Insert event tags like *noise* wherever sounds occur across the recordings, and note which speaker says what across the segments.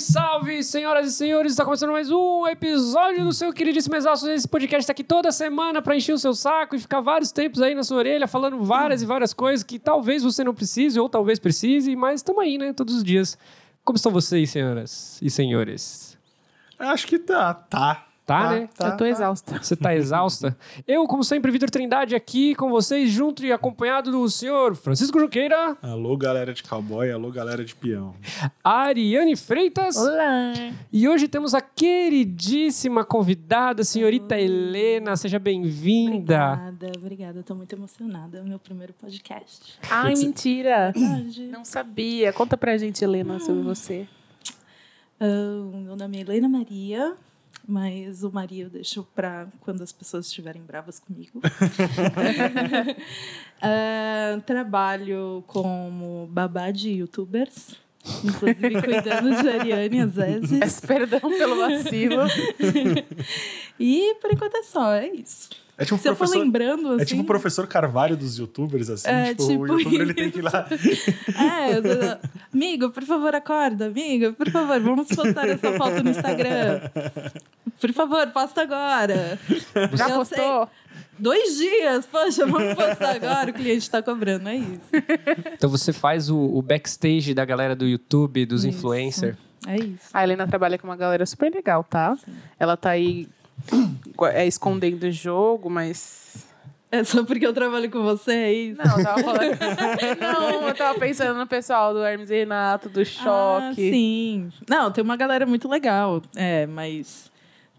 Speaker 1: vocês, senhoras e senhores. Está começando mais um episódio do seu queridíssimo Exaustos. Esse podcast está aqui toda semana para encher o seu saco e ficar vários tempos aí na sua orelha falando várias e várias coisas que talvez você não precise ou talvez precise, mas estamos aí, né? Todos os dias. Como estão vocês, senhoras e senhores?
Speaker 2: Acho que tá. Tá.
Speaker 1: Tá, né?
Speaker 3: eu tô exausta.
Speaker 1: Você tá exausta? Eu, como sempre, Vitor Trindade aqui com vocês, junto e acompanhado do senhor Francisco Junqueira,
Speaker 2: Alô, galera de cowboy, alô, galera de peão.
Speaker 1: Ariane Freitas.
Speaker 3: Olá!
Speaker 1: E hoje temos a queridíssima convidada, senhorita Helena. Seja bem-vinda.
Speaker 4: Obrigada, obrigada. Eu tô muito emocionada. É o meu primeiro podcast.
Speaker 3: Ai, mentira!
Speaker 4: Verdade.
Speaker 3: Não sabia. Conta pra gente, Helena, sobre você.
Speaker 4: Ah, meu nome é Helena Maria, mas o Maria eu deixo pra quando as pessoas estiverem
Speaker 2: *laughs*
Speaker 4: bravas comigo. Ah, trabalho como babá de youtubers. Inclusive cuidando de Ariane às
Speaker 2: *laughs*
Speaker 4: vezes.
Speaker 3: Peço perdão pelo
Speaker 4: *laughs*
Speaker 3: vacilo.
Speaker 4: E por enquanto é só, é isso.
Speaker 2: É tipo o
Speaker 4: Se eu for
Speaker 2: professor,
Speaker 4: lembrando, assim...
Speaker 2: é tipo o professor Carvalho dos youtubers, assim.
Speaker 4: É,
Speaker 2: tipo,
Speaker 4: tipo
Speaker 2: o youtuber ele tem
Speaker 4: isso.
Speaker 2: que ir lá.
Speaker 4: É, eu- eu- amigo, por favor, acorda, amigo, por favor, vamos postar essa foto no Instagram. Por favor, posta agora.
Speaker 3: Já
Speaker 4: Eu
Speaker 3: postou?
Speaker 4: sei, dois dias, poxa, vamos postar agora, o cliente tá cobrando, é isso.
Speaker 1: Então você faz o, o backstage da galera do YouTube, dos influencers.
Speaker 4: É isso.
Speaker 3: A Helena trabalha com uma galera super legal, tá? Ela tá aí gua- é, escondendo o jogo, mas.
Speaker 4: É só porque eu trabalho com você, é isso?
Speaker 3: Não, eu tava falando. *laughs* Não, eu tava pensando no pessoal do Hermes e Renato, do
Speaker 4: Ah,
Speaker 3: Choque.
Speaker 4: sim. Não, tem uma galera muito legal, é, mas...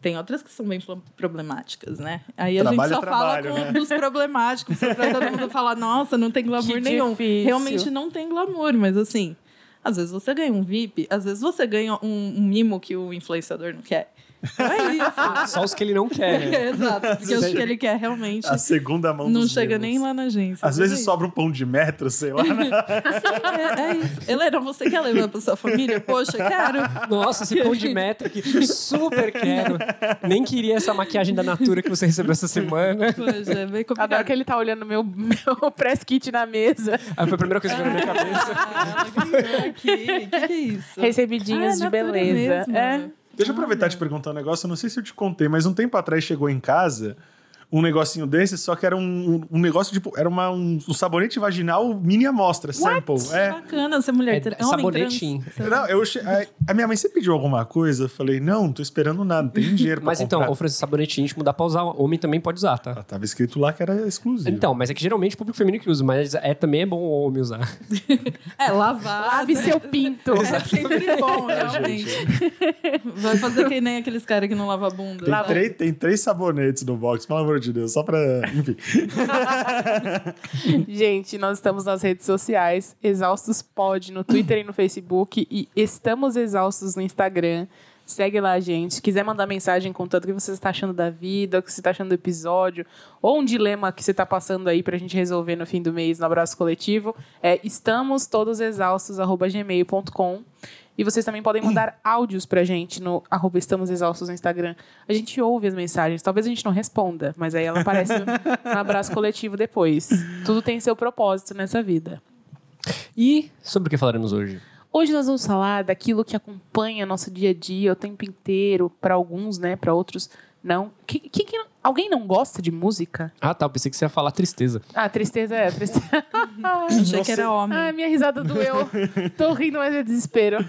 Speaker 4: Tem outras que são bem pro- problemáticas, né? Aí a
Speaker 2: Trabalho é
Speaker 4: gente só
Speaker 2: trabalho,
Speaker 4: fala com
Speaker 2: né?
Speaker 4: dos problemáticos, só pra todo mundo falar, nossa, não tem glamour
Speaker 3: Que
Speaker 4: nenhum.
Speaker 3: difícil.
Speaker 4: Realmente não é tem glamour, mas assim, às vezes você ganha um VIP, às vezes você ganha um, um mimo que o influenciador não quer. Não é
Speaker 3: *laughs* Ah,
Speaker 4: isso. É,
Speaker 1: Só os que ele não quer,
Speaker 4: *laughs*
Speaker 1: né?
Speaker 4: Exato, porque os que ele quer realmente
Speaker 2: A segunda mão
Speaker 4: não
Speaker 2: dos
Speaker 4: chega
Speaker 2: livros.
Speaker 4: nem lá na agência.
Speaker 2: Às
Speaker 4: mas
Speaker 2: vezes
Speaker 4: é
Speaker 2: sobra um pão de metro, sei lá.
Speaker 4: *laughs*
Speaker 2: né?
Speaker 4: isso. É, é isso. Helena, você quer levar pra sua família? Poxa, quero.
Speaker 1: Nossa, esse pão de meta aqui. Super quero. Nem queria essa maquiagem da Natura que você recebeu essa semana.
Speaker 4: Poxa, é bem
Speaker 3: Adoro
Speaker 4: complicado.
Speaker 3: que ele tá olhando meu, meu *laughs* press kit na mesa.
Speaker 1: Aí Ah, foi a primeira coisa que veio na minha cabeça.
Speaker 4: Ah, ela aqui, que que é isso?
Speaker 3: Recebidinhos
Speaker 4: Ah,
Speaker 3: de
Speaker 4: é Natura
Speaker 3: beleza.
Speaker 4: mesmo.
Speaker 3: É.
Speaker 2: Deixa eu
Speaker 4: Ah,
Speaker 2: aproveitar e te perguntar um negócio. Eu não sei se eu te contei, mas um tempo atrás chegou em casa um negocinho desse, só que era um, um negócio tipo. Era uma, um, um sabonete vaginal mini amostra, sample. É.
Speaker 4: Bacana ser mulher. tra-
Speaker 1: É
Speaker 4: homem
Speaker 1: sabonetinho.
Speaker 4: trans.
Speaker 2: Não, eu che... a- A minha mãe, você pediu alguma coisa? Eu falei, não, não tô esperando nada, não tem dinheiro pra
Speaker 1: Mas então,
Speaker 2: comprar.
Speaker 1: o Francisco Sabonete íntimo dá pra usar. Homem também pode usar, tá?
Speaker 2: Ah, Tava escrito lá que era exclusivo.
Speaker 1: Então, mas é que geralmente o público feminino que usa, mas é, também é bom o homem usar.
Speaker 4: É, lavar.
Speaker 3: Lave seu pinto.
Speaker 4: *laughs* É sempre bom, realmente. Vai fazer que nem aqueles caras que não lavam a bunda.
Speaker 2: Tem,
Speaker 4: sabe?
Speaker 2: três, tem três sabonetes no box, pelo amor de Deus, só pra. Enfim.
Speaker 3: *laughs* Gente, nós estamos nas redes sociais, Exaustos Pod, no Twitter e no Facebook, e estamos exaustos no Instagram. Segue lá, gente. Quiser mandar mensagem contando o que você está achando da vida, o que você está achando do episódio, ou um dilema que você está passando aí pra gente resolver no fim do mês no abraço coletivo, é estamos todos E vocês também podem mandar áudios pra gente no arroba estamos exaustos no Instagram. A gente ouve as mensagens, talvez a gente não responda, mas aí ela aparece no no Um abraço coletivo depois. Tudo tem seu propósito nessa vida.
Speaker 1: E sobre o que falaremos hoje?
Speaker 3: Hoje nós vamos falar daquilo que acompanha nosso dia a dia o tempo inteiro, para alguns, né, para outros não. Que, que- que- alguém não gosta de música?
Speaker 1: Ah, tá. Eu pensei que você ia falar tristeza.
Speaker 3: Ah, tristeza é, tristeza.
Speaker 4: Achei
Speaker 2: Não
Speaker 4: que
Speaker 2: sei.
Speaker 4: era homem.
Speaker 3: Ah, minha risada doeu. Tô rindo, mas é desespero.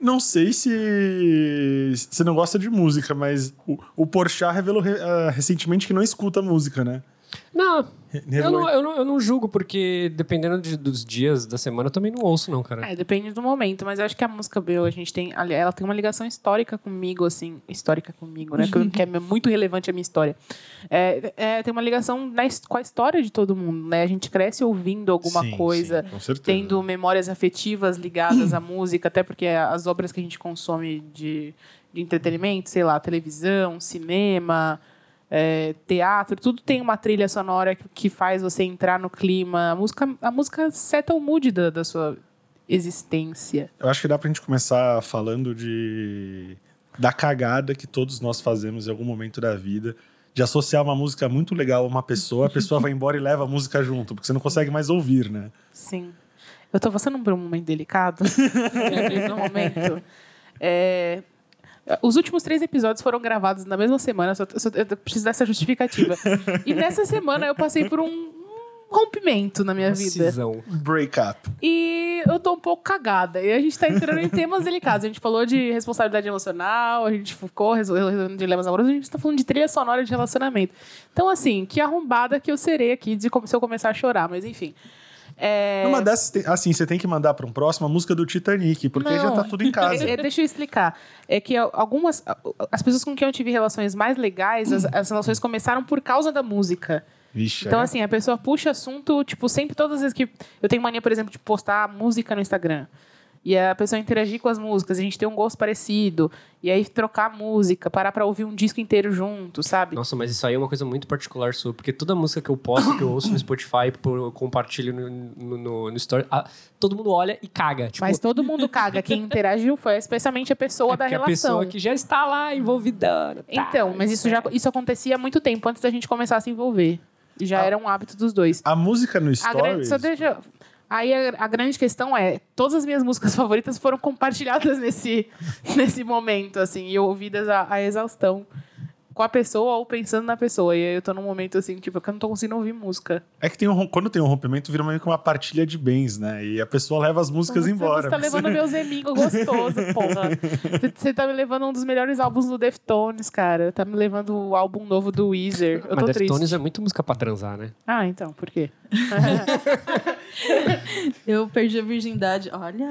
Speaker 2: Não sei se você não gosta de música, mas o, o Porchat revelou re- ah, recentemente que não escuta música, né?
Speaker 1: Não,
Speaker 2: Re-
Speaker 1: eu
Speaker 2: revelou-
Speaker 1: não, eu, não, eu não julgo, porque dependendo de- dos dias da semana, eu também não ouço, não, cara.
Speaker 3: É, depende do momento, mas eu acho que a música meu, a gente tem, ali- ela tem uma ligação histórica comigo, assim, histórica comigo, né? que- Que é muito relevante a minha história. É, é, tem uma ligação na his- com a história de todo mundo, né? A gente cresce ouvindo alguma
Speaker 2: Sim,
Speaker 3: coisa,
Speaker 2: sim, com certeza.
Speaker 3: tendo memórias afetivas ligadas à música, até porque as obras que a gente consome de, de entretenimento, sei lá, televisão, cinema, é, teatro, tudo tem uma trilha sonora que, que faz você entrar no clima. A música, a música seta o mood da, da sua existência.
Speaker 2: Eu acho que dá pra gente começar falando de da cagada que todos nós fazemos em algum momento da vida. De associar uma música muito legal a uma pessoa, a pessoa vai embora e leva a música junto, porque você não consegue mais ouvir, né?
Speaker 3: *laughs* Sim. Eu tô passando por um momento delicado. no momento. É, Os últimos três episódios foram gravados na mesma semana, só, só- eu preciso dessa justificativa. e nessa semana eu passei por um, um rompimento na minha vida.
Speaker 1: Cisão.
Speaker 2: Break up.
Speaker 3: E eu tô um pouco cagada. E a gente tá entrando em temas delicados. A gente falou de responsabilidade emocional, a gente ficou resol- resolvendo dilemas amorosos, a gente tá falando de trilha sonora de relacionamento. Então, assim, que arrombada que eu serei aqui de como se eu começar a chorar, mas enfim. É...
Speaker 2: Numa dessas, tem- assim, você tem que mandar pra um próximo a música do Titanic, porque aí já
Speaker 3: Não.
Speaker 2: tá tudo em casa.
Speaker 3: *laughs* É, é, deixa eu explicar. É que al- algumas. a- As pessoas com quem eu tive relações mais legais, as, as relações começaram por causa da música.
Speaker 2: Vixe,
Speaker 3: Então,
Speaker 2: é.
Speaker 3: assim, a pessoa puxa assunto, tipo, sempre, todas as vezes que. Eu tenho mania, por exemplo, de postar música no Instagram. E a pessoa interagir com as músicas, a gente tem um gosto parecido. E aí trocar música, parar pra ouvir um disco inteiro junto, sabe?
Speaker 1: Nossa, mas isso aí é uma coisa muito particular sua, porque toda música que eu posto, que eu ouço no Spotify, pô, eu compartilho no, no, no, no Story, ah, todo mundo olha e caga. Tipo, é
Speaker 3: Mas todo mundo caga. Quem interagiu foi especialmente a pessoa da
Speaker 1: porque a
Speaker 3: relação.
Speaker 1: pessoa que já está lá envolvida. Tá,
Speaker 3: Então, mas isso já isso acontecia há muito tempo antes da gente começar a se envolver. Já
Speaker 1: Ah.
Speaker 3: era um hábito dos dois.
Speaker 2: A música no
Speaker 3: A grande-
Speaker 2: Stories...
Speaker 3: só deixa. Aí a, a grande questão é, todas as minhas músicas *laughs* favoritas foram compartilhadas *laughs* nesse, nesse momento, assim, e ouvidas a, a exaustão com a pessoa ou pensando na pessoa. E aí eu tô num momento assim, tipo, que eu não tô conseguindo ouvir música.
Speaker 2: É que tem um, rom- quando tem um rompimento, vira meio que uma partilha de bens, né? E a pessoa leva as músicas
Speaker 3: Você-
Speaker 2: embora.
Speaker 3: Você tá levando meus amigos gostoso, porra. Você- Você tá me levando um dos melhores álbuns do Deftones, cara. Tá me levando o álbum novo do Weezer. Eu
Speaker 1: mas
Speaker 3: tô triste.
Speaker 1: Deftones é muito música pra transar, né?
Speaker 3: Ah, então, por quê?
Speaker 4: Eu perdi a virgindade,
Speaker 1: *laughs*
Speaker 4: olha!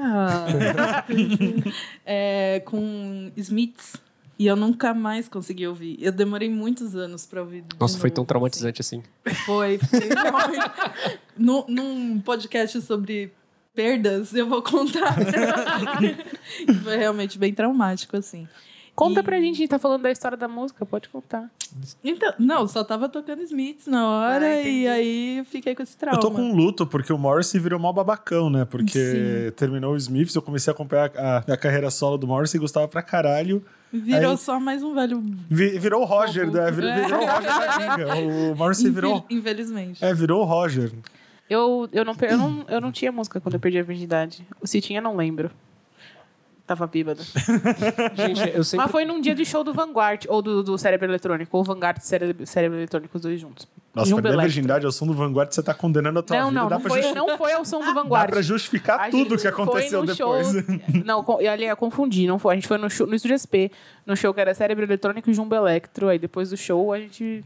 Speaker 4: É, com Smiths. E eu nunca mais consegui ouvir. Eu demorei muitos anos pra ouvir. de
Speaker 1: Nossa, foi
Speaker 4: novo,
Speaker 1: tão
Speaker 4: assim.
Speaker 1: traumatizante assim. *laughs*
Speaker 4: Foi. foi. num, num podcast sobre perdas, eu
Speaker 1: *laughs*
Speaker 4: vou contar. foi realmente bem traumático, assim.
Speaker 3: Conta
Speaker 4: E-
Speaker 3: pra gente, a gente tá falando da história da música, pode contar.
Speaker 4: Então, não, só tava tocando Smiths na hora
Speaker 3: Ah, entendi.
Speaker 4: e aí eu fiquei com esse
Speaker 2: *laughs*
Speaker 4: trauma.
Speaker 2: Eu tô com um luto, porque o Morrissey virou mó babacão, né? Porque terminou o Smiths, eu comecei a acompanhar a, a carreira solo do Morrissey, gostava pra caralho.
Speaker 4: Virou
Speaker 2: aí-
Speaker 4: só mais um velho.
Speaker 2: Vi- virou o Roger, da, vir-
Speaker 4: É.
Speaker 2: virou o Roger da liga. O Morrissey virou...
Speaker 4: Infel- Infelizmente.
Speaker 2: É, virou o Roger.
Speaker 3: Eu, eu, não, per- eu, não, eu não tinha música quando eu perdi a virgindade. Se tinha, não lembro. Tava
Speaker 2: *laughs*
Speaker 3: bêbada.
Speaker 1: Gente, eu sempre *laughs*
Speaker 3: Mas foi num dia de show do Vanguard, ou do, do Cérebro Eletrônico, ou Vanguard e Cérebro, Cérebro Eletrônico, os dois juntos.
Speaker 2: Nossa,
Speaker 3: Jumbo
Speaker 2: perder a
Speaker 3: Electro.
Speaker 2: virgindade ao som do Vanguard, você tá condenando a tua
Speaker 3: um Não,
Speaker 2: vida.
Speaker 3: não,
Speaker 2: dá
Speaker 3: não
Speaker 2: pra
Speaker 3: foi,
Speaker 2: justi-
Speaker 3: não foi ao som do
Speaker 2: Dá pra
Speaker 3: Vanguard.
Speaker 2: justificar
Speaker 3: A
Speaker 2: tudo o
Speaker 3: gente
Speaker 2: que aconteceu
Speaker 3: foi no
Speaker 2: depois.
Speaker 3: Show... *laughs* Não, co- e ali eu confundi, não foi. A gente foi no, show, no Estúdio SP, no show que era Cérebro Eletrônico e Jumbo Electro. Aí depois do show a gente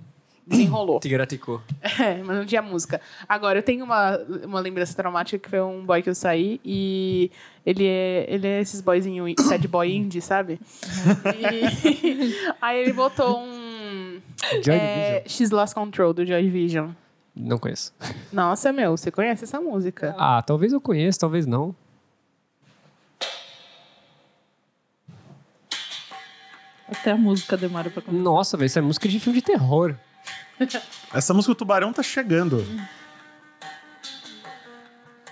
Speaker 3: desenrolou.
Speaker 1: tigraticou.
Speaker 3: *laughs* É, mas não tinha música. Agora, eu tenho uma, uma lembrança traumática que foi um boy que eu saí e ele é, ele é esses boyzinho *coughs* in- sad boy indie, sabe? E *laughs* aí ele botou um
Speaker 1: Joy
Speaker 3: é,
Speaker 1: Division?
Speaker 3: She's Lost Control do Joy Division.
Speaker 1: Não conheço.
Speaker 3: Nossa, meu, você conhece essa música?
Speaker 1: Ah, talvez eu conheça, talvez não.
Speaker 4: Até a música demora pra contar.
Speaker 1: Nossa, velho, isso é música de filme de terror.
Speaker 2: *laughs* Essa música, o Tubarão, tá chegando.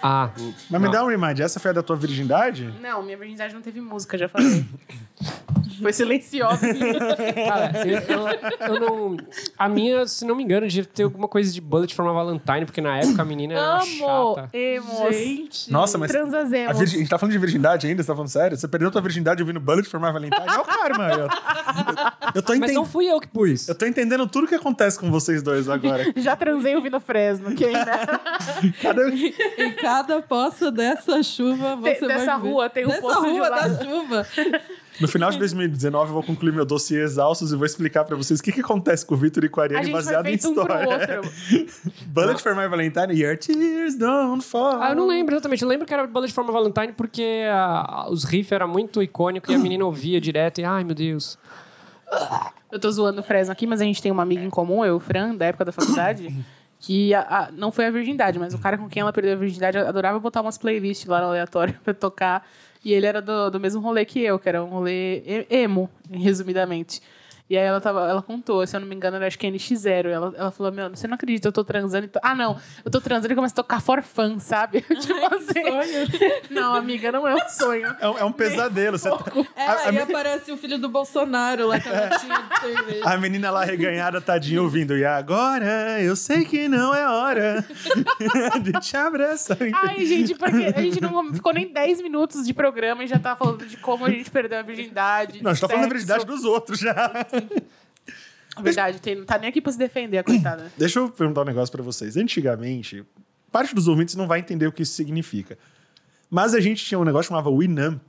Speaker 1: Ah,
Speaker 2: Mas me dá um remind, essa foi a da tua virgindade?
Speaker 3: Não, minha virgindade não teve música, já falei. *coughs* foi silenciosa.
Speaker 2: *laughs*
Speaker 1: Cara, eu, eu- eu não. A minha, se não me engano, devia ter alguma coisa de Bullet from a Valentine, porque na época a menina era uma
Speaker 3: Amo!
Speaker 1: é chata.
Speaker 3: Emos!
Speaker 4: Gente.
Speaker 2: Nossa, mas a,
Speaker 3: Transazemos!
Speaker 2: virgin- a gente tá falando de virgindade ainda? Você tá falando sério? Você perdeu tua virgindade ouvindo Bullet for My Valentine? É o karma. Eu, eu, eu tô
Speaker 1: Mas
Speaker 2: enten-
Speaker 1: não fui eu que pus.
Speaker 2: eu tô entendendo tudo o que acontece com vocês dois agora.
Speaker 3: Já transei ouvindo Fresno, quem né? *laughs*
Speaker 2: Cada-
Speaker 4: Em cada poça dessa chuva, você
Speaker 3: Te-
Speaker 4: vai
Speaker 3: dessa
Speaker 4: ver.
Speaker 3: rua tem um
Speaker 4: Dessa
Speaker 3: poço de
Speaker 4: rua
Speaker 3: lá.
Speaker 4: da *laughs* chuva.
Speaker 2: No final de 2019, eu vou concluir meu dossiê exaustos e vou explicar pra vocês o que, que acontece com o Vitor e com a
Speaker 3: A
Speaker 2: Ariane
Speaker 3: gente
Speaker 2: baseado
Speaker 3: foi
Speaker 2: em
Speaker 3: feito um pro
Speaker 2: história.
Speaker 3: outro.
Speaker 2: *laughs* Bullet for My Valentine, Your Tears Don't Fall.
Speaker 1: Ah, eu não lembro exatamente. Eu lembro que era Bullet from a Valentine porque ah, os riffs eram muito icônicos e a menina ouvia direto e, ai meu Deus.
Speaker 3: Eu tô zoando o Fresno aqui, mas a gente tem uma amiga em comum, eu e o Fran, da época da *laughs* faculdade, que a- a- não foi a virgindade, mas o cara com quem ela perdeu a virgindade adorava botar umas playlists lá no aleatório *laughs* pra tocar. E ele era do, do mesmo rolê que eu, que era um rolê e- emo, resumidamente. E aí ela, tava, ela contou, se eu não me engano, era acho que é NX0. Ela, ela falou, meu, você não acredita, eu tô transando. e tô- Ah, não, eu tô transando e começa a tocar forfã, sabe? *laughs* tipo assim.
Speaker 4: Sonho.
Speaker 3: Não, amiga, não é um sonho.
Speaker 2: É, um- é um pesadelo. Você tá-
Speaker 4: É,
Speaker 2: A- a
Speaker 4: aí
Speaker 2: mi-
Speaker 4: aparece o filho do Bolsonaro lá com a latinha de cerveja.
Speaker 2: A menina lá reganhada, tadinha, ouvindo. E agora eu sei que não é hora *laughs* de te abraçar.
Speaker 3: Ai, gente, porque a gente não ficou nem 10 minutos de programa e já tá falando de como a gente perdeu a virgindade.
Speaker 2: Não, a gente tá falando da
Speaker 3: sexo.
Speaker 2: verdade dos outros já.
Speaker 3: Verdade, tem, não tá nem aqui pra se defender, a coitada.
Speaker 2: Deixa eu perguntar um negócio pra vocês. Antigamente, parte dos ouvintes não vai entender o que isso significa. Mas a gente tinha um negócio que chamava Winamp,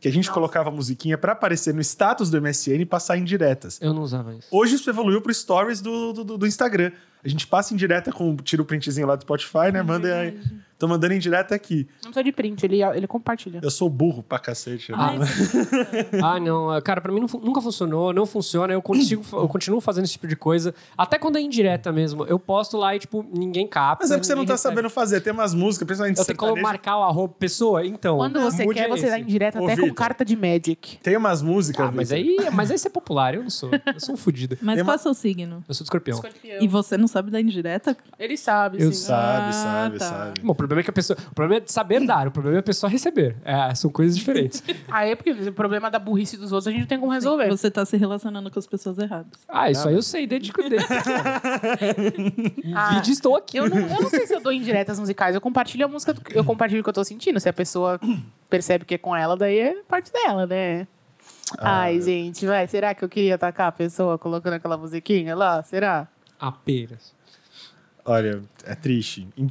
Speaker 2: que a gente
Speaker 3: Nossa.
Speaker 2: colocava musiquinha pra aparecer no status do MSN e passar em diretas.
Speaker 1: Eu não usava isso.
Speaker 2: Hoje isso evoluiu pro stories do, do, do- do Instagram. A gente passa em direta com tira o printzinho lá do Spotify, né? Manda aí. Tô mandando em direta aqui.
Speaker 3: Não precisa de print, ele, ele compartilha.
Speaker 2: Eu sou burro pra cacete. né?
Speaker 1: Ah, Ah, não. ah, Cara, pra mim não fu- nunca funcionou, não funciona. Eu, consigo, fa- eu continuo fazendo esse tipo de coisa. Até quando é indireta mesmo. Eu posto lá e, tipo, ninguém capta.
Speaker 2: Mas é porque você não
Speaker 1: ninguém
Speaker 2: tá
Speaker 1: recebe.
Speaker 2: sabendo fazer. Tem umas músicas, principalmente
Speaker 1: Eu tenho que
Speaker 2: sertanejo.
Speaker 1: marcar o arroba pessoa? Então.
Speaker 3: Quando você
Speaker 1: mude
Speaker 3: quer, você
Speaker 1: esse.
Speaker 3: dá em direto
Speaker 2: Ô,
Speaker 3: até com
Speaker 2: Vitor.
Speaker 3: carta de Magic.
Speaker 2: Tem umas músicas.
Speaker 1: Ah, mas
Speaker 2: Vitor.
Speaker 1: aí, mas aí você é popular, eu não sou. Eu sou um fudido.
Speaker 4: Mas
Speaker 2: Tem
Speaker 4: qual
Speaker 2: uma-
Speaker 4: é o seu signo?
Speaker 1: Eu sou de escorpião.
Speaker 4: E você não sabe da indireta?
Speaker 3: Ele sabe,
Speaker 1: Eu
Speaker 3: sim.
Speaker 2: Sabe,
Speaker 4: Ah,
Speaker 2: sabe,
Speaker 4: tá.
Speaker 2: sabe.
Speaker 1: Bom, o problema é que a pessoa. O problema é de saber dar, o problema é a pessoa receber. É, são coisas diferentes.
Speaker 3: Aí é porque o problema da burrice dos outros a gente não tem como resolver.
Speaker 4: Você tá se relacionando com as pessoas erradas.
Speaker 1: Ah, isso aí eu sei desde que eu dei.
Speaker 3: Ah,
Speaker 1: Vídeo estou aqui.
Speaker 3: eu, não, eu não sei se eu dou indiretas musicais. Eu compartilho a música, do- eu compartilho o que eu tô sentindo. Se a pessoa percebe que é com ela, daí é parte dela, né?
Speaker 2: Ah,
Speaker 3: Ai, gente, vai. Será que eu queria atacar a pessoa colocando aquela musiquinha lá? Será?
Speaker 1: Apenas.
Speaker 2: Olha, é triste. Em-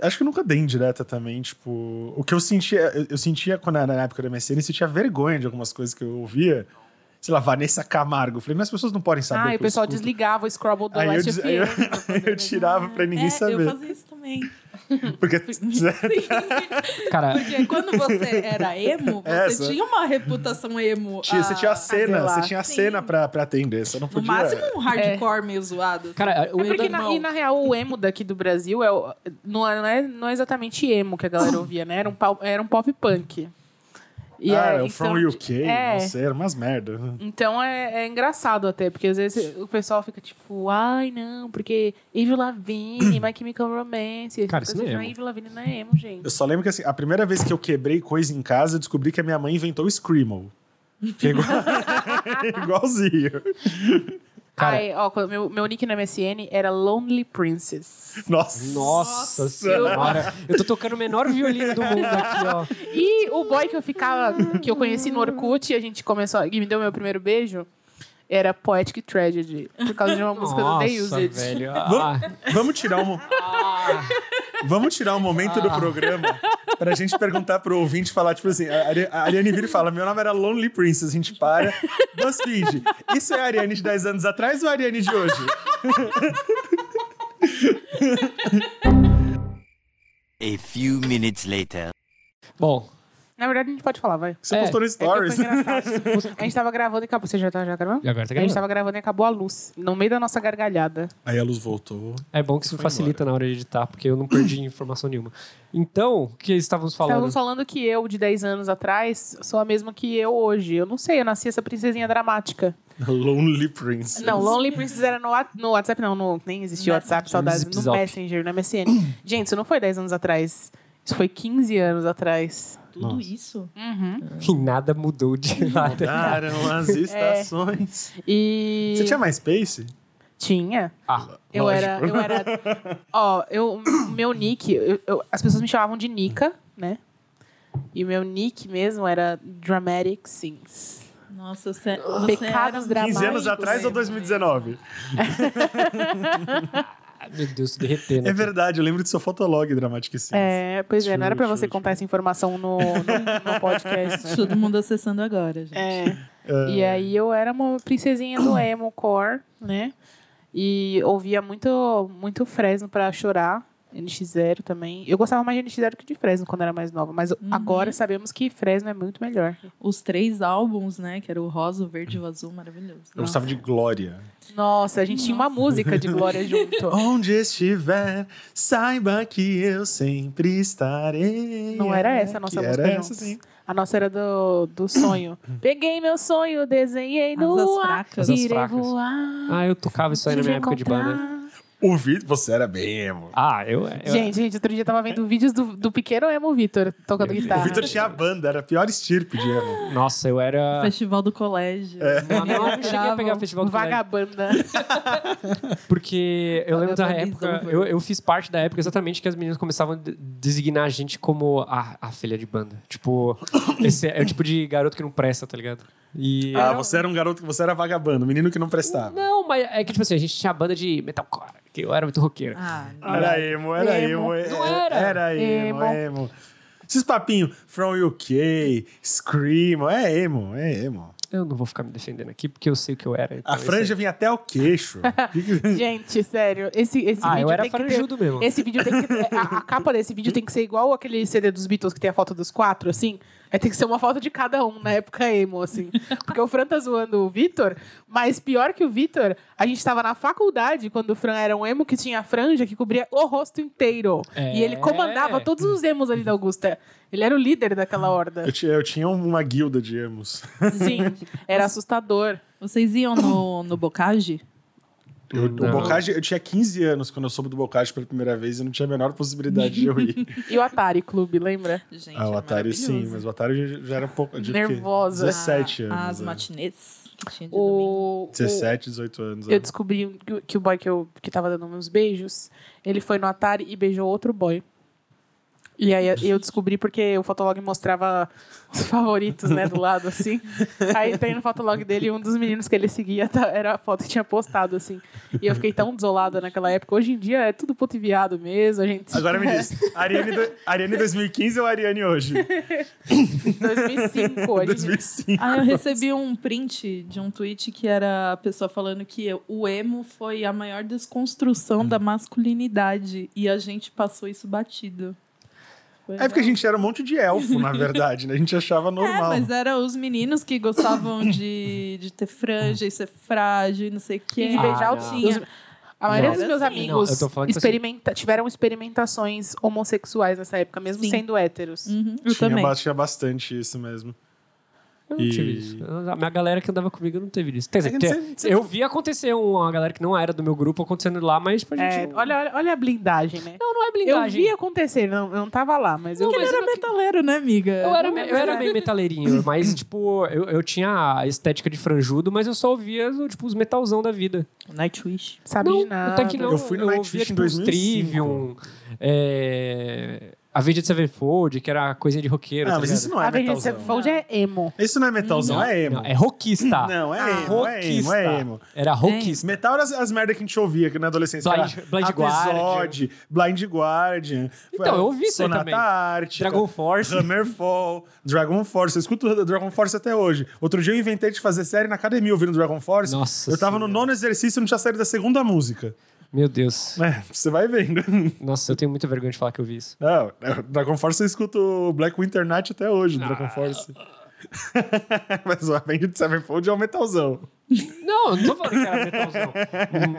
Speaker 2: Acho que eu nunca dei indireta também, tipo... O que eu sentia... Eu, eu sentia, quando era na época da MSN, eu sentia vergonha de algumas coisas que eu ouvia. Sei lá, Vanessa Camargo. Eu falei, mas as pessoas não podem saber
Speaker 3: ah, e o
Speaker 2: que eu
Speaker 3: pessoal
Speaker 2: escuto.
Speaker 3: desligava o Scrabble do
Speaker 2: Aí eu,
Speaker 3: Last É
Speaker 2: des- aí eu,
Speaker 3: FM.
Speaker 2: *laughs* aí eu tirava pra ninguém
Speaker 4: é,
Speaker 2: saber.
Speaker 4: eu fazia isso também.
Speaker 2: Porque...
Speaker 1: Cara,
Speaker 4: Porque quando você era emo, você
Speaker 2: Essa.
Speaker 4: tinha uma reputação emo.
Speaker 2: tinha- você tinha a cena,
Speaker 3: lá.
Speaker 2: você tinha a
Speaker 4: Sim.
Speaker 2: cena pra, é. pra atender. Você não
Speaker 4: Ah, No
Speaker 2: podia...
Speaker 4: máximo um hardcore meio zoado. assim.
Speaker 1: cara o
Speaker 3: É porque,
Speaker 1: Eda-
Speaker 3: na, e na real, o emo daqui do Brasil é, o- não, é, não é- não é exatamente emo que a galera ouvia, né? Era um, pau- era um pop punk. E
Speaker 2: ah,
Speaker 3: é,
Speaker 2: é o From
Speaker 3: então-
Speaker 2: UK,
Speaker 3: é.
Speaker 2: não sei, era umas merda.
Speaker 3: Então é, é engraçado até, porque às vezes o pessoal fica tipo, ai não, porque Evil Lavigne, *clears throat* My Chemical Romance.
Speaker 1: Cara, isso não é
Speaker 3: Assim,
Speaker 1: emo.
Speaker 3: Avril Lavigne não é emo, gente.
Speaker 2: Eu só lembro que assim, a primeira vez que eu quebrei coisa em casa, eu descobri que a minha mãe inventou o Screamo. Que é igual- *laughs* igualzinho.
Speaker 1: Cara-
Speaker 3: Ai, ó, quando- meu, meu nick na MSN era Lonely Princess.
Speaker 2: Nossa.
Speaker 1: Nossa senhora. Eu tô tocando o menor violino do mundo aqui, ó.
Speaker 3: E o boy que eu ficava, que eu conheci no Orkut, e a gente começou, e me deu meu primeiro beijo, era Poetic Tragedy, por causa de uma música do The
Speaker 1: Nossa,
Speaker 3: Used.
Speaker 1: velho.
Speaker 2: Va-
Speaker 1: Ah,
Speaker 2: Vamos tirar um, vamos tirar um momento do programa pra gente perguntar pro ouvinte falar, tipo assim, a, Ari- a Ariane vira e fala: meu nome era Lonely Princess, a gente para. BuzzFeed, isso é a Ariane de 10 anos atrás ou a Ariane de hoje?
Speaker 5: A few minutes later.
Speaker 1: bom,
Speaker 3: Na verdade, a gente pode falar, vai.
Speaker 2: Você
Speaker 1: É,
Speaker 2: postou no
Speaker 3: É que foi
Speaker 2: Stories.
Speaker 3: engraçado. A gente tava gravando e acabou. Você já tá já gravando?
Speaker 1: e agora tá
Speaker 3: A gente
Speaker 1: gravando.
Speaker 3: tava gravando e acabou a luz. No meio da nossa gargalhada.
Speaker 2: Aí a luz voltou.
Speaker 1: É bom que isso me
Speaker 2: Foi
Speaker 1: facilita na hora de editar, porque eu não perdi informação nenhuma. Então, o que estávamos falando?
Speaker 2: né?
Speaker 3: Estavam falando que eu, de 10 anos atrás, sou a mesma que eu hoje. Eu não sei, eu nasci essa princesinha dramática.
Speaker 2: Lonely Princess.
Speaker 3: Não, Lonely Princess era no, Whats- no WhatsApp, não. No, nem existia WhatsApp, saudades. No
Speaker 1: Zipzop.
Speaker 3: Messenger, no *coughs* MSN. Gente, isso não foi 10 anos atrás. Isso foi 15 anos atrás.
Speaker 4: Tudo
Speaker 2: Nossa.
Speaker 4: isso?
Speaker 3: Uhum.
Speaker 1: Que nada mudou de nada.
Speaker 2: Mudaram as estações.
Speaker 3: É. E...
Speaker 2: Você tinha MySpace?
Speaker 3: Tinha.
Speaker 1: Ah,
Speaker 3: Eu
Speaker 2: Lógico.
Speaker 3: era, eu
Speaker 2: *laughs*
Speaker 3: era. Ó, eu, o meu nick, eu- eu- as pessoas me chamavam de Nica, né? E o meu nick mesmo era Dramatic Sins.
Speaker 4: Nossa, você, você
Speaker 3: Pecados
Speaker 4: era...
Speaker 3: dramáticos.
Speaker 2: 15 anos atrás ou
Speaker 4: mesmo,
Speaker 2: 2019?
Speaker 1: meu Deus, né? tô derretendo.
Speaker 2: É
Speaker 1: aqui.
Speaker 2: verdade, eu lembro do seu fotolog Dramatic Sims.
Speaker 3: É, pois é, não era pra
Speaker 2: Show,
Speaker 3: você
Speaker 2: show,
Speaker 3: contar
Speaker 2: show.
Speaker 3: essa informação no, no, no *laughs* podcast.
Speaker 4: Todo mundo acessando agora, gente.
Speaker 3: É. E aí eu era uma princesinha do emo core, né? E ouvia muito, muito Fresno pra chorar. NX0 também. Eu gostava mais de NX0 que de Fresno quando era mais nova. Mas agora sabemos que Fresno é muito melhor.
Speaker 4: Os três álbuns, né? Que era o rosa, o verde e o azul, maravilhoso.
Speaker 2: Eu gostava de Glória.
Speaker 3: Nossa, a gente tinha uma música de *laughs* Glória junto.
Speaker 2: Onde estiver, saiba que eu sempre estarei.
Speaker 3: Não era essa a nossa
Speaker 2: Que
Speaker 3: música
Speaker 2: Era
Speaker 3: juntos.
Speaker 2: essa, sim.
Speaker 3: A nossa era do, do sonho. Peguei meu sonho, desenhei
Speaker 4: Asas
Speaker 3: no ar,
Speaker 4: fracas.
Speaker 1: Asas
Speaker 3: irei
Speaker 1: fracas.
Speaker 3: voar.
Speaker 1: Ah, eu tocava isso aí na
Speaker 3: te
Speaker 1: minha época de
Speaker 3: encontrar.
Speaker 1: banda.
Speaker 2: O vídeo, você era bem emo.
Speaker 1: Ah, eu. eu
Speaker 3: Gente, gente, outro dia eu tava vendo vídeos do, do pequeno emo Vitor tocando
Speaker 1: Meu Deus.
Speaker 3: guitarra.
Speaker 2: O Vitor tinha a banda, era a pior estirpe de emo.
Speaker 1: Nossa, eu
Speaker 2: Ah.
Speaker 1: era.
Speaker 4: Festival do colégio.
Speaker 2: É.
Speaker 1: Não, não, eu não cheguei a pegar
Speaker 4: Grava.
Speaker 1: festival do colégio.
Speaker 3: Vagabanda.
Speaker 1: Porque eu lembro da
Speaker 4: Vagabundo.
Speaker 1: época. Eu, eu fiz parte da época exatamente que as meninas começavam a de- designar a gente como a, a filha de banda. Tipo, esse é o tipo de garoto que não presta, tá ligado? E.
Speaker 2: Ah, você era um garoto que você era vagabundo, menino que não prestava.
Speaker 1: Não, mas é que, tipo assim, a gente tinha a banda de metalcore, que eu era muito roqueiro.
Speaker 4: Ah,
Speaker 2: Era emo, era emo.
Speaker 3: Emo.
Speaker 2: é-
Speaker 1: Não era.
Speaker 2: Era emo,
Speaker 3: Emo.
Speaker 2: emo. Esses papinhos, From UK, Scream, é emo, é emo.
Speaker 1: Eu não vou ficar me defendendo aqui, porque eu sei o que eu era. então
Speaker 2: A
Speaker 1: é isso
Speaker 2: franja
Speaker 1: aí.
Speaker 2: vinha até o queixo.
Speaker 3: Gente, sério, esse, esse
Speaker 1: Ah,
Speaker 3: vídeo
Speaker 1: eu era
Speaker 3: tem que ter-
Speaker 1: franjudo mesmo.
Speaker 3: Esse vídeo tem que ter- a, a capa desse vídeo tem que ser igual aquele CD dos Beatles que tem a foto dos quatro, assim. Aí tem que ser uma foto de cada um na época emo, assim. Porque o Fran tá zoando o Vitor, mas pior que o Vitor, a gente tava na faculdade quando o Fran era um emo que tinha franja que cobria o rosto inteiro.
Speaker 1: É.
Speaker 3: E ele comandava todos os emos ali da Augusta. Ele era o líder daquela horda.
Speaker 2: Eu tinha, eu tinha uma guilda de emos.
Speaker 3: Sim, era assustador.
Speaker 4: vocês iam no, no Bocage?
Speaker 2: Eu, o
Speaker 1: Não.
Speaker 2: Bocage, eu tinha 15 anos quando eu soube do Bocage pela primeira vez e não tinha a menor possibilidade de eu ir.
Speaker 3: *laughs* E o Atari Clube, lembra?
Speaker 4: Gente,
Speaker 2: ah, o
Speaker 4: era
Speaker 2: Atari sim,
Speaker 4: maravilhoso.
Speaker 2: mas o Atari já- já era um pouco... De quê?
Speaker 3: Nervosa.
Speaker 2: 17
Speaker 4: Ah,
Speaker 2: anos.
Speaker 4: As
Speaker 2: é.
Speaker 4: matinês que tinha de domingo.
Speaker 3: O, o-
Speaker 2: 17, 18 anos.
Speaker 3: Eu
Speaker 2: é.
Speaker 3: descobri um- que o- que o boy que, eu, que tava dando meus beijos, ele foi no Atari e beijou outro boy. E aí eu descobri porque o Fotolog mostrava os favoritos, né, do lado, assim. Aí tem no Fotolog dele um dos meninos que ele seguia tá- era a foto que tinha postado, assim. E eu fiquei tão desolada naquela época. Hoje em dia é tudo puto e viado mesmo, a
Speaker 2: *laughs*
Speaker 3: gente...
Speaker 2: Agora me diz, Ariane, do- Ariane 2015 ou Ariane hoje?
Speaker 3: 2005, a gente...
Speaker 2: 2005. *laughs*
Speaker 4: Ah, eu recebi um print de um tweet que era a pessoa falando que o emo foi a maior desconstrução
Speaker 2: Hum.
Speaker 4: da masculinidade e a gente passou isso batido. Foi
Speaker 2: É porque a gente era um monte de elfo, na verdade, né? A gente achava
Speaker 4: *laughs* É,
Speaker 2: normal.
Speaker 4: mas eram os meninos que gostavam de, de ter franja e ser frágil e não sei o quê.
Speaker 3: E de beijar
Speaker 1: Ah,
Speaker 3: os-
Speaker 1: não.
Speaker 3: os- A maioria
Speaker 1: Não.
Speaker 3: dos meus
Speaker 4: Não, eu
Speaker 3: amigos
Speaker 1: tô falando que, assim,
Speaker 3: experimenta- tiveram experimentações homossexuais nessa época, mesmo
Speaker 4: Sim.
Speaker 3: sendo héteros.
Speaker 1: Hum,
Speaker 4: Uhum, eu
Speaker 2: Tinha,
Speaker 4: também.
Speaker 2: ba- tinha bastante isso mesmo.
Speaker 1: Eu não
Speaker 2: E-
Speaker 1: tive isso. A minha galera que andava comigo não teve isso. Quer dizer,
Speaker 2: É que
Speaker 1: te-
Speaker 2: você- você-
Speaker 1: eu vi acontecer um, uma galera que não era do meu grupo acontecendo lá, mas tipo, a gente.
Speaker 3: É,
Speaker 1: não-
Speaker 3: olha, olha, olha a blindagem, né?
Speaker 1: Não, não é
Speaker 3: eu
Speaker 1: blindagem.
Speaker 3: vi acontecer, não, eu não tava lá, mas eu.
Speaker 1: Não, mas
Speaker 4: Era metaleiro, né, amiga?
Speaker 1: Eu era, me- eu era meio
Speaker 3: *laughs*
Speaker 1: metaleirinho, mas, tipo, eu, eu tinha a estética de franjudo, mas eu só ouvia, tipo, os metalzão da vida.
Speaker 4: Nightwish.
Speaker 3: Sabe de
Speaker 1: não,
Speaker 3: nada.
Speaker 1: até que não.
Speaker 2: Eu fui no Nightwish
Speaker 1: ouvia,
Speaker 2: em
Speaker 1: tipo, os
Speaker 2: 2005.
Speaker 1: Trivium, é, a Vegeta Sevenfold, que era coisa de roqueiro,
Speaker 2: Ah,
Speaker 1: tá
Speaker 2: mas
Speaker 1: ligado?
Speaker 2: isso não é
Speaker 3: A Avenida
Speaker 2: metalzão.
Speaker 3: Sevenfold
Speaker 1: *laughs*
Speaker 3: é emo.
Speaker 2: Isso não é metalzão, é emo.
Speaker 1: Não, é rockista.
Speaker 2: Não, é emo, é emo,
Speaker 1: rockista.
Speaker 2: é emo.
Speaker 1: Era rockista.
Speaker 2: Metal era as, as merdas que a gente ouvia aqui na adolescência.
Speaker 1: Blind-
Speaker 2: que era
Speaker 1: Blind
Speaker 2: Episode, Blind Guardian.
Speaker 1: Então, eu ouvi isso aí
Speaker 2: Sonata
Speaker 1: também.
Speaker 2: Ártica,
Speaker 1: Dragon Force.
Speaker 2: Hammerfall, Dragon Force. Eu escuto Dragon Force até hoje. Outro dia eu inventei de fazer série na academia ouvindo Dragon Force.
Speaker 1: Nossa
Speaker 2: eu tava no
Speaker 1: Senhora.
Speaker 2: nono exercício e não tinha saído da segunda música.
Speaker 1: Meu Deus.
Speaker 2: É, você vai vendo.
Speaker 1: Nossa, eu tenho muita vergonha de falar que eu vi isso.
Speaker 2: Não, é, Dragon Force eu escuto Black Winter Night até hoje, Dragon Force. *laughs* Mas o Avenged Sevenfold é um metalzão.
Speaker 1: Não, eu não tô falando que era *laughs* metalzão.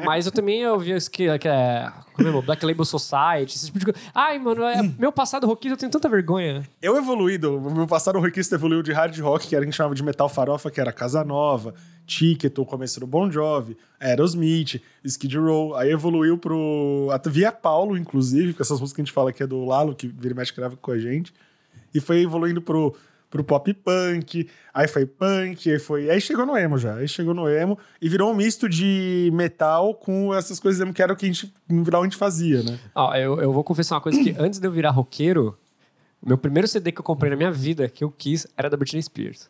Speaker 1: Mas eu também ouvi isso que, que é. Como é, meu? Black Label Society, esse tipo de coisa. Ai, mano, é- meu passado rockista eu tenho tanta vergonha.
Speaker 2: Eu evoluí, do, o meu passado rockista evoluiu de hard rock, que era o que a gente chamava de metal farofa, que era Casa Nova, Ticket, o começo do Bon Jovi, Aerosmith, Skid Row. Aí evoluiu pro... até Via Paulo, inclusive, com essas músicas que a gente fala que é do Lalo, que vira e mexe grava com a gente. E foi evoluindo pro, pro pop punk, aí foi punk, aí foi... Aí chegou no emo já, aí chegou no emo e virou um misto de metal com essas coisas emo que era o que a gente, no final a gente fazia, né?
Speaker 1: Ó, eu, eu vou confessar uma coisa que antes de eu virar roqueiro, o meu primeiro CD que eu comprei na minha vida, que eu quis, era da Britney *laughs* Spears.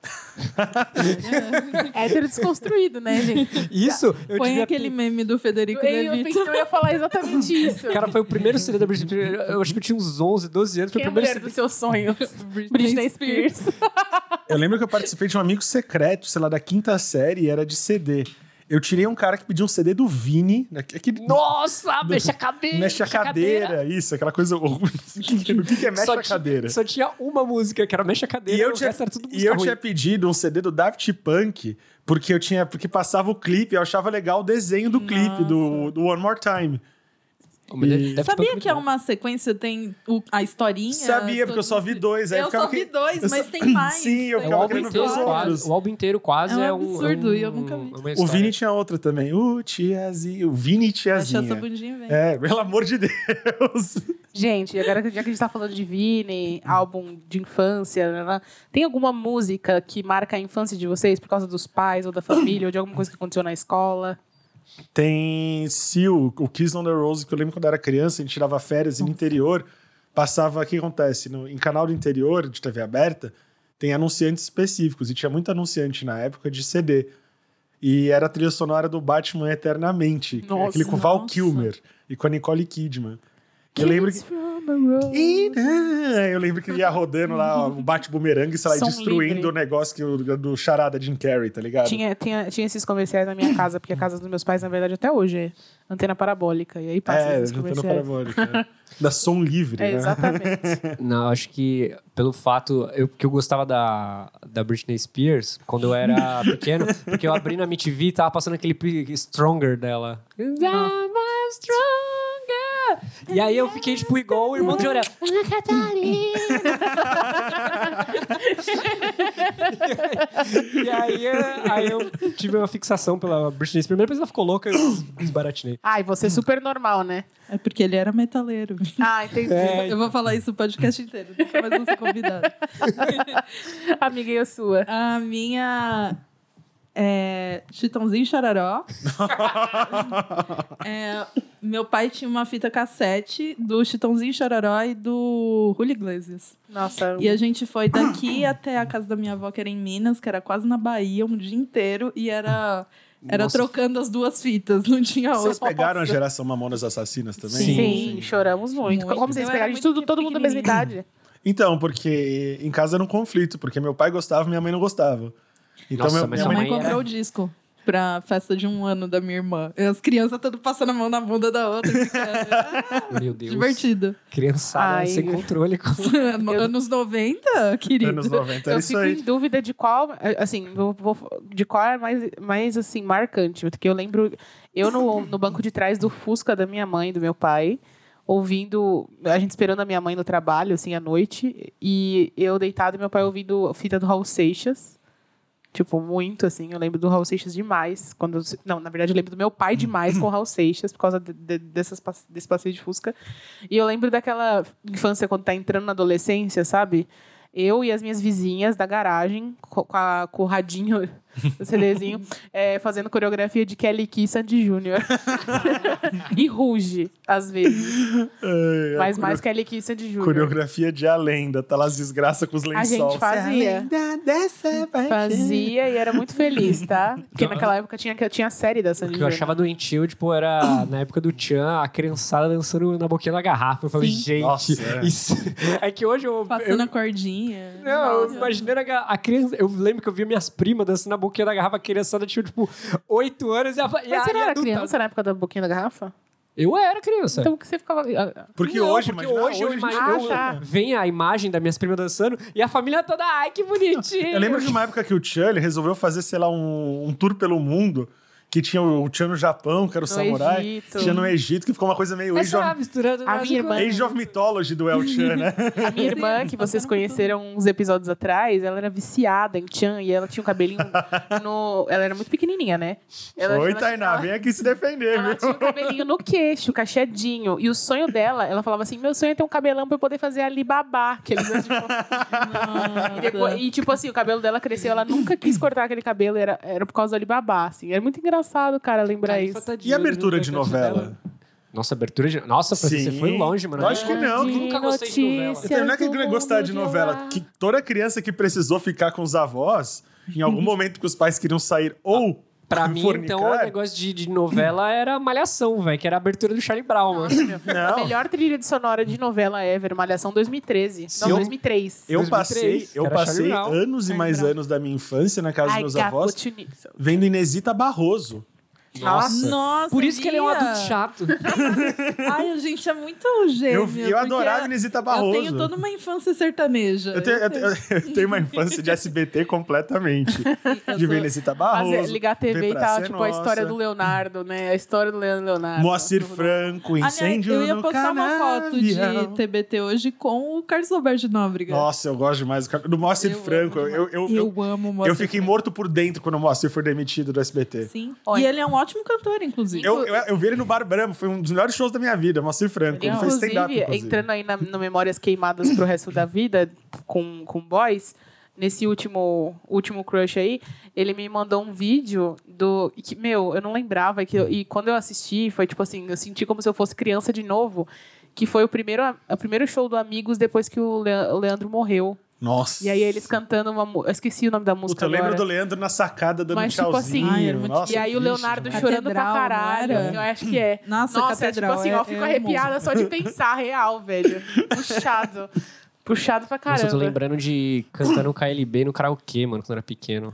Speaker 3: Hétero desconstruído, né, gente?
Speaker 1: Isso, eu
Speaker 4: Põe
Speaker 1: devia ter-
Speaker 4: aquele meme do Federico
Speaker 3: Eu, eu
Speaker 4: De Vito.
Speaker 3: pensei que eu ia falar exatamente isso.
Speaker 1: Cara, foi o primeiro CD da Britney Spears. Eu acho que eu tinha uns 11, 12 anos. Foi
Speaker 3: Quem
Speaker 1: o
Speaker 3: é a
Speaker 1: primeiro
Speaker 3: mulher
Speaker 1: CD.
Speaker 2: *laughs*
Speaker 3: dos seus sonhos?
Speaker 4: Britney
Speaker 3: Britney Spears.
Speaker 2: Eu lembro que eu participei de um amigo secreto, sei lá, da quinta série, e era de CD. Eu tirei um cara que pediu um CD do Vini, daqui- aquele
Speaker 1: Nossa, mexe a cadeira.
Speaker 2: mexe a cadeira, isso, aquela coisa. horror- o que, que é mexe
Speaker 1: Só
Speaker 2: a
Speaker 1: ti-
Speaker 2: cadeira?
Speaker 1: Só tinha uma música, que era mexe a cadeira.
Speaker 2: E eu,
Speaker 1: o
Speaker 2: tinha,
Speaker 1: resto era tudo
Speaker 2: e
Speaker 1: música
Speaker 2: eu
Speaker 1: ruim.
Speaker 2: tinha pedido um CD do Daft Punk, porque eu tinha. Porque passava o clipe, eu achava legal o desenho do clipe, do, do One More Time.
Speaker 4: Sabia
Speaker 1: um
Speaker 4: que é uma sequência, tem o- a historinha?
Speaker 2: Sabia, porque eu
Speaker 4: todos
Speaker 2: só
Speaker 4: os-
Speaker 2: vi dois. Aí
Speaker 4: Eu
Speaker 2: ficava
Speaker 4: só vi
Speaker 2: que-
Speaker 4: dois,
Speaker 2: eu *laughs*
Speaker 4: mas
Speaker 2: só-
Speaker 4: tem mais.
Speaker 2: Sim,
Speaker 1: O
Speaker 2: eu ficava
Speaker 4: tem mais
Speaker 1: álbum,
Speaker 2: querendo
Speaker 1: inteiro
Speaker 4: história.
Speaker 2: ver os outros.
Speaker 1: quase, o álbum inteiro quase
Speaker 4: É um
Speaker 1: é um.
Speaker 4: absurdo,
Speaker 1: é um-
Speaker 4: e eu nunca vi.
Speaker 1: uma
Speaker 2: O
Speaker 1: história.
Speaker 2: Vini tinha outra também. O tiazinho. O Vini e
Speaker 4: Achou essa
Speaker 2: tiazinha.
Speaker 4: bundinha, velho.
Speaker 2: É, pelo amor de Deus.
Speaker 3: Gente, agora que- já que a gente tá falando de Vini, álbum de infância, né, né, tem alguma música que marca a infância de vocês por causa dos pais ou da família ou de alguma coisa que aconteceu na escola?
Speaker 2: Tem Seal, o Kiss on the Rose, que eu lembro quando eu era criança, a gente tirava férias e no interior. Passava, o que acontece? No, em canal do interior, de TV aberta, tem anunciantes específicos. E tinha muito anunciante na época de CD. E era a trilha sonora do Batman Eternamente. que é aquele com o Val
Speaker 4: Nossa.
Speaker 2: Kilmer e com a Nicole Kidman. Eu lembro que... Ih, né? Eu lembro que ia rodando lá ó, *laughs* o bate-bumerangue, sei lá, e
Speaker 3: Som
Speaker 2: destruindo
Speaker 3: livre.
Speaker 2: o negócio que, o- do charada Jim Carrey, tá ligado?
Speaker 3: Tinha, tinha, tinha esses comerciais na minha casa, porque a casa dos meus pais, na verdade, até hoje é antena parabólica. E aí passa
Speaker 2: é,
Speaker 3: esses
Speaker 2: juntando
Speaker 3: comerciais.
Speaker 2: parabólica. né? *laughs* da som livre,
Speaker 3: É,
Speaker 2: né? *laughs*
Speaker 3: exatamente.
Speaker 1: Não, acho que pelo fato eu, que eu gostava da, da Britney Spears quando eu *laughs* era pequeno, porque eu abri na MTV e tava passando aquele pri- Stronger dela. 'Cause I'm stronger. E aí eu fiquei, tipo, igual o irmão de *laughs* Orelha. *laughs* E aí, é, aí eu tive uma fixação pela Britney Spears. Depois ela ficou louca e eu desbaratinei.
Speaker 3: Ai, você é super normal, né?
Speaker 4: É porque ele era metaleiro.
Speaker 3: Ah, entendi.
Speaker 1: É,
Speaker 4: Eu vou falar isso o podcast inteiro, nunca mais vou ser convidada.
Speaker 3: Amiga e eu sua.
Speaker 4: A minha é Chitãozinho e
Speaker 2: *laughs*
Speaker 4: Chororó. É, meu pai tinha uma fita cassete do Chitãozinho e Chororó e do Julio Iglesias.
Speaker 3: Nossa.
Speaker 4: E a gente
Speaker 2: *coughs*
Speaker 4: foi daqui até a casa da minha avó, que era em Minas, que era quase na Bahia, um dia inteiro, e era, era
Speaker 1: Nossa.
Speaker 4: trocando as duas fitas, não tinha outra.
Speaker 2: Vocês pegaram a geração Mamonas Assassinas também?
Speaker 3: é Sim, choramos muito.
Speaker 4: Muito.
Speaker 3: Como vocês
Speaker 4: Eu
Speaker 3: pegaram
Speaker 4: era
Speaker 3: de tudo,
Speaker 4: muito
Speaker 3: todo mundo da mesma idade.
Speaker 2: Então, porque em casa era um conflito, porque meu pai gostava e minha mãe não gostava. Então,
Speaker 1: Nossa,
Speaker 2: meu,
Speaker 1: mas
Speaker 2: minha
Speaker 1: a
Speaker 2: mãe...
Speaker 4: Minha mãe
Speaker 1: Minha mãe
Speaker 4: comprou
Speaker 1: era-
Speaker 4: o disco pra festa de um ano da minha irmã. E As crianças todas passando a mão na bunda da outra. ficando-
Speaker 1: Meu Deus.
Speaker 4: Divertido.
Speaker 1: Criançada
Speaker 3: Ai.
Speaker 1: sem controle.
Speaker 4: *laughs* Anos 90, querido.
Speaker 2: anos 90, era
Speaker 3: eu
Speaker 2: Então, é isso
Speaker 3: fico
Speaker 2: aí.
Speaker 3: em dúvida de qual, eh, assim, vou- vou- de qual é mais, mais assim, marcante. Porque eu lembro, eu no, no banco de trás do Fusca da minha mãe, e do meu pai, ouvindo, a gente esperando a minha mãe no trabalho, assim, à noite, e eu deitado e meu pai ouvindo fita do Raul Seixas. Tipo, muito, assim, eu lembro do Raul Seixas demais. Quando, eu- não, na verdade, eu lembro do meu pai demais com o Raul Seixas, por causa de- de- dessas, passe- desse passeio de Fusca. E eu lembro daquela infância, quando tá entrando na adolescência, sabe? Eu e as minhas vizinhas da garagem, co- com, a- com o radinho, o
Speaker 2: *laughs*
Speaker 3: CDzinho, é, fazendo coreografia de Kelly Key e Sandy Júnior. *laughs* e ruge, às vezes.
Speaker 2: Ai,
Speaker 3: Mas
Speaker 2: a
Speaker 3: mais Kelly Key e Sandy
Speaker 2: coreo-
Speaker 3: Júnior.
Speaker 2: Coreografia de A Lenda, tá lá as desgraças com os
Speaker 3: A
Speaker 2: lençóis.
Speaker 3: gente fazia. Fazia e era muito feliz, tá? Porque naquela época tinha, tinha a série da
Speaker 1: O
Speaker 3: Sandy
Speaker 1: que eu
Speaker 3: Júnior.
Speaker 1: achava doentio, tipo,
Speaker 3: *clears throat*
Speaker 1: era na época do Tchan, a criançada dançando na boquinha da garrafa. Eu falei, gente,
Speaker 2: Nossa, é.
Speaker 1: isso. *laughs* É que hoje eu. eu-
Speaker 4: Passando a cordinha.
Speaker 1: não,
Speaker 3: né?
Speaker 1: eu imaginando a, ga- a criança. Eu lembro que eu via minhas primas dançando na boquinha da garrafa, a criançada tinha, tipo, 8 anos e a. e a-
Speaker 3: Mas você não
Speaker 1: e a
Speaker 3: era
Speaker 1: adulta.
Speaker 3: criança na época da boquinha da garrafa?
Speaker 1: Eu era criança.
Speaker 3: Então o que você ficava. ah, ah,
Speaker 2: É, Porque
Speaker 1: Não,
Speaker 2: hoje,
Speaker 1: porque
Speaker 2: imagina,
Speaker 1: hoje, eu
Speaker 2: a gente-
Speaker 1: imagino.
Speaker 3: Ah, tá.
Speaker 1: Vem a imagem das minhas primas dançando e a família toda, ai, que bonitinho.
Speaker 2: Eu lembro de uma época que o Chan ele resolveu fazer, sei lá, um, um tour pelo mundo, que tinha o, o Chan no Japão, que era o
Speaker 3: No
Speaker 2: samurai,
Speaker 3: Egito.
Speaker 2: tinha no Egito, que ficou uma coisa meio
Speaker 1: É
Speaker 2: Age
Speaker 1: só
Speaker 2: of,
Speaker 1: misturando.
Speaker 3: A
Speaker 1: umas
Speaker 3: minha irmã-
Speaker 1: coisas.
Speaker 2: Age of Mythology do El Chan, né?
Speaker 3: A minha irmã, que vocês conheceram uns episódios atrás, ela era viciada em Chan e ela
Speaker 2: *laughs*
Speaker 3: tinha um cabelinho no. Ela era muito pequenininha, né? Ela,
Speaker 2: Oi,
Speaker 3: ela-
Speaker 2: Tainá,
Speaker 3: ela-
Speaker 2: vem aqui se defender,
Speaker 3: Ela
Speaker 2: viu?
Speaker 3: tinha o cabelinho no queixo, cacheadinho. E o sonho dela, ela falava assim: meu sonho é ter um cabelão pra eu poder fazer Alibaba. Que eles, tipo, e, depois- e, tipo assim, o cabelo dela cresceu, ela nunca quis cortar aquele cabelo, era, era por causa do Alibaba, assim. Era muito engraçado, cara, lembrar
Speaker 1: Cara,
Speaker 3: isso.
Speaker 1: fatadinho,
Speaker 2: E a abertura
Speaker 1: né,
Speaker 2: de
Speaker 1: da frente dela.
Speaker 2: novela?
Speaker 1: Nossa, abertura de. Nossa, Francisco, você
Speaker 2: Sim.
Speaker 1: foi longe, mano.
Speaker 2: Lógico que não.
Speaker 1: Eu nunca gostei de novela.
Speaker 2: Então, não é que eu gostar de novela. Que toda criança que precisou ficar com os avós, em algum momento que os pais queriam sair ou.
Speaker 1: Pra
Speaker 2: *laughs*
Speaker 1: mim, então, o
Speaker 2: fornicar-
Speaker 1: negócio de, de novela era Malhação, velho, que era a abertura do Charlie Brown, mano.
Speaker 3: A
Speaker 2: Não,
Speaker 3: melhor trilha de sonora de novela ever, Malhação 2013.
Speaker 2: eu-
Speaker 3: Não, 2003.
Speaker 2: eu
Speaker 1: 2003,
Speaker 2: passei, eu
Speaker 1: que era Charlie
Speaker 2: passei
Speaker 1: Brown.
Speaker 2: anos e mais anos da minha infância na casa dos
Speaker 3: I
Speaker 2: meus
Speaker 3: got
Speaker 2: avós
Speaker 3: what you need.
Speaker 2: vendo Inesita Barroso.
Speaker 1: Nossa.
Speaker 4: Nossa,
Speaker 1: Por isso que ele é um
Speaker 4: sabia?
Speaker 1: adulto chato.
Speaker 4: Ai, a gente é muito
Speaker 2: Eu,
Speaker 4: gêmeo.
Speaker 2: eu adorava
Speaker 4: porque
Speaker 2: Inesita
Speaker 4: Eu
Speaker 2: Barroso.
Speaker 4: tenho toda uma infância sertaneja.
Speaker 2: Eu tenho, eu tenho- eu tenho uma infância de SBT completamente.
Speaker 4: Eu
Speaker 2: De
Speaker 4: sou-
Speaker 2: ver Inesita
Speaker 3: Fazer-
Speaker 2: Barroso.
Speaker 3: ligar a TV
Speaker 2: Vem
Speaker 3: e
Speaker 2: pra
Speaker 3: tal,
Speaker 2: ser
Speaker 3: tipo a
Speaker 2: nossa.
Speaker 3: história do Leonardo, né? A história do Leandro Leonardo.
Speaker 2: Moacir
Speaker 3: Tudo.
Speaker 2: Franco,
Speaker 4: Aliás,
Speaker 2: incêndio
Speaker 4: Ah, eu ia
Speaker 2: no
Speaker 4: postar uma foto
Speaker 2: canavial.
Speaker 4: de TBT hoje com o Carlos Alberto de Nóbrega.
Speaker 2: Nossa, eu gosto demais do cara- do Moacir
Speaker 4: Eu amo
Speaker 2: Franco. Eu, eu, eu, eu,
Speaker 4: eu amo o Moacir
Speaker 2: fiquei
Speaker 4: Franco.
Speaker 2: morto por dentro quando o Moacir foi demitido do SBT.
Speaker 4: Sim.
Speaker 3: Olha.
Speaker 4: E ele é um ótimo cantor, inclusive.
Speaker 2: Eu, eu, eu vi ele no Bar Bramo, foi um dos melhores shows da minha vida, Moacir Franco. Ele fez stand-up,
Speaker 3: Inclusive,
Speaker 2: inclusive.
Speaker 3: entrando aí na, no Memórias Queimadas pro resto da vida com, com boys, nesse último, último crush aí, ele me mandou um vídeo do. Que, meu, eu não lembrava. Que, eu- e quando eu assisti, foi tipo assim, eu senti como se eu fosse criança de novo. Que foi o primeiro, o primeiro show do Amigos depois que o Lea- o Leandro morreu.
Speaker 2: Nossa.
Speaker 3: E aí eles cantando uma música. Eu esqueci o nome da música.
Speaker 2: Puta, eu lembro
Speaker 3: agora.
Speaker 2: do Leandro na sacada dando
Speaker 3: Mas,
Speaker 2: um
Speaker 3: tipo assim,
Speaker 2: tchauzinho.
Speaker 4: Ai, era muito-
Speaker 2: Nossa,
Speaker 3: E aí o
Speaker 2: triste,
Speaker 3: Leonardo
Speaker 2: né?
Speaker 3: chorando pra
Speaker 4: Catedral, não
Speaker 3: caralho.
Speaker 4: era?
Speaker 3: Eu acho que é.
Speaker 4: Nossa,
Speaker 3: Nossa, é tipo
Speaker 4: catedral.
Speaker 3: assim,
Speaker 4: é-
Speaker 3: ó, eu fico
Speaker 4: é
Speaker 3: arrepiada só de pensar real, velho. Puxado. Puxado pra caramba.
Speaker 1: Nossa, eu tô lembrando de cantando KLB no karaokê, mano, quando eu era pequeno.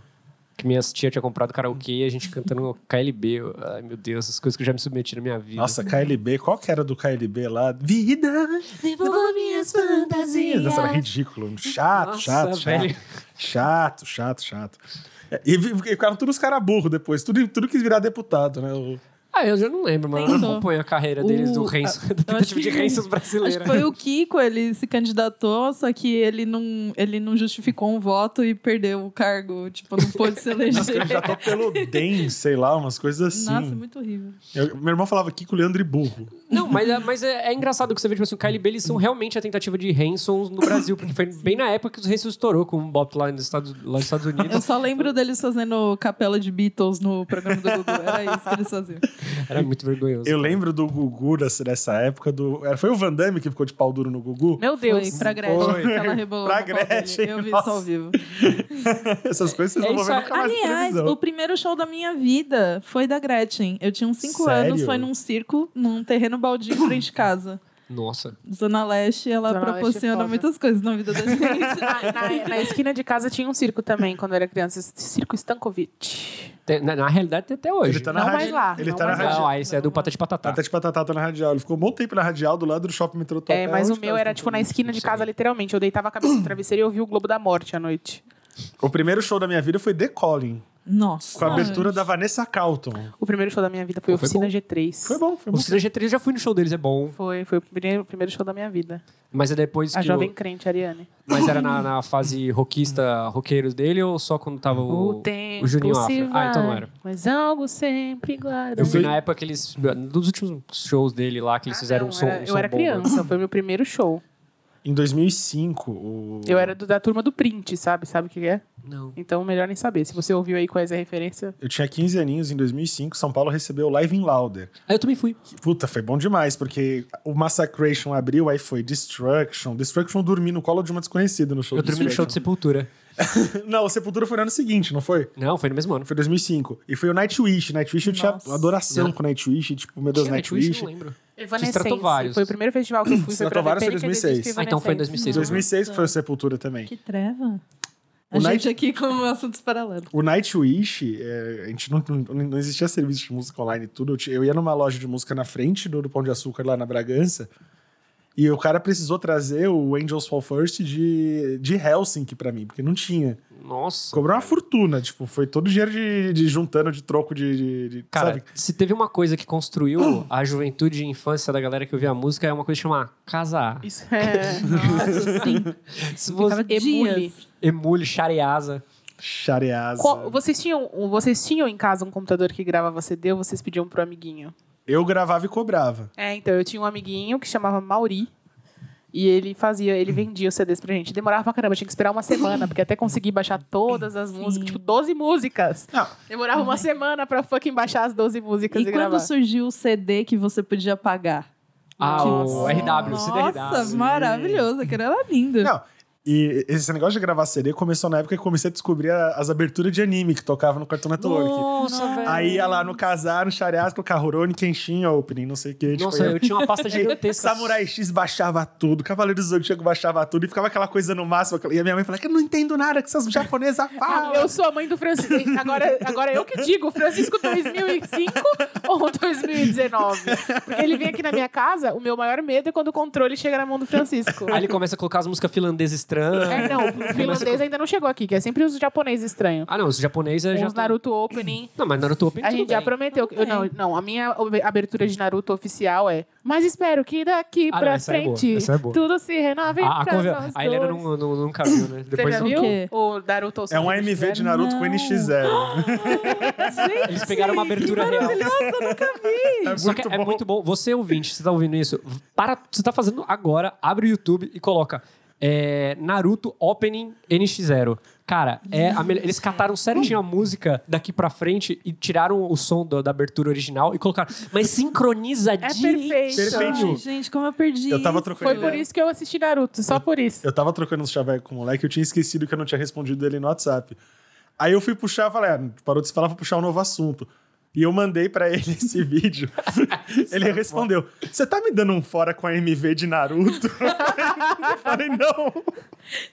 Speaker 1: Que minhas tias tinham comprado karaokê e a gente cantando KLB. Eu- Ai, meu Deus, essas coisas que eu já me submeti na minha vida.
Speaker 2: Nossa, KLB, qual que era do KLB lá? Vida!
Speaker 6: Devolva minhas fantasias.
Speaker 2: Nossa, era ridículo. um Chato,
Speaker 1: Nossa,
Speaker 2: chato, chato,
Speaker 1: velho.
Speaker 2: chato. Chato, chato, É, E vi- ficaram todos os caras burros depois. Tudo, tudo quis virar deputado, né? O-
Speaker 1: Ah, eu já não lembro, mano. Eu não
Speaker 4: Tentou.
Speaker 1: acompanho a carreira deles do
Speaker 4: então. O-
Speaker 1: Renzo, do
Speaker 4: a- eu acho
Speaker 1: tentativa de
Speaker 4: que-
Speaker 1: Renzo
Speaker 4: Acho que
Speaker 1: brasileira.
Speaker 4: foi o Kiko, ele se candidatou, só que ele não, ele não justificou um voto e perdeu o cargo. Tipo, não pôde se eleger.
Speaker 2: Já tô
Speaker 3: *laughs*
Speaker 2: pelo DEM, sei lá, umas coisas assim.
Speaker 4: Nossa, é muito horrível.
Speaker 2: Eu- meu irmão falava Kiko Leandro e burro.
Speaker 1: Não, mas, é- mas é, é engraçado que você vê, tipo assim, o KLB, eles são realmente a tentativa de Hanson no Brasil, porque foi bem na época que os Hanson estourou com um bop lá nos Estados, lá nos Estados
Speaker 4: Eu
Speaker 1: Unidos.
Speaker 4: só lembro deles fazendo capela de Beatles no programa do Gugu. Era isso que eles faziam.
Speaker 1: Era muito vergonhoso.
Speaker 2: Eu lembro do Gugu dessa, dessa época. Do, era- foi o Van Damme que ficou de pau duro no Gugu?
Speaker 3: Meu Deus.
Speaker 4: Foi pra Gretchen,
Speaker 2: Foi.
Speaker 4: que ela rebolou
Speaker 2: Pra
Speaker 4: no pau dele.
Speaker 2: Gretchen,
Speaker 4: Eu vi
Speaker 2: nossa.
Speaker 4: isso ao vivo.
Speaker 2: *laughs* Essas coisas vocês
Speaker 1: É
Speaker 2: não vão
Speaker 1: isso
Speaker 2: ver
Speaker 1: aí.
Speaker 2: nunca mais na
Speaker 4: Aliás,
Speaker 2: televisão.
Speaker 4: o primeiro show da minha vida foi da Gretchen. Eu tinha uns 5
Speaker 2: Sério?
Speaker 4: anos, foi num circo, num terreno baldio em frente de casa.
Speaker 1: Nossa.
Speaker 4: Zona Leste, ela
Speaker 3: Zona Leste é
Speaker 4: proporciona
Speaker 3: foda.
Speaker 4: muitas coisas na
Speaker 3: *laughs*
Speaker 4: vida da gente.
Speaker 3: Na, na- na esquina de casa tinha um circo também, quando eu era criança. esse Circo Stankovic.
Speaker 1: Tem- Na, na realidade, tem até hoje.
Speaker 2: Ele tá na
Speaker 3: Não
Speaker 2: radi-
Speaker 3: mais lá.
Speaker 2: Ele
Speaker 3: não
Speaker 2: tá na
Speaker 3: mais lá.
Speaker 2: radial.
Speaker 1: Ah, esse é do Patati Patatá.
Speaker 2: Até de patatá tá na radial. Ele ficou um bom tempo na radial, do lado do shopping metrô
Speaker 3: É,
Speaker 2: Topel,
Speaker 3: mas o
Speaker 2: onde
Speaker 3: meu
Speaker 2: tá-
Speaker 3: era, tipo, na esquina de casa, literalmente. Eu deitava a cabeça no travesseiro e eu via o Globo da Morte à noite.
Speaker 2: O primeiro show da minha vida foi The Calling,
Speaker 4: Nossa.
Speaker 2: com a abertura da Vanessa Calton.
Speaker 3: O primeiro show da minha vida
Speaker 1: Foi
Speaker 3: foi Oficina
Speaker 1: bom.
Speaker 3: G3.
Speaker 2: Foi bom, foi
Speaker 1: O
Speaker 2: bom.
Speaker 1: Cida G3 já fui no show deles, é bom.
Speaker 3: Foi, foi o primeiro, o primeiro show da minha vida.
Speaker 1: Mas é depois
Speaker 3: A
Speaker 1: que.
Speaker 3: jovem
Speaker 1: o-
Speaker 3: crente, Ariane.
Speaker 1: Mas era na, na fase rockista, roqueiros dele ou só quando tava o.
Speaker 3: tempo
Speaker 1: Juninho
Speaker 3: se
Speaker 1: Afra. Ah, então não era.
Speaker 3: Mas algo sempre guarda.
Speaker 1: Eu fui
Speaker 2: sei.
Speaker 1: na época que eles. Dos últimos shows dele lá, que eles
Speaker 3: Ah,
Speaker 1: fizeram
Speaker 3: não,
Speaker 1: um som.
Speaker 3: era-
Speaker 1: um
Speaker 3: eu
Speaker 1: som
Speaker 3: era
Speaker 1: bom, né?
Speaker 3: criança, foi meu primeiro show.
Speaker 2: Em 2005, o...
Speaker 3: Eu era do- da turma do print, sabe? Sabe o que é?
Speaker 1: Não.
Speaker 3: Então, melhor nem saber. Se você ouviu aí quais é a referência.
Speaker 2: eu tinha 15 aninhos, em 2005, São Paulo recebeu o Live in Lauder.
Speaker 1: Aí Ah, eu também fui.
Speaker 2: Puta, foi bom demais, porque o Massacration abriu, aí foi Destruction. Destruction eu dormi no colo de uma desconhecida no show
Speaker 1: Eu dormi no show de Sepultura.
Speaker 2: Não, o Sepultura foi no ano seguinte, não foi?
Speaker 1: Não, foi no mesmo ano.
Speaker 2: Foi 2005. E foi o Nightwish. Nightwish eu
Speaker 4: Nossa.
Speaker 2: tinha adoração com Nightwish. e, Tipo, meu Deus,
Speaker 1: Tinha
Speaker 2: Nightwish.
Speaker 1: Eu não lembro.
Speaker 3: Evanescence.
Speaker 1: Stratovarius.
Speaker 3: Foi o primeiro festival que eu fui. Foi pra ver
Speaker 2: Stratovarius foi
Speaker 3: Panic! At the
Speaker 2: 2006.
Speaker 3: Disco
Speaker 1: Ah, então foi em
Speaker 3: Evanescence.
Speaker 1: 2006.
Speaker 2: 2006 que foi o Sepultura também.
Speaker 4: Que treva.
Speaker 2: O
Speaker 4: A gente
Speaker 2: Night-
Speaker 4: aqui com assuntos paralelos.
Speaker 2: O Nightwish, é, a gente não, não, não existia serviço de música online e tudo. Eu, ti- eu ia numa loja de música na frente do, do Pão de Açúcar, lá na Bragança, e o cara precisou trazer o Angels Fall First de, de Helsinki pra mim, porque não tinha.
Speaker 1: Nossa.
Speaker 2: Cobrou uma
Speaker 1: cara.
Speaker 2: fortuna, tipo, foi todo dinheiro de, de juntando de troco de. de- de-
Speaker 1: Cara,
Speaker 2: sabe?
Speaker 1: se teve uma coisa que construiu a juventude e infância da galera que ouvia a música, é uma coisa chamada Casa A.
Speaker 3: Isso é.
Speaker 4: Nossa, sim.
Speaker 1: Se
Speaker 4: Ficava
Speaker 1: você
Speaker 4: dias.
Speaker 1: emule, chareasa.
Speaker 2: Chareasa.
Speaker 3: Qual- vocês, tinham, vocês tinham em casa um computador que gravava CD ou vocês pediam pro amiguinho?
Speaker 2: Eu gravava e cobrava.
Speaker 3: É, então, eu tinha um amiguinho que chamava Mauri. E ele fazia, ele vendia os CDs pra gente. Demorava pra caramba, tinha que esperar uma semana, porque até conseguir baixar todas as músicas, tipo, 12 músicas.
Speaker 2: Não.
Speaker 3: Demorava uma semana pra fucking baixar as 12 músicas e,
Speaker 4: E
Speaker 3: gravar.
Speaker 4: quando surgiu o CD que você podia pagar?
Speaker 1: Ah, o
Speaker 2: Nossa.
Speaker 1: RW, o é CDRW.
Speaker 4: Nossa, maravilhoso. Aquilo era lindo.
Speaker 2: Não, E esse negócio de gravar CD começou na época que eu comecei a descobrir a- as aberturas de anime que tocava no Cartoon Network.
Speaker 1: Nossa, velho.
Speaker 2: Aí ia lá no Casar, no Chariasco, Kahuroni, Kenshin, Opening, não sei o que.
Speaker 1: Nossa, eu tinha uma
Speaker 3: *laughs*
Speaker 1: pasta gigantesca.
Speaker 2: Samurai X baixava tudo, Cavaleiro do Zodíaco baixava tudo e ficava aquela coisa no máximo. aquela- E a minha mãe falava "É que eu não entendo nada que essas japonesas
Speaker 1: Ah,
Speaker 2: falam.
Speaker 3: Eu sou a mãe do Francisco. Agora, agora eu que digo, Francisco 2005 *laughs* ou 2019? Porque ele vem aqui na minha casa, o meu maior medo é quando o controle chega na mão do Francisco.
Speaker 1: Aí ele começa a colocar as músicas finlandesas estranhas.
Speaker 3: É, não, o finlandês ainda não chegou aqui, que é sempre os japoneses estranhos.
Speaker 1: Ah, não, os japoneses já.
Speaker 3: Os Naruto Opening.
Speaker 1: Não, mas Naruto Open
Speaker 3: A
Speaker 1: tudo
Speaker 3: gente já
Speaker 1: bem.
Speaker 3: prometeu. que- eu não, não, a minha ob- abertura de Naruto oficial é. Mas espero que daqui
Speaker 1: Ah, não,
Speaker 3: pra
Speaker 1: essa é boa,
Speaker 3: frente
Speaker 1: essa é boa."
Speaker 3: tudo se renove.
Speaker 1: A, a
Speaker 3: pra
Speaker 1: conver-
Speaker 3: nós
Speaker 1: a Helena
Speaker 3: dois."
Speaker 1: não, não- nunca viu, né?
Speaker 3: Você
Speaker 1: Depois
Speaker 3: já
Speaker 4: não-
Speaker 3: viu?
Speaker 4: O quê?
Speaker 3: O Naruto
Speaker 2: É um AMV de Naruto com
Speaker 4: Não.
Speaker 2: NX0.
Speaker 1: eles pegaram uma abertura real.
Speaker 2: É
Speaker 1: Só que
Speaker 2: muito
Speaker 1: é
Speaker 2: bom.
Speaker 1: muito bom. Você, ouvinte, você tá ouvindo isso? Para, você tá fazendo agora, abre o YouTube e coloca é, Naruto Opening NX0. Cara, é a melhor- eles cataram certinho a música daqui pra frente e tiraram o som do- da abertura original e colocaram. Mas
Speaker 3: É
Speaker 1: sincronizadinho.
Speaker 3: perfeito.
Speaker 2: Perfeito.
Speaker 4: Ai, gente, como eu perdi
Speaker 2: Eu tava
Speaker 4: isso.
Speaker 2: trocando
Speaker 3: Foi por isso que eu assisti Naruto, só por isso.
Speaker 2: Eu tava trocando os chaveco com o moleque eu tinha esquecido que eu não tinha respondido ele no WhatsApp. Aí eu fui puxar, falei, ah, parou de se falar, vou puxar um novo assunto. E eu mandei pra ele *laughs* esse
Speaker 3: *laughs*
Speaker 2: vídeo.
Speaker 3: é
Speaker 2: ele respondeu: Você tá me dando um fora com a MV de Naruto? *laughs* eu falei, não.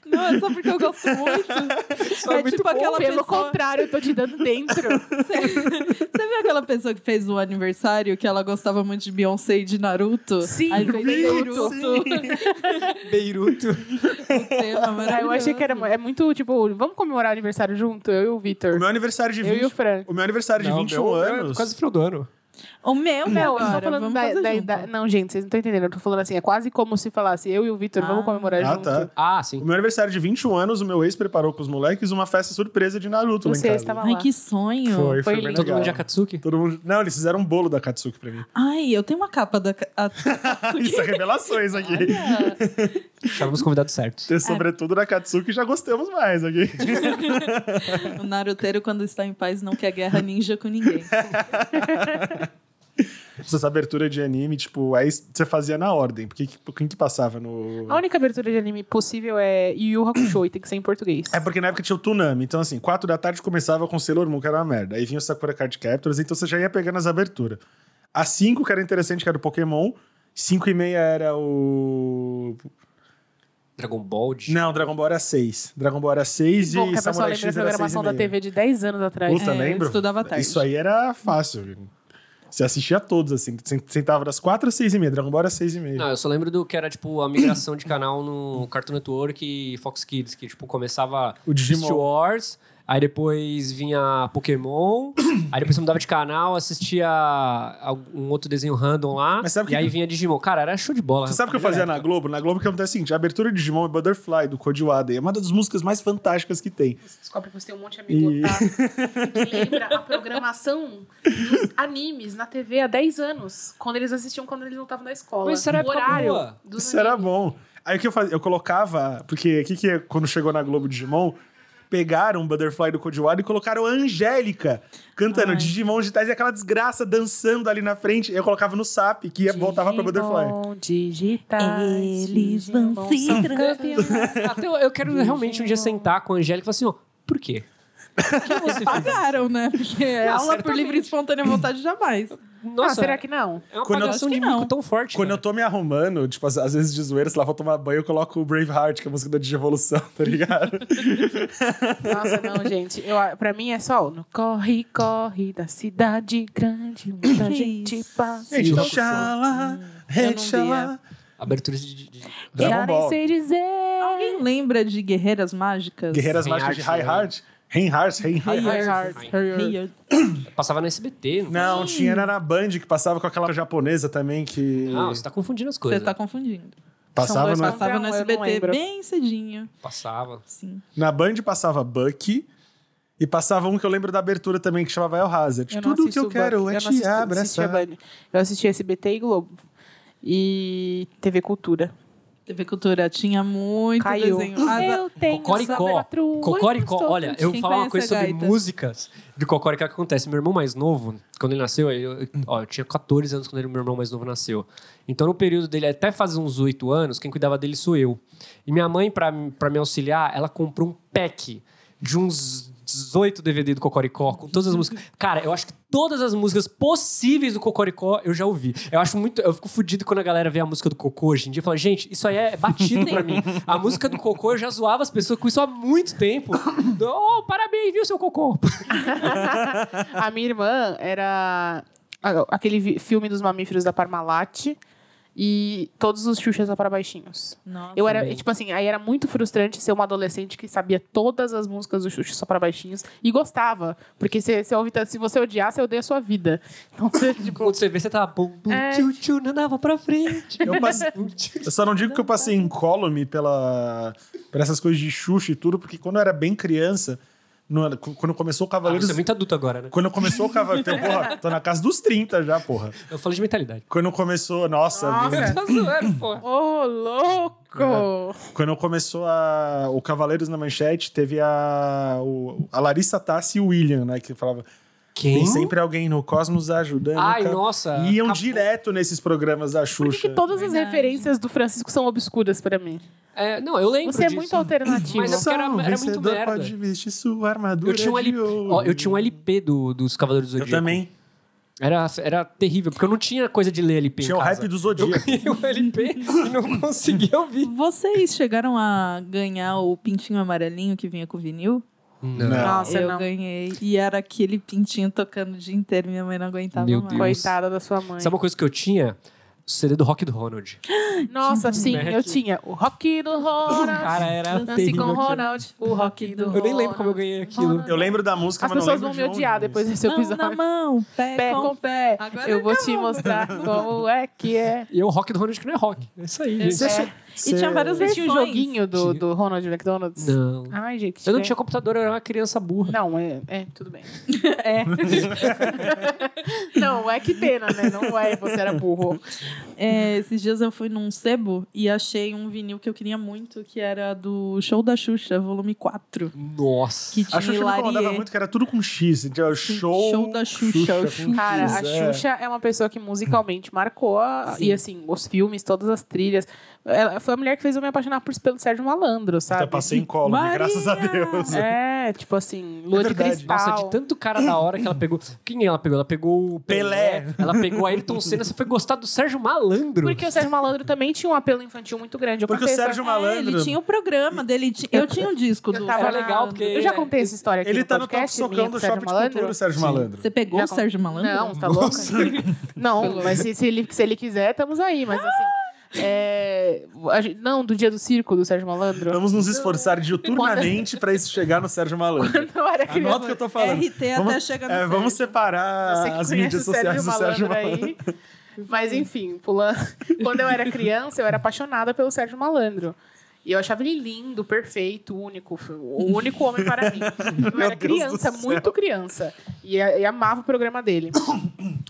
Speaker 4: Não, é só porque eu gosto muito. é tipo aquela
Speaker 3: Pelo
Speaker 4: pessoa...
Speaker 3: contrário, eu tô te dando dentro.
Speaker 4: Você viu aquela pessoa que fez o aniversário que ela gostava muito de Beyoncé e de Naruto?
Speaker 3: Sim,
Speaker 4: Aí fez
Speaker 3: vi,
Speaker 4: Naruto. *laughs*
Speaker 1: Beiruto.
Speaker 4: Tema
Speaker 3: Ah, eu achei que era
Speaker 4: maravilhoso.
Speaker 3: é muito tipo, vamos comemorar o aniversário junto, eu e o
Speaker 2: O
Speaker 3: Vitor.
Speaker 2: meu aniversário de
Speaker 3: Eu e o
Speaker 2: 20.
Speaker 3: Fran.
Speaker 2: O meu aniversário de
Speaker 1: Não,
Speaker 2: 21
Speaker 1: meu,
Speaker 2: anos.
Speaker 1: é Quase final do ano.
Speaker 4: O meu,
Speaker 3: Não, eu
Speaker 4: agora,
Speaker 3: tô falando
Speaker 4: vamos
Speaker 3: da,
Speaker 4: fazer
Speaker 3: da-
Speaker 4: junto.
Speaker 3: da- Não, gente, vocês não estão entendendo. Eu tô falando assim, é quase como se falasse eu e o Vitor, vamos
Speaker 4: Ah.
Speaker 3: comemorar
Speaker 2: Ah,
Speaker 3: junto.
Speaker 2: tá.
Speaker 1: Ah,
Speaker 2: O
Speaker 1: sim.
Speaker 2: meu aniversário de 21 anos, o meu ex preparou pros moleques uma festa surpresa de Naruto lá em
Speaker 3: Você
Speaker 2: casa.
Speaker 3: estava
Speaker 4: Ai,
Speaker 3: lá.
Speaker 4: que sonho.
Speaker 2: Foi,
Speaker 3: Foi
Speaker 2: foi, bem
Speaker 3: lindo.
Speaker 1: Todo
Speaker 2: legal.
Speaker 1: mundo de Akatsuki?
Speaker 2: Todo mundo- Não, eles fizeram um bolo da Katsuki pra
Speaker 3: *laughs*
Speaker 2: mim.
Speaker 4: Ai, eu tenho uma capa da... A...
Speaker 2: Isso é revelações aqui.
Speaker 4: Olha.
Speaker 1: Chamamos os convidados certos.
Speaker 3: É.
Speaker 2: Ter sobretudo na Katsuki já gostamos mais aqui.
Speaker 4: o naruteiro, quando está em paz, não quer guerra ninja
Speaker 2: *laughs*
Speaker 4: com ninguém.
Speaker 2: *laughs* Essas aberturas de anime, tipo, aí você fazia na ordem. Porque que- quem que passava no.
Speaker 3: A única abertura de anime possível é Yu Yu Hakusho e tem que ser em português.
Speaker 2: É porque na época tinha o Tsunami. Então, assim, 4 da tarde começava com Sailor Moon, que era uma merda. Aí vinha o Sakura Card Captors, então você já ia pegando as aberturas. Às 5, que era interessante, que era o Pokémon. 5 e meia era o.
Speaker 1: Dragon Ball. De...
Speaker 2: Não, Dragon Ball era 6. Dragon Ball era 6
Speaker 3: Bom, que
Speaker 2: e
Speaker 3: a pessoa
Speaker 2: Samurai
Speaker 3: lembra da
Speaker 2: X era 6
Speaker 3: programação da TV de 10 anos atrás.
Speaker 2: Puta, né?
Speaker 4: É, eu
Speaker 2: lembro.
Speaker 4: estudava tarde.
Speaker 2: Isso aí era fácil. viu? Você assistia a todos, assim. Você Sentava das 4 às 6 e meia. Dragon Ball era 6 e meia.
Speaker 1: Não, eu só lembro do que era, tipo, a migração de canal no Cartoon Network e Fox Kids, que, tipo, começava
Speaker 2: O Digimon.
Speaker 1: Beast Wars, aí depois vinha
Speaker 2: *coughs*
Speaker 1: Pokémon, aí depois você mudava de canal, assistia um outro desenho random lá,
Speaker 2: Mas sabe
Speaker 1: e
Speaker 2: que-
Speaker 1: aí vinha Digimon. Cara, era show de bola.
Speaker 2: Você sabe o que eu fazia na Globo? Na Globo que acontece o seguinte: a abertura de Digimon é Butterfly, do Cody Waden. É uma das músicas mais fantásticas que tem.
Speaker 3: Descobre que você tem um monte de
Speaker 2: amigo E- *laughs*
Speaker 3: que lembra a programação dos animes na TV há 10 anos, quando eles assistiam quando eles não estavam na escola.
Speaker 1: Mas isso era O época horário boa.
Speaker 2: Isso era bom. Aí o que eu fazia? Eu colocava. Porque o que, que é quando chegou na Globo Digimon? Pegaram o Butterfly do Cody Waden e colocaram a Angélica cantando
Speaker 4: Ai.
Speaker 2: Digimon digitais e aquela desgraça dançando ali na frente. Eu colocava no SAP, que ia, voltava pra Butterfly.
Speaker 3: Digitais,
Speaker 4: Eles vão
Speaker 3: Digimon
Speaker 4: se
Speaker 3: são
Speaker 4: transformar.
Speaker 3: campeões.
Speaker 1: Até eu, eu quero realmente um dia sentar com a Angélica e falar assim, ó, por quê?
Speaker 4: Eles pagaram, né? Porque é
Speaker 1: Não,
Speaker 4: aula por
Speaker 1: certamente.
Speaker 4: livre e espontânea vontade jamais.
Speaker 1: Nossa,
Speaker 3: ah, será que não?
Speaker 1: é uma
Speaker 2: Quando eu-
Speaker 1: apagação
Speaker 4: Acho
Speaker 1: de
Speaker 4: que
Speaker 1: bico
Speaker 4: não.
Speaker 1: tão forte. né?
Speaker 2: Quando eu
Speaker 1: cara.
Speaker 2: tô me arrumando, tipo, às, às vezes de zoeira, sei lá, vou tomar banho, eu coloco o Braveheart, que é a música da Digivolução, *laughs* tá ligado?
Speaker 3: Nossa, *laughs* não, gente. Eu, pra mim é só no corre, corre da cidade grande, muita
Speaker 4: Que
Speaker 3: gente
Speaker 4: isso?
Speaker 3: passa.
Speaker 2: Gente,
Speaker 1: Sim.
Speaker 2: Oxalá,
Speaker 3: Hum.
Speaker 4: eu não
Speaker 2: Oxalá.
Speaker 1: Aberturas de... de- de-
Speaker 2: Dragon
Speaker 3: Já
Speaker 2: Ball.
Speaker 3: nem sei dizer.
Speaker 4: Alguém lembra de Guerreiras Mágicas?
Speaker 2: Guerreiras
Speaker 1: Reinhardt,
Speaker 2: Mágicas de
Speaker 3: né?
Speaker 2: Reinhardt. Reinhardt, Reinhardt.
Speaker 4: Reinhardt. Reinhardt.
Speaker 1: Passava no SBT. Não,
Speaker 2: Não, tinha era na Band que passava com aquela japonesa também que
Speaker 1: não você tá confundindo as
Speaker 4: Você
Speaker 1: coisas.
Speaker 4: tá confundindo.
Speaker 2: passava
Speaker 4: São dois,
Speaker 2: na,
Speaker 4: passava no
Speaker 3: Não, eu não
Speaker 4: SBT
Speaker 3: lembro.
Speaker 4: bem cedinho.
Speaker 1: né? Passava.
Speaker 4: Sim.
Speaker 2: na Band passava Bucky e passava um que eu lembro da abertura também que chamava El Hazard.
Speaker 3: Eu não
Speaker 2: Tudo que
Speaker 3: assisto
Speaker 2: eu quero é
Speaker 3: Band. Eu não é
Speaker 2: te
Speaker 3: assisto- assistia
Speaker 2: abraçar.
Speaker 3: Band. Eu assisti SBT e Globo. E TV Cultura.
Speaker 4: TV Cultura tinha muito
Speaker 3: Caiu.
Speaker 4: desenho. Ah,
Speaker 7: Eu tenho
Speaker 1: Cocoricó.
Speaker 7: Sabatrua,
Speaker 1: Cocoricó,
Speaker 7: estou
Speaker 1: olha, eu vou
Speaker 4: Quem
Speaker 1: falar uma
Speaker 4: conhece
Speaker 1: coisa
Speaker 4: a
Speaker 1: sobre
Speaker 4: gaita?
Speaker 1: músicas de Cocoricó que acontece. Meu irmão mais novo, quando ele nasceu, eu, eu- ó, eu tinha 14 anos quando ele- meu irmão mais novo nasceu. Então, no período dele, até fazer uns 8 anos, quem cuidava dele sou eu. E minha mãe, pra pra me auxiliar, ela comprou um pack de uns 18 DVD do Cocoricó, com todas as músicas. Cara, eu acho que todas as músicas possíveis do Cocoricó eu já ouvi. Eu acho muito. Eu fico fudido quando a galera vê a música do Cocô hoje em dia e fala, gente, isso aí é batido pra mim. A música do Cocô eu já zoava as pessoas com isso há muito tempo. oh, parabéns, viu, seu Cocô? *laughs*
Speaker 3: A minha irmã era a- aquele vi- filme dos mamíferos da Parmalat e todos os Xuxas lá para baixinhos.
Speaker 4: Nossa.
Speaker 3: Eu era,
Speaker 1: bem.
Speaker 3: tipo assim, aí era muito frustrante ser uma adolescente que sabia todas as músicas do Xuxa só para baixinhos e gostava. Porque se, se, eu ouvi- se você odiar, você odeia a sua vida.
Speaker 1: *laughs*
Speaker 3: Então você, tipo,
Speaker 1: Quando você vê, você tá bom, bum, tchu, tchu, não dava pra frente.
Speaker 2: Eu passei-
Speaker 1: Bum, tchu.
Speaker 2: Eu só não digo que eu passei incólume pela por essas coisas de Xuxa e tudo, porque quando eu era bem criança, no- quando começou o
Speaker 1: Ah,
Speaker 2: Cavaleiros.
Speaker 1: você é muito adulto agora, né?
Speaker 2: Quando começou o Cavaleiros. Porra, tô na casa dos 30 já, porra.
Speaker 1: Eu falei de mentalidade.
Speaker 2: Quando começou. Nossa, vida.
Speaker 1: Tá zoando, pô.
Speaker 3: ô,
Speaker 1: É,
Speaker 3: louco!
Speaker 2: Quando começou a- o Cavaleiros na Manchete, teve a, o- a Larissa Tassi e o William, né? Que falava.
Speaker 1: Quem?
Speaker 2: Tem sempre alguém no Cosmos ajudando.
Speaker 1: Ai,
Speaker 2: cara."
Speaker 1: nossa.
Speaker 2: E iam
Speaker 1: acabou.
Speaker 2: direto nesses programas da
Speaker 3: Por que,
Speaker 2: Xuxa.
Speaker 3: que todas as
Speaker 4: Verdade.
Speaker 3: referências do Francisco são obscuras para mim?
Speaker 1: É, não, eu lembro
Speaker 3: Você é
Speaker 1: disso.
Speaker 3: muito alternativo.
Speaker 1: Mas é porque era-
Speaker 2: Só um
Speaker 1: era muito
Speaker 2: vencedor
Speaker 1: merda.
Speaker 2: pode vestir sua armadura
Speaker 1: Eu tinha um
Speaker 2: de
Speaker 1: LP,
Speaker 2: ouro.
Speaker 1: ó, eu tinha um LP do, dos Cavaleiros do
Speaker 2: Eu
Speaker 1: Zodíaco.
Speaker 2: também.
Speaker 1: Era, era terrível, porque eu não tinha coisa de ler LP
Speaker 2: Tinha
Speaker 1: em
Speaker 2: o
Speaker 1: casa. *laughs*
Speaker 2: rap do Zodíaco.
Speaker 1: Eu ganhei o LP e
Speaker 2: *laughs*
Speaker 1: não consegui ouvir.
Speaker 4: Vocês chegaram a ganhar o pintinho amarelinho que vinha com vinil?
Speaker 2: Não.
Speaker 3: Nossa,
Speaker 4: eu
Speaker 3: não.
Speaker 4: ganhei. E era aquele pintinho tocando o dia inteiro. Minha mãe não aguentava
Speaker 1: Meu
Speaker 4: mais.
Speaker 1: Deus.
Speaker 3: Coitada da sua mãe.
Speaker 1: Sabe uma coisa que eu tinha? O CD do Rock do Ronald.
Speaker 3: Nossa, sim,
Speaker 1: Mac.
Speaker 3: eu tinha o rock do Ronald.
Speaker 1: Cara, era
Speaker 3: Dance
Speaker 1: terrível.
Speaker 3: com
Speaker 1: aquilo.
Speaker 3: um Ronald, o rock do
Speaker 1: Eu nem lembro como eu ganhei aquilo.
Speaker 2: Eu lembro da música,
Speaker 3: As
Speaker 2: mas
Speaker 3: pessoas
Speaker 2: não
Speaker 3: vão
Speaker 2: lembro
Speaker 3: me
Speaker 2: de
Speaker 3: odiar
Speaker 2: onde é
Speaker 3: depois
Speaker 2: isso.
Speaker 3: desse episódio.
Speaker 4: Mão na mão, pé,
Speaker 3: Pé
Speaker 4: com...
Speaker 3: com pé.
Speaker 4: Agora
Speaker 3: Eu
Speaker 4: eu
Speaker 3: vou te *laughs*
Speaker 4: acabo.
Speaker 3: mostrar como é que é.
Speaker 1: E o Rock do Ronald que não é rock. É isso aí, gente.
Speaker 2: Você-
Speaker 3: É.
Speaker 2: você-
Speaker 4: E tinha várias
Speaker 3: Você tinha o
Speaker 4: versões.
Speaker 3: joguinho do, do Ronald McDonald's?
Speaker 1: Não.
Speaker 3: Ai, gente.
Speaker 1: Eu não
Speaker 3: né?
Speaker 1: tinha computador, eu era uma criança burra.
Speaker 3: Não, é, é, tudo *laughs* bem. é. não, é que pena, né? Não é, você era burro.
Speaker 4: É, esses dias eu fui num sebo e achei um vinil que eu queria muito, que era do Show da Xuxa, volume 4.
Speaker 1: Nossa.
Speaker 4: Que tinha
Speaker 2: A Xuxa me
Speaker 4: Hilarie.
Speaker 2: incomodava muito, que era tudo com X. Então, o
Speaker 4: Sim,
Speaker 2: show,
Speaker 4: show da Xuxa, o
Speaker 2: com X,
Speaker 3: Cara, a
Speaker 2: é.
Speaker 3: Xuxa é uma pessoa que musicalmente marcou, a-
Speaker 4: Sim.
Speaker 3: e assim, os filmes, todas as trilhas. Ela foi a mulher que fez eu me apaixonar por, pelo Sérgio Malandro, sabe?
Speaker 2: Até passei em colo,
Speaker 4: Maria!
Speaker 2: graças a Deus.
Speaker 3: É, tipo assim, lua de
Speaker 2: verdade.
Speaker 3: cristal.
Speaker 1: Nossa, de tanto cara da hora que ela pegou. Quem ela pegou? Ela pegou o Pelé.
Speaker 2: Pelé.
Speaker 1: Ela pegou a Ayrton Senna. Você foi gostar do Sérgio Malandro.
Speaker 3: Porque o Sérgio Malandro também tinha um apelo infantil muito grande. Eu
Speaker 2: Porque o
Speaker 3: contei essa-
Speaker 2: Sérgio
Speaker 4: É, ele
Speaker 2: Malandro,
Speaker 4: tinha o programa dele. ti- Eu tinha um disco do.
Speaker 3: Eu tava
Speaker 1: Era legal,
Speaker 3: na-
Speaker 1: porque-
Speaker 3: Eu já contei essa história aqui
Speaker 2: ele
Speaker 3: no
Speaker 2: tá no top
Speaker 3: podcast, minha
Speaker 2: socão
Speaker 3: com o
Speaker 2: do
Speaker 3: Sérgio
Speaker 2: Shopping de Cultura, o Sérgio Malandro.
Speaker 4: Você pegou
Speaker 3: Já
Speaker 4: o Sérgio Malandro?
Speaker 3: Não, tá louca? *laughs* Não,
Speaker 4: Pelo
Speaker 3: mas se, se ele, se ele quiser, estamos aí. Mas assim... é, a gente- não, do dia do circo do Sérgio Malandro.
Speaker 2: Vamos nos esforçar diuturnamente pra isso chegar no Sérgio Malandro.
Speaker 3: Não era
Speaker 2: Anota o
Speaker 3: é
Speaker 2: que eu tô falando.
Speaker 4: RT até
Speaker 2: Vamos,
Speaker 4: chegar no
Speaker 2: é, vamos
Speaker 4: Sérgio.
Speaker 3: Você
Speaker 2: separar
Speaker 3: que
Speaker 2: as
Speaker 3: conhece
Speaker 2: mídias
Speaker 3: o Sérgio
Speaker 2: sociais do Sérgio
Speaker 3: Malandro
Speaker 2: Malandro.
Speaker 3: aí. Mas enfim, pulando. Quando eu era criança, eu era apaixonada pelo Sérgio Malandro. E eu achava ele lindo, perfeito, único. O único homem para mim. Eu
Speaker 2: Meu
Speaker 3: era
Speaker 2: Deus
Speaker 3: criança,
Speaker 2: do céu.
Speaker 3: muito criança. E, a- e amava o programa dele.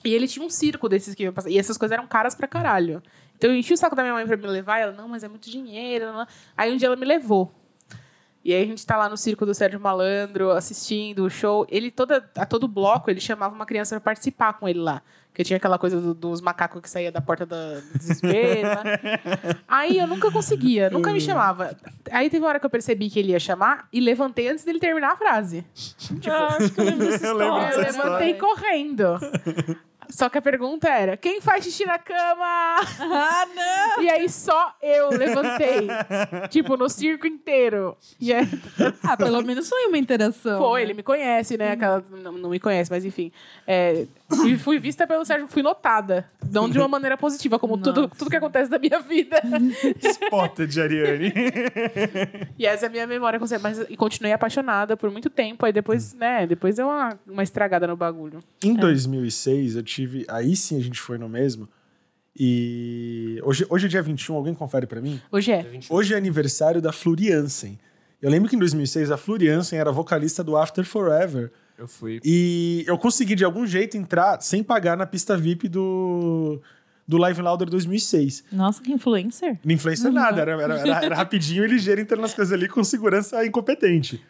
Speaker 3: E ele tinha um circo desses que eu passava. E essas coisas eram caras pra caralho. Então eu enchi o saco da minha mãe pra me levar. E ela, não, mas é muito dinheiro. não, não." Aí um dia ela me levou. E aí a gente tá lá no circo do Sérgio Malandro, assistindo o show. Ele, toda, a todo bloco, ele chamava uma criança pra participar com ele lá. Porque tinha aquela coisa do- dos macacos que saía da porta da- do desespero.
Speaker 4: *laughs*
Speaker 3: né? aí eu nunca conseguia, nunca
Speaker 4: Hum.
Speaker 3: me chamava. Aí teve uma hora que eu percebi que ele ia chamar e levantei antes dele terminar a frase.
Speaker 2: Eu
Speaker 3: Eu
Speaker 2: lembro dessa história.
Speaker 3: levantei
Speaker 4: *laughs*
Speaker 3: correndo. Só que a pergunta era: quem faz xixi na cama?
Speaker 4: Ah, não!
Speaker 3: E aí só eu levantei. tipo, no circo inteiro. E aí,
Speaker 4: Ah, pelo menos foi uma interação.
Speaker 3: Foi,
Speaker 4: né?
Speaker 3: ele me conhece, né? Aquela, não, não me conhece, mas enfim. É, fui, fui vista pelo Sérgio, fui notada. Não de uma maneira positiva, como tudo,
Speaker 4: Nossa.
Speaker 3: tudo que acontece na minha vida.
Speaker 2: Spotted, Ariane.
Speaker 3: E essa é a minha memória com o Sérgio. Mas e continuei apaixonada por muito tempo. Aí depois, né? Depois deu uma, uma estragada no bagulho.
Speaker 2: Em 2006, eu tive. Aí sim a gente foi no mesmo. E. Hoje, hoje é dia 21, alguém confere pra mim?
Speaker 3: Hoje é.
Speaker 2: Hoje é aniversário da Floriansen. Eu lembro que em 2006 a Floriansen era vocalista do After Forever.
Speaker 1: Eu fui.
Speaker 2: E eu consegui de algum jeito entrar sem pagar na pista VIP do, do Live Louder 2006.
Speaker 4: Nossa, que influencer.
Speaker 2: Não influencia
Speaker 1: Uhum.
Speaker 2: nada, era, era- era- era rapidinho e ligeiro entrando nas coisas ali com segurança incompetente.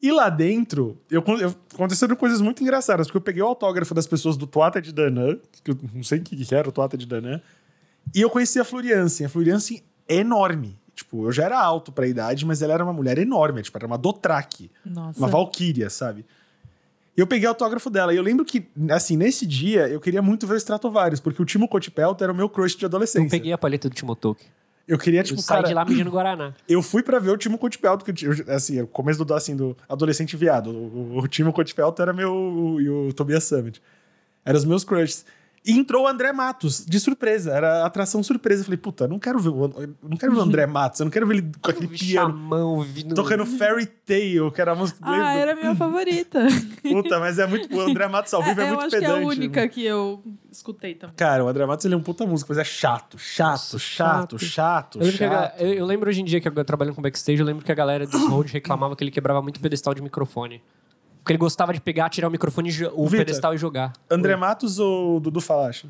Speaker 2: E lá dentro, eu, eu- aconteceram coisas muito engraçadas, porque eu peguei o autógrafo das pessoas do Toata de Danã, que eu não sei o que, que era o Toata de Danã, e eu conheci a Floriansen. A Floriansen é enorme. Tipo, eu já era alto pra idade, mas ela era uma mulher enorme, tipo, era uma dotraque.
Speaker 4: Nossa.
Speaker 2: Uma valquíria, sabe? E eu peguei o autógrafo dela. E eu lembro que, assim, nesse dia, eu queria muito ver o Stratovarius, porque o Timo Cotipelto era o meu crush de adolescência.
Speaker 1: Eu peguei a palheta do Timotoki.
Speaker 2: Eu queria,
Speaker 1: Eu
Speaker 2: tipo,
Speaker 1: saí
Speaker 2: cara...
Speaker 1: de lá medindo Guaraná.
Speaker 2: Eu fui pra ver o Timo Cotipelto, que, eu- assim, o começo do, assim, do adolescente viado. O, o, o Timo Cotipelto era meu... o- e o Tobias Summit. Eram os meus crushes. E entrou o André Matos, de surpresa. Era atração surpresa. Eu falei, puta, eu não quero ver o, An- eu não quero ver o
Speaker 4: *laughs*
Speaker 2: André Matos. Eu não quero ver ele com aquele piano.
Speaker 1: Chamão, vindo...
Speaker 2: Tocando Fairy Tale, que era a música...
Speaker 4: Ah, era a minha favorita.
Speaker 2: Puta, mas é muito. O André Matos *laughs* ao vivo é,
Speaker 4: eu
Speaker 2: muito
Speaker 4: acho
Speaker 2: pedante.
Speaker 4: que *laughs* é a única que eu escutei também.
Speaker 2: Cara, o André Matos ele é um puta músico, mas é chato, chato, chato,
Speaker 1: chato.
Speaker 2: chato,
Speaker 1: Eu lembro, que a ga-
Speaker 2: chato.
Speaker 1: eu- eu lembro hoje em dia que eu trabalhando com backstage, eu lembro que a galera
Speaker 2: *laughs*
Speaker 1: do Smold reclamava que ele quebrava muito pedestal de microfone. Porque ele gostava de pegar, tirar o microfone, e jo- o
Speaker 2: Vitor.
Speaker 1: pedestal e jogar.
Speaker 2: André Matos ou Dudu Falache?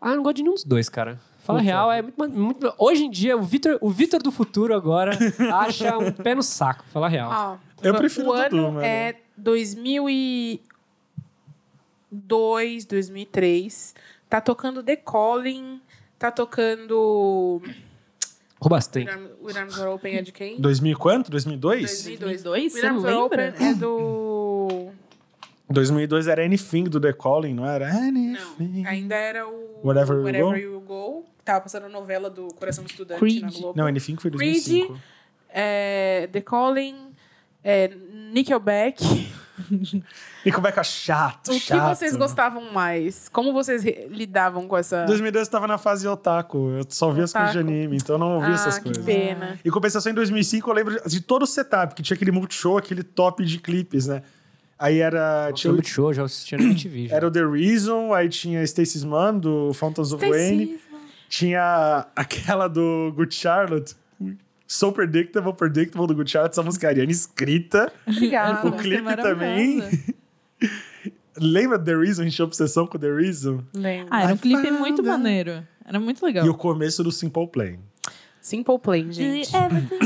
Speaker 1: Ah, eu não gosto de nenhum dos dois, cara. Fala a real, é muito, ma- muito- Hoje em dia, o Vitor o Vitor do futuro
Speaker 2: *laughs*
Speaker 1: agora acha um pé no saco. Fala a real.
Speaker 3: Ó,
Speaker 2: Eu prefiro
Speaker 3: o
Speaker 2: o Dudu,
Speaker 3: ano
Speaker 2: mano.
Speaker 3: é 2002, 2003. Tá tocando The Calling, tá tocando...
Speaker 1: Roubastem.
Speaker 3: O Arms- O Arms Are Open é de quem?
Speaker 2: 2000 e quanto? 2002?
Speaker 3: 2002.
Speaker 4: 2002?
Speaker 3: O Arms
Speaker 4: Você
Speaker 3: Are
Speaker 4: não
Speaker 3: Open
Speaker 4: lembra?
Speaker 3: é do...
Speaker 2: 2002 era Anything do The Calling, não era? Anything.
Speaker 3: *laughs* Não, ainda é era o
Speaker 2: Whatever You Go?
Speaker 3: You Go. Tava passando a novela do Coração do Estudante na
Speaker 4: Creed.
Speaker 3: Globo.
Speaker 2: Não, Anything foi 2005.
Speaker 3: É, The Calling, é, Nickelback.
Speaker 2: *laughs* E como é que é chato,
Speaker 3: O que
Speaker 2: chato.
Speaker 3: vocês gostavam mais? Como vocês re- lidavam com essa...
Speaker 2: 2002 eu tava na fase otaku, eu só via as coisas de
Speaker 3: Otaku.
Speaker 2: anime, então eu não ouvia
Speaker 3: ah,
Speaker 2: essas
Speaker 3: que
Speaker 2: coisas.
Speaker 3: pena.
Speaker 2: Em compensação, em 2005, eu lembro de todo o setup, que tinha aquele multishow, aquele top de clipes, né? Aí era...
Speaker 1: Tinha
Speaker 2: Tinha, o-
Speaker 1: muito show, já assistia no MTV. já.
Speaker 2: era o The Reason, aí tinha Stacey's Mom, do Fountains of Wayne. Tinha aquela do Good Charlotte. So Predictable, Predictable do Good Charlotte. Essa música é ariana escrita.
Speaker 4: Essa
Speaker 3: Obrigada.
Speaker 2: O
Speaker 4: música é
Speaker 2: clipe
Speaker 4: maravilhosa.
Speaker 2: também. Lembra The Reason? A gente tinha obsessão com The Reason.
Speaker 3: Lembro.
Speaker 4: Ah, era um
Speaker 2: I
Speaker 4: clipe
Speaker 2: found
Speaker 4: muito
Speaker 2: out.
Speaker 4: maneiro. Era muito legal.
Speaker 2: E o começo do Simple Plan.
Speaker 3: Simple Plan, gente.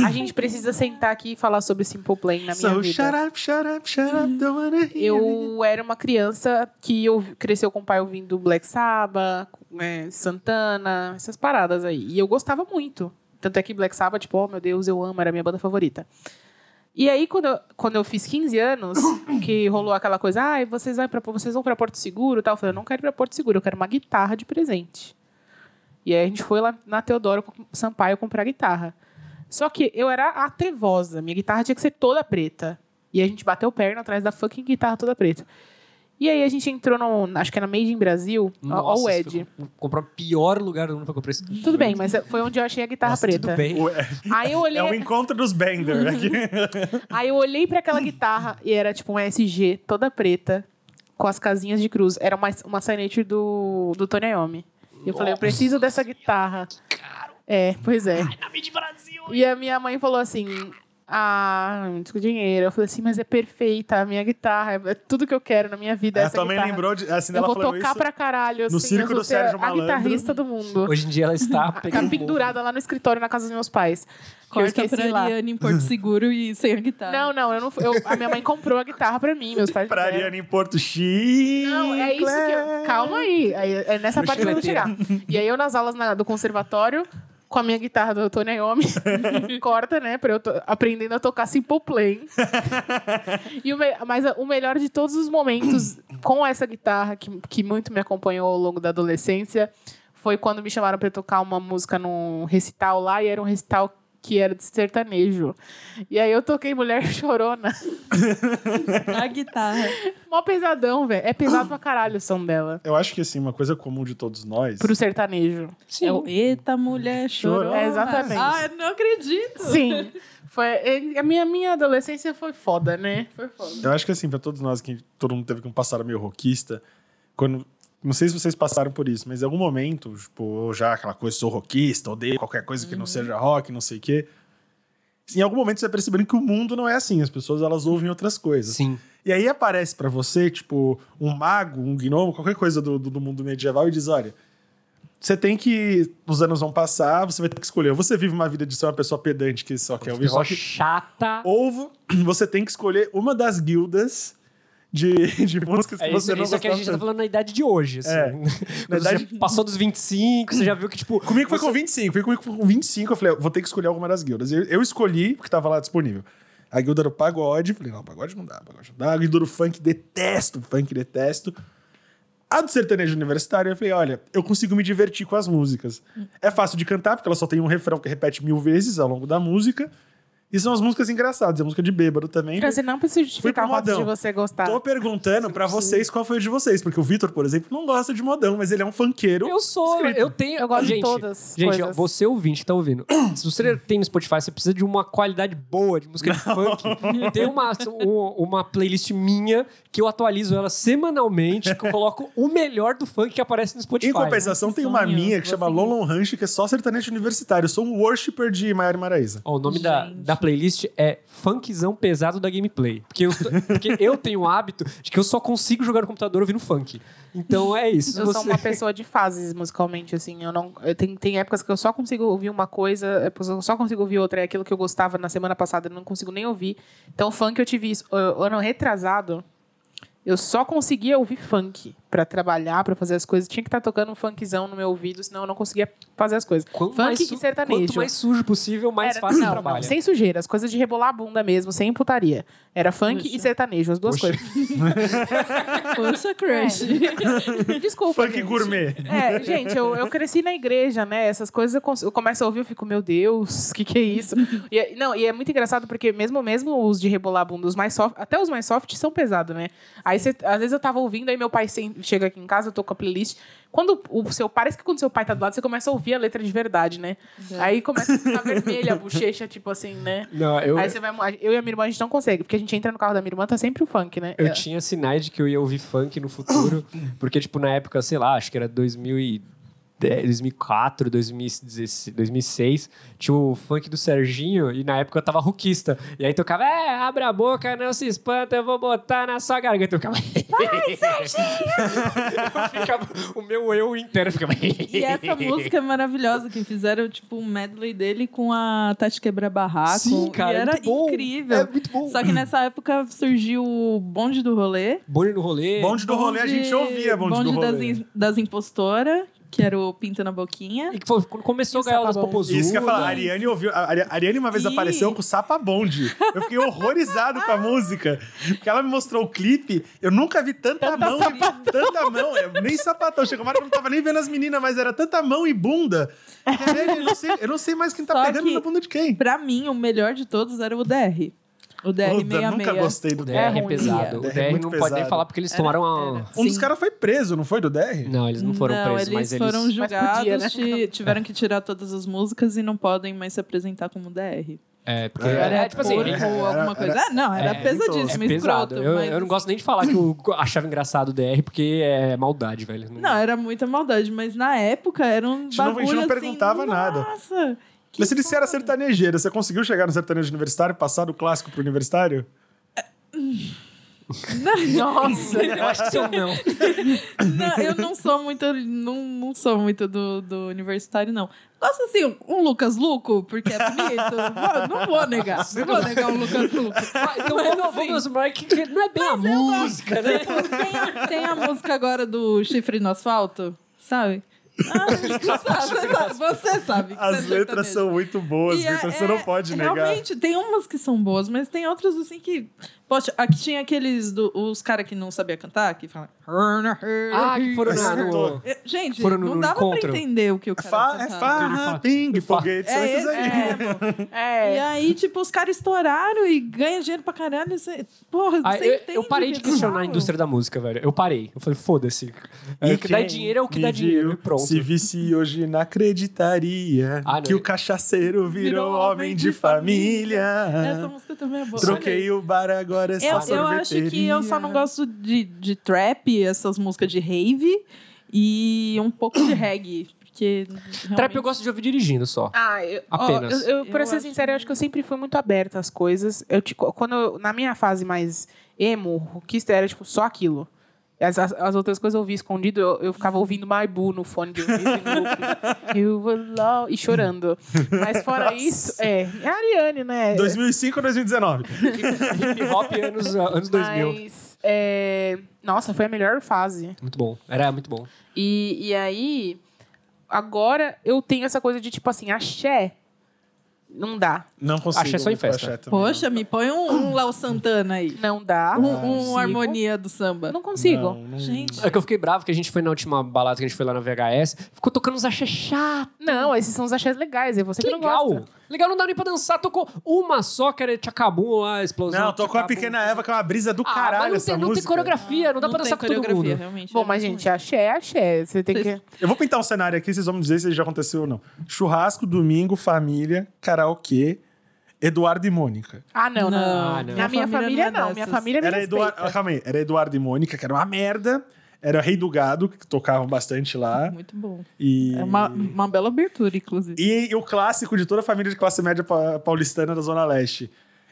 Speaker 3: A gente precisa sentar aqui e falar sobre Simple Plan na minha
Speaker 2: So
Speaker 3: vida. Uhum.
Speaker 2: shut up, shut up, shut up, don't wanna hear it.
Speaker 3: Eu era uma criança que eu cresceu com o pai ouvindo Black Sabbath, é, Santana, essas paradas aí. E eu gostava muito. Tanto é que Black Sabbath, tipo, oh meu Deus, eu amo, era a minha banda favorita. E aí, quando eu, quando eu fiz 15 anos, que rolou aquela coisa, ai, vocês, vai pra, vocês vão pra Porto Seguro e tal. Eu falei, eu não quero ir pra Porto Seguro, eu quero uma guitarra de presente. E aí a gente foi lá na Teodoro Sampaio comprar guitarra. Só que eu era a trevosa, minha guitarra tinha que ser toda preta. E a gente bateu perna atrás da fucking guitarra toda preta. E aí a gente entrou no. Acho que era Made in Brasil. ó- ó, o
Speaker 1: Nossa,
Speaker 3: Ed.
Speaker 1: você foi comprar o pior lugar do mundo pra comprar isso.
Speaker 3: Tudo bem, mas foi onde eu achei a guitarra
Speaker 1: Nossa,
Speaker 3: preta.
Speaker 1: Tudo bem.
Speaker 2: Ué,
Speaker 3: Aí eu olhei,
Speaker 2: É o encontro dos
Speaker 3: *laughs*
Speaker 2: Bender. aqui.
Speaker 3: aí eu olhei para aquela guitarra e era tipo uma SG toda preta, com as casinhas de cruz. Era uma, uma signature do, do Tony Iommi. E eu falei, eu preciso dessa guitarra. É, pois é. E a minha mãe falou assim: Ah, muito com dinheiro. Eu falei assim, mas é perfeita a minha guitarra. É tudo que eu quero na minha vida. é
Speaker 2: Ela
Speaker 3: essa
Speaker 2: também
Speaker 3: guitarra.
Speaker 2: lembrou, de, assim,
Speaker 3: Eu
Speaker 2: ela
Speaker 3: vou
Speaker 2: falando
Speaker 3: tocar
Speaker 2: isso.
Speaker 3: pra caralho.
Speaker 2: no
Speaker 3: assim,
Speaker 2: circo
Speaker 3: eu
Speaker 2: do
Speaker 3: vou ser
Speaker 2: Sérgio
Speaker 3: a
Speaker 2: Malandro.
Speaker 3: guitarrista do mundo.
Speaker 1: Hoje em dia ela está
Speaker 3: Tá
Speaker 1: pegando
Speaker 3: pendurada lá no escritório na casa dos meus pais. Que eu
Speaker 4: Corta
Speaker 3: esqueci
Speaker 4: pra
Speaker 3: lá.
Speaker 4: Ariane em Porto Seguro e sem a guitarra.
Speaker 3: Não, não, eu não fui- eu- a minha mãe comprou a guitarra pra mim, meus pais.
Speaker 2: Pra
Speaker 3: fizeram.
Speaker 2: Ariana em Porto Chico.
Speaker 3: Não, é isso que eu, Calma aí. aí é nessa parte que eu vou chegar. E aí eu nas aulas na- do conservatório, com a minha guitarra do Tony Iommi, *laughs* corta, né? Pra eu to- aprendendo a tocar Simple Plan. e o me- mas o melhor de todos os momentos com essa guitarra, que, que muito me acompanhou ao longo da adolescência, foi quando me chamaram pra tocar uma música num recital lá, e era um recital que era de sertanejo. E aí eu toquei Mulher Chorona.
Speaker 4: *laughs* A guitarra.
Speaker 3: Mó pesadão, velho. É pesado pra caralho o som dela.
Speaker 2: Eu acho que, assim, uma coisa comum de todos nós...
Speaker 3: Pro sertanejo.
Speaker 4: É o Eita Mulher Chorou.
Speaker 3: É, exatamente.
Speaker 4: Ah, eu não acredito.
Speaker 3: Sim. Foi, é, a minha, minha adolescência foi foda, né? Foi foda.
Speaker 2: Eu acho que assim, pra todos nós que todo mundo teve que um passado meio rockista, quando não sei se vocês passaram por isso, mas em algum momento, tipo, eu já aquela coisa sou rockista, odeio qualquer coisa que não seja rock, não sei o quê. Em algum momento você vai percebendo que o mundo não é assim, as pessoas elas ouvem outras coisas.
Speaker 1: Sim.
Speaker 2: E aí aparece pra você, tipo, um mago, um gnomo, qualquer coisa do, do- do mundo medieval e diz: olha, Você tem que. Os anos vão passar, você vai ter que escolher. Ou você vive uma vida de ser uma pessoa pedante que só quer ouvir
Speaker 1: Pessoa
Speaker 2: rock,
Speaker 1: chata.
Speaker 2: ou vo- *clears throat* você tem que escolher uma das guildas de, *laughs* de músicas que
Speaker 1: É isso,
Speaker 2: você não
Speaker 1: isso é que a
Speaker 2: gostava
Speaker 1: gente tá
Speaker 2: tanto.
Speaker 1: falando na idade de hoje, assim. *laughs*
Speaker 2: É.
Speaker 1: Quando
Speaker 2: Na
Speaker 1: você
Speaker 2: idade-
Speaker 1: já passou dos 25, você já viu que, tipo...
Speaker 2: Comigo foi
Speaker 1: você-
Speaker 2: com 25. Foi comigo foi com 25. Eu falei, eu vou ter que escolher alguma das guildas. Eu, eu escolhi, porque tava lá disponível. A guilda do pagode. Falei, não, pagode não dá, pagode não dá. A guilda do funk, detesto. Funk, detesto. A do sertanejo universitário, eu falei, olha, eu consigo me divertir com as músicas. É fácil de cantar, porque ela só tem um refrão que repete mil vezes ao longo da música. E são as músicas engraçadas, é música de bêbado também.
Speaker 3: Então, você não precisa justificar o
Speaker 2: pro
Speaker 3: fato de
Speaker 2: modão.
Speaker 3: você gostar.
Speaker 2: Tô perguntando pra vocês qual foi o de vocês, porque o Vitor, por exemplo, não gosta de modão, mas ele é um funkeiro.
Speaker 1: Eu sou,
Speaker 2: Escrito.
Speaker 1: eu tenho...
Speaker 3: Eu gosto
Speaker 1: gente,
Speaker 3: de todas.
Speaker 1: Gente, ó,
Speaker 3: coisas.
Speaker 1: você ouvinte que tá ouvindo, *clears throat* se você tem no Spotify, você precisa de uma qualidade boa de música de funk. Tem uma, um- uma playlist minha que eu atualizo ela semanalmente, que eu coloco o melhor do funk que aparece no Spotify.
Speaker 2: Em compensação, tem uma
Speaker 4: Sonho,
Speaker 2: minha que
Speaker 4: vou
Speaker 2: chama
Speaker 4: seguir.
Speaker 2: Lolon Ranch, que é só sertanejo universitário. Eu sou um worshipper de Maiara Maraíza.
Speaker 1: Ó, o nome da,
Speaker 4: Gente.
Speaker 1: da playlist é Funkzão Pesado da Gameplay. Porque eu, tô- porque eu tenho o hábito de que eu só consigo jogar no computador ouvindo funk. Então é isso.
Speaker 3: Eu
Speaker 1: você...
Speaker 3: sou uma pessoa de fases musicalmente, assim. Eu não, eu tem, tem épocas que eu só consigo ouvir uma coisa, épocas que eu só consigo ouvir outra. É aquilo que eu gostava na semana passada, eu não consigo nem ouvir. Então, funk eu tive isso. uh, ano retrasado, eu só conseguia ouvir funk pra trabalhar, pra fazer as coisas. Tinha que estar tocando um funkzão no meu ouvido, senão eu não conseguia fazer as coisas.
Speaker 1: Quanto
Speaker 3: Funk
Speaker 1: mais
Speaker 3: e
Speaker 1: su-
Speaker 3: sertanejo.
Speaker 1: Quanto mais sujo possível, mais
Speaker 3: Era-
Speaker 1: fácil
Speaker 3: não,
Speaker 1: o trabalho.
Speaker 3: Não, sem sujeira, as coisas de rebolar a bunda mesmo, sem putaria. Era funk
Speaker 4: Poxa.
Speaker 3: e sertanejo, as duas
Speaker 1: Poxa.
Speaker 2: *laughs*
Speaker 3: É. *laughs*
Speaker 4: Poxa, crush.
Speaker 3: coisas. Desculpa.
Speaker 2: Funk
Speaker 3: gente.
Speaker 2: gourmet.
Speaker 3: É, gente, eu, eu cresci na igreja, né? Essas coisas eu, cons- eu começo a ouvir, eu fico, meu Deus, o que, que é isso? E, é- não, e é muito engraçado porque mesmo mesmo os de rebolar a bunda, os mais soft, até os mais soft são pesados, né? Aí cê- às vezes eu tava ouvindo, aí meu pai sem- chega aqui em casa, eu tô com a playlist. Quando o seu parece que quando seu pai tá do lado, você começa a ouvir a letra de verdade, né? Aí começa a ficar vermelha a bochecha, tipo assim, né?
Speaker 1: Não, eu, é
Speaker 3: Aí você vai. Eu e a minha irmã, a gente não consegue, porque a gente entra no carro da minha irmã, tá sempre o funk, né?
Speaker 4: É.
Speaker 1: Eu tinha sinais de que eu ia ouvir funk no futuro,
Speaker 4: *coughs*
Speaker 1: porque, tipo, na época, sei lá, acho que era 2010, 2004, 2016, 2006, tinha o funk do Serginho e na época eu tava rockista. E aí tocava, é, abre a boca, não se espanta, eu vou botar na sua garganta. Eu ficava, *laughs* Eu *laughs* ficava- o meu eu inteiro ficava,
Speaker 4: E
Speaker 1: *laughs*
Speaker 4: essa música é maravilhosa que fizeram, tipo, um medley dele com a Tati Quebra Barraco.
Speaker 1: Sim, cara,
Speaker 4: e
Speaker 1: é
Speaker 4: era
Speaker 1: muito bom.
Speaker 4: incrível.
Speaker 1: É muito bom.
Speaker 4: Só que nessa época surgiu o Bonde do Rolê.
Speaker 1: Bonde no rolê.
Speaker 2: Bonde do rolê, a gente ouvia bonde, do
Speaker 4: das,
Speaker 2: rolê.
Speaker 4: in- das Impostora, que era o Pinta na Boquinha.
Speaker 1: E que foi quando começou o
Speaker 3: Isso
Speaker 1: Gaiola
Speaker 3: tá
Speaker 1: das
Speaker 3: bom.
Speaker 1: Popozudas.
Speaker 2: Isso que eu ia falar, a Ariane ouviu. A Ari- a Ariane uma vez
Speaker 4: Ih.
Speaker 2: apareceu com o Sapa Bonde. Eu fiquei horrorizado com a música. Porque ela me mostrou o clipe, eu nunca vi tanta, mão. e Tanta mão, eu nem sapatão. Chegou uma hora que eu não tava nem vendo as meninas, mas era tanta mão e bunda. que, Ariane, eu, não sei, eu não sei mais quem tá
Speaker 4: Só
Speaker 2: pegando
Speaker 4: que-
Speaker 2: na bunda de quem.
Speaker 4: Pra mim, o melhor de todos era o DR. O
Speaker 2: Puta,
Speaker 4: DR66.
Speaker 2: nunca gostei do
Speaker 1: O DR
Speaker 2: DR.
Speaker 1: é
Speaker 4: ruim,
Speaker 1: pesado.
Speaker 2: é.
Speaker 1: O
Speaker 2: DR é
Speaker 1: DR não
Speaker 2: muito
Speaker 1: pode nem
Speaker 2: pesado.
Speaker 1: falar porque eles tomaram a...
Speaker 2: Um dos
Speaker 4: Sim.
Speaker 2: caras foi preso, não foi do DR?
Speaker 1: Não, eles não foram
Speaker 4: não,
Speaker 1: presos,
Speaker 4: eles
Speaker 1: mas eles...
Speaker 4: foram julgados,
Speaker 3: podia, né?
Speaker 4: ti- tiveram que tirar todas as músicas e não podem mais se apresentar como DR.
Speaker 1: É, porque...
Speaker 2: Era
Speaker 1: é, tipo assim,
Speaker 4: porco,
Speaker 1: eles-
Speaker 4: alguma coisa. Ah, não, era
Speaker 1: é,
Speaker 4: pesadíssimo,
Speaker 1: É
Speaker 4: escroto.
Speaker 1: pesado. eu,
Speaker 4: mas-
Speaker 1: eu não gosto nem de falar que eu achava engraçado o DR, porque é maldade, velho. Não-
Speaker 4: Não, era muita maldade, mas na época era um
Speaker 2: A gente Tipo, não- a
Speaker 4: bagulho
Speaker 2: gente não
Speaker 4: assim,
Speaker 2: perguntava nada.
Speaker 4: Nossa! que
Speaker 2: Mas se ele se era
Speaker 4: foda.
Speaker 2: sertanejeira, você conseguiu chegar no sertanejo universitário, passar do clássico pro universitário?
Speaker 4: é-
Speaker 1: *laughs* Nossa, eu acho que seu não.
Speaker 4: Não, eu não sou muito, não, não sou muito do, do universitário, não. Gosto assim, um Lucas Luco, porque é bonito. Vou- não vou negar. Não vou negar um Lucas Luco.
Speaker 1: Ah, Então
Speaker 4: Mas
Speaker 1: vamos,
Speaker 4: assim-
Speaker 1: vamos lembrar que que não é bem a música,
Speaker 4: *laughs*
Speaker 1: né?
Speaker 4: Tem a, tem a música agora do Chifre no Asfalto, sabe?
Speaker 2: *laughs*
Speaker 4: Ah, você, sabe você sabe. que
Speaker 2: As
Speaker 4: você é
Speaker 2: letras
Speaker 4: sertanejo.
Speaker 2: são muito boas,
Speaker 4: E é-
Speaker 2: Vitor, você
Speaker 4: é-
Speaker 2: não pode negar.
Speaker 4: Realmente, tem umas que são boas, mas tem outras assim que. Poxa, aqui tinha aqueles. Do, os caras que não sabia cantar, que falam.
Speaker 1: Ah, que foram na... No...
Speaker 4: É, Gente,
Speaker 1: Foram no-
Speaker 4: não
Speaker 1: no
Speaker 4: dava
Speaker 1: encontro.
Speaker 4: pra entender o que o
Speaker 2: É
Speaker 4: cara
Speaker 2: fa- é
Speaker 4: cantava.
Speaker 2: farra, ping, foguete, são
Speaker 4: tá, É
Speaker 2: esses
Speaker 4: esse
Speaker 2: aí.
Speaker 4: mesmo. E
Speaker 3: É.
Speaker 4: aí, tipo, os caras estouraram e ganham dinheiro pra caralho. Você, porra,
Speaker 1: Ah,
Speaker 4: você
Speaker 1: eu,
Speaker 4: entende
Speaker 1: eu parei
Speaker 4: o
Speaker 1: de
Speaker 4: que é eles
Speaker 1: questionar a
Speaker 4: falam?
Speaker 1: indústria da música, velho. Eu parei. Eu falei, foda-se. É, O que dá
Speaker 2: quem
Speaker 1: dinheiro é o que
Speaker 2: me
Speaker 1: dá dinheiro. E
Speaker 2: viu,
Speaker 1: pronto.
Speaker 2: Se visse hoje, não acreditaria
Speaker 1: Ah, não.
Speaker 2: que o cachaceiro virou,
Speaker 4: Virou
Speaker 2: homem de família.
Speaker 4: Essa música também é boa.
Speaker 2: Troquei o bar, agora é só
Speaker 4: Eu, eu
Speaker 2: sorveteria.
Speaker 4: acho que eu só não gosto de, de trap, essas músicas de rave e um pouco de reggae. Porque.
Speaker 1: Trap
Speaker 4: realmente-
Speaker 1: eu gosto de ouvir dirigindo só.
Speaker 3: Ah, eu, ó,
Speaker 1: Apenas.
Speaker 3: eu- eu, pra
Speaker 4: Eu
Speaker 3: ser
Speaker 4: acho
Speaker 3: sincera, eu acho que eu sempre fui muito aberta às coisas. Eu, tipo, quando eu- na minha fase mais emo, rockista era tipo só aquilo. As, as, as outras coisas eu ouvi escondido, eu, eu ficava ouvindo Maibu no fone de ouvido em *laughs* loop. Eu vou lá- e chorando. Mas fora isso, é. É a Ariane, né?
Speaker 2: 2005 ou 2019?
Speaker 1: Hip hop anos, anos 2000.
Speaker 3: Mas, é, nossa, foi a melhor fase.
Speaker 1: Muito bom. Era muito bom.
Speaker 3: E, e aí, agora eu tenho essa coisa de tipo assim, axé. Não dá.
Speaker 2: Não consigo.
Speaker 1: Axé só em festa.
Speaker 2: Axé também não.
Speaker 4: Poxa, me põe um, um Léo Santana aí.
Speaker 3: Não dá.
Speaker 1: Ah,
Speaker 4: Um,
Speaker 3: Não
Speaker 4: um
Speaker 3: consigo.
Speaker 4: harmonia do samba.
Speaker 3: Não consigo.
Speaker 2: Ah, Não, não-
Speaker 4: Gente.
Speaker 1: É que eu fiquei bravo que a gente foi na última balada que a gente foi lá na VHS. Ficou tocando uns axé chato.
Speaker 3: Não, esses são os axés legais. É você que,
Speaker 1: legal.
Speaker 3: não gosta.
Speaker 1: Legal, não dá nem pra dançar. Tocou uma só, que era Tchacabum lá, a explosão.
Speaker 2: Não, tocou a
Speaker 1: Tchacabum.
Speaker 2: Pequena Eva, que é uma brisa do
Speaker 1: Ah,
Speaker 2: caralho
Speaker 1: mas não,
Speaker 2: essa
Speaker 1: tem, não tem
Speaker 2: música.
Speaker 1: coreografia, não dá pra dançar com todo mundo.
Speaker 4: realmente.
Speaker 3: Bom,
Speaker 4: era
Speaker 3: mas,
Speaker 4: muito
Speaker 3: gente, axé é axé. Você tem que.
Speaker 2: Eu vou pintar um cenário aqui, vocês vão me dizer se já aconteceu ou não. Churrasco, domingo, família, karaokê, Eduardo e Mônica.
Speaker 3: Ah, não, não.
Speaker 4: Não,
Speaker 1: Ah, não.
Speaker 3: Na minha família, não.
Speaker 4: é
Speaker 3: Minha
Speaker 4: dessas.
Speaker 3: família me
Speaker 2: Era Eduardo,
Speaker 3: respeita.
Speaker 2: ah, calma aí, era Eduardo e Mônica, que era uma merda. Era Rei do Gado, que tocavam bastante lá.
Speaker 4: Muito bom.
Speaker 2: E...
Speaker 4: É uma, uma bela abertura, inclusive.
Speaker 2: E o clássico de toda a família de classe média pa- paulistana da Zona Leste.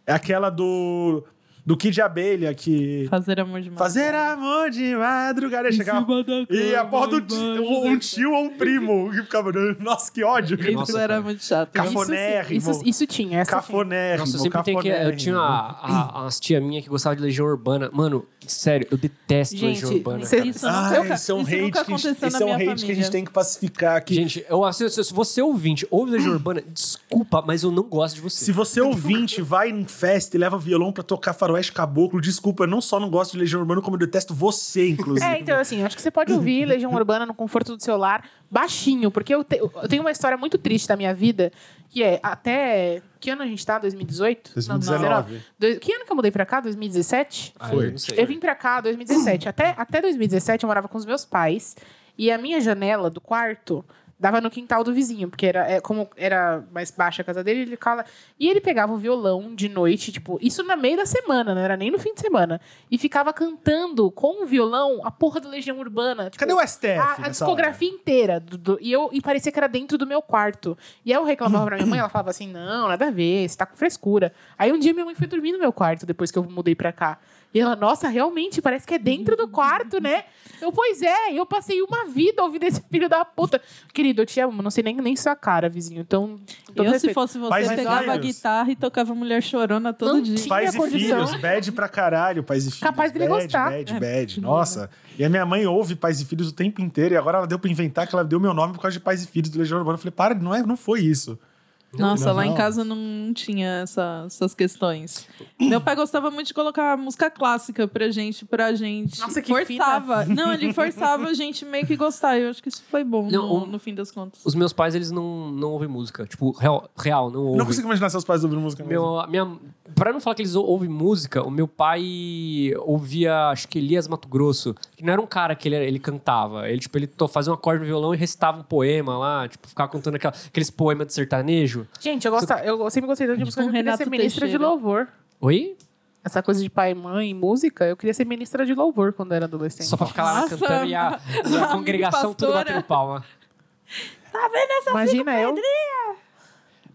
Speaker 2: É aquela do. Do Kid Abelha, que.
Speaker 4: Fazer amor demais.
Speaker 2: Fazer amor de madrugada. Aí Chegava. E a porra do ti- um, um tio ou um primo que ficava. Nossa, que ódio.
Speaker 4: né? Isso
Speaker 1: Nossa,
Speaker 4: era
Speaker 1: cara.
Speaker 4: muito chato. né?
Speaker 2: Cafona-
Speaker 3: Isso, sim,
Speaker 2: Cafonérrimo.
Speaker 3: isso, isso tinha. Essa tinha.
Speaker 2: Cafonérrimo,
Speaker 1: Nossa, eu sempre tenho que. Eu
Speaker 2: cafonérrimo.
Speaker 1: tinha a, a, umas tia minha que gostava de Legião Urbana. Mano, sério, eu detesto Legião
Speaker 3: Gente,
Speaker 1: Urbana.
Speaker 3: cê-
Speaker 4: Isso
Speaker 2: Ai,
Speaker 4: nunca,
Speaker 2: isso é um hate,
Speaker 4: isso nunca
Speaker 2: que a gente-
Speaker 4: aconteceu
Speaker 2: isso
Speaker 4: na
Speaker 2: é um
Speaker 4: minha
Speaker 2: hate que a
Speaker 4: família.
Speaker 2: gente tem que pacificar aqui.
Speaker 1: Gente, eu, assim, se se você ouvinte, ouve Legião Urbana, desculpa, mas eu não gosto de você.
Speaker 2: Se você é ouvinte vai em festa e leva violão pra tocar faroeste caboclo, desculpa, eu não só não gosto de Legião Urbana, como eu detesto você, inclusive.
Speaker 3: É, então assim, acho que você pode
Speaker 2: *laughs*
Speaker 3: ouvir Legião Urbana no conforto do seu lar baixinho, porque eu, te- eu tenho uma história muito triste da minha vida, que é até. Que ano a gente tá? 2018? Não,
Speaker 2: 2019.
Speaker 3: Dois- Que ano que eu mudei pra cá? 2017?
Speaker 1: Ah,
Speaker 2: Foi.
Speaker 1: eu não sei.
Speaker 3: Eu vim pra cá em 2017. Até, até 2017 eu morava com os meus pais. E a minha janela do quarto dava no quintal do vizinho, porque era é, como era mais baixa a casa dele, ele ficava. E ele pegava o violão de noite, tipo, isso na meio da semana, não era nem no fim de semana. E ficava cantando com o violão a porra da Legião Urbana. tipo,
Speaker 2: Cadê o STF?
Speaker 3: a- A,
Speaker 2: nessa hora?
Speaker 3: discografia inteira. do- do- e, eu, e parecia que era dentro do meu quarto. E aí eu reclamava pra minha mãe, ela falava assim: não, nada a ver, você tá com frescura. Aí um dia minha mãe foi dormir no meu quarto depois que eu mudei pra cá. E ela, nossa, realmente, parece que é dentro do quarto, né? Eu, pois é, eu passei uma vida ouvindo esse filho da puta. Querido, eu te amo, não sei nem, nem sua cara, vizinho. Então, com todo
Speaker 4: Eu, se
Speaker 3: respeito.
Speaker 4: fosse você,
Speaker 2: Pais e
Speaker 4: pegava a
Speaker 2: filhos.
Speaker 4: guitarra e tocava Mulher Chorona todo
Speaker 3: Não
Speaker 4: dia.
Speaker 3: tinha.
Speaker 2: Pais e
Speaker 3: condição.
Speaker 2: filhos, bad pra caralho, pais e filhos.
Speaker 3: Capaz dele
Speaker 2: bad,
Speaker 3: gostar. É,
Speaker 2: Bad, bad, nossa. E a minha mãe ouve pais e filhos o tempo inteiro, e agora ela deu pra inventar que ela deu meu nome por causa de pais e filhos do Legião Urbana. Eu falei, para, não, é, não foi isso.
Speaker 4: Nossa,
Speaker 2: Não,
Speaker 4: lá em
Speaker 2: não.
Speaker 4: casa não tinha essa- essas questões. Meu pai gostava muito de colocar música clássica pra gente, pra gente.
Speaker 3: Nossa, que
Speaker 4: Forçava. Não, ele forçava a gente meio que gostar. Eu acho que isso foi bom
Speaker 1: Não,
Speaker 4: no,
Speaker 1: um-
Speaker 4: no fim das contas.
Speaker 1: Os meus pais, eles não, não ouvem música. Tipo, real, real não ouvem.
Speaker 2: Não consigo imaginar seus pais ouvindo música mesmo.
Speaker 1: Meu, minha, pra não falar que eles ou- ouvem música, o meu pai ouvia, acho que Elias Mato Grosso, que não era um cara que ele, ele cantava. Ele, tipo, ele to- fazia um acorde no violão e recitava um poema lá, tipo, ficava contando aquela- aqueles poemas de sertanejo.
Speaker 3: Gente, eu, gosto, eu sempre gostei tanto de música,
Speaker 4: Com
Speaker 3: eu queria ser
Speaker 4: Tipo Renato
Speaker 3: ministra de
Speaker 4: Teixeira.
Speaker 3: louvor.
Speaker 1: Oi?
Speaker 3: Essa coisa de pai, mãe, música, eu queria ser ministra de louvor quando era adolescente.
Speaker 1: Só pra ficar lá
Speaker 4: Nossa,
Speaker 1: cantando e a, e a
Speaker 4: a
Speaker 1: congregação
Speaker 4: mini
Speaker 1: tudo
Speaker 4: pastora.
Speaker 1: batendo palma.
Speaker 3: Imagina eu.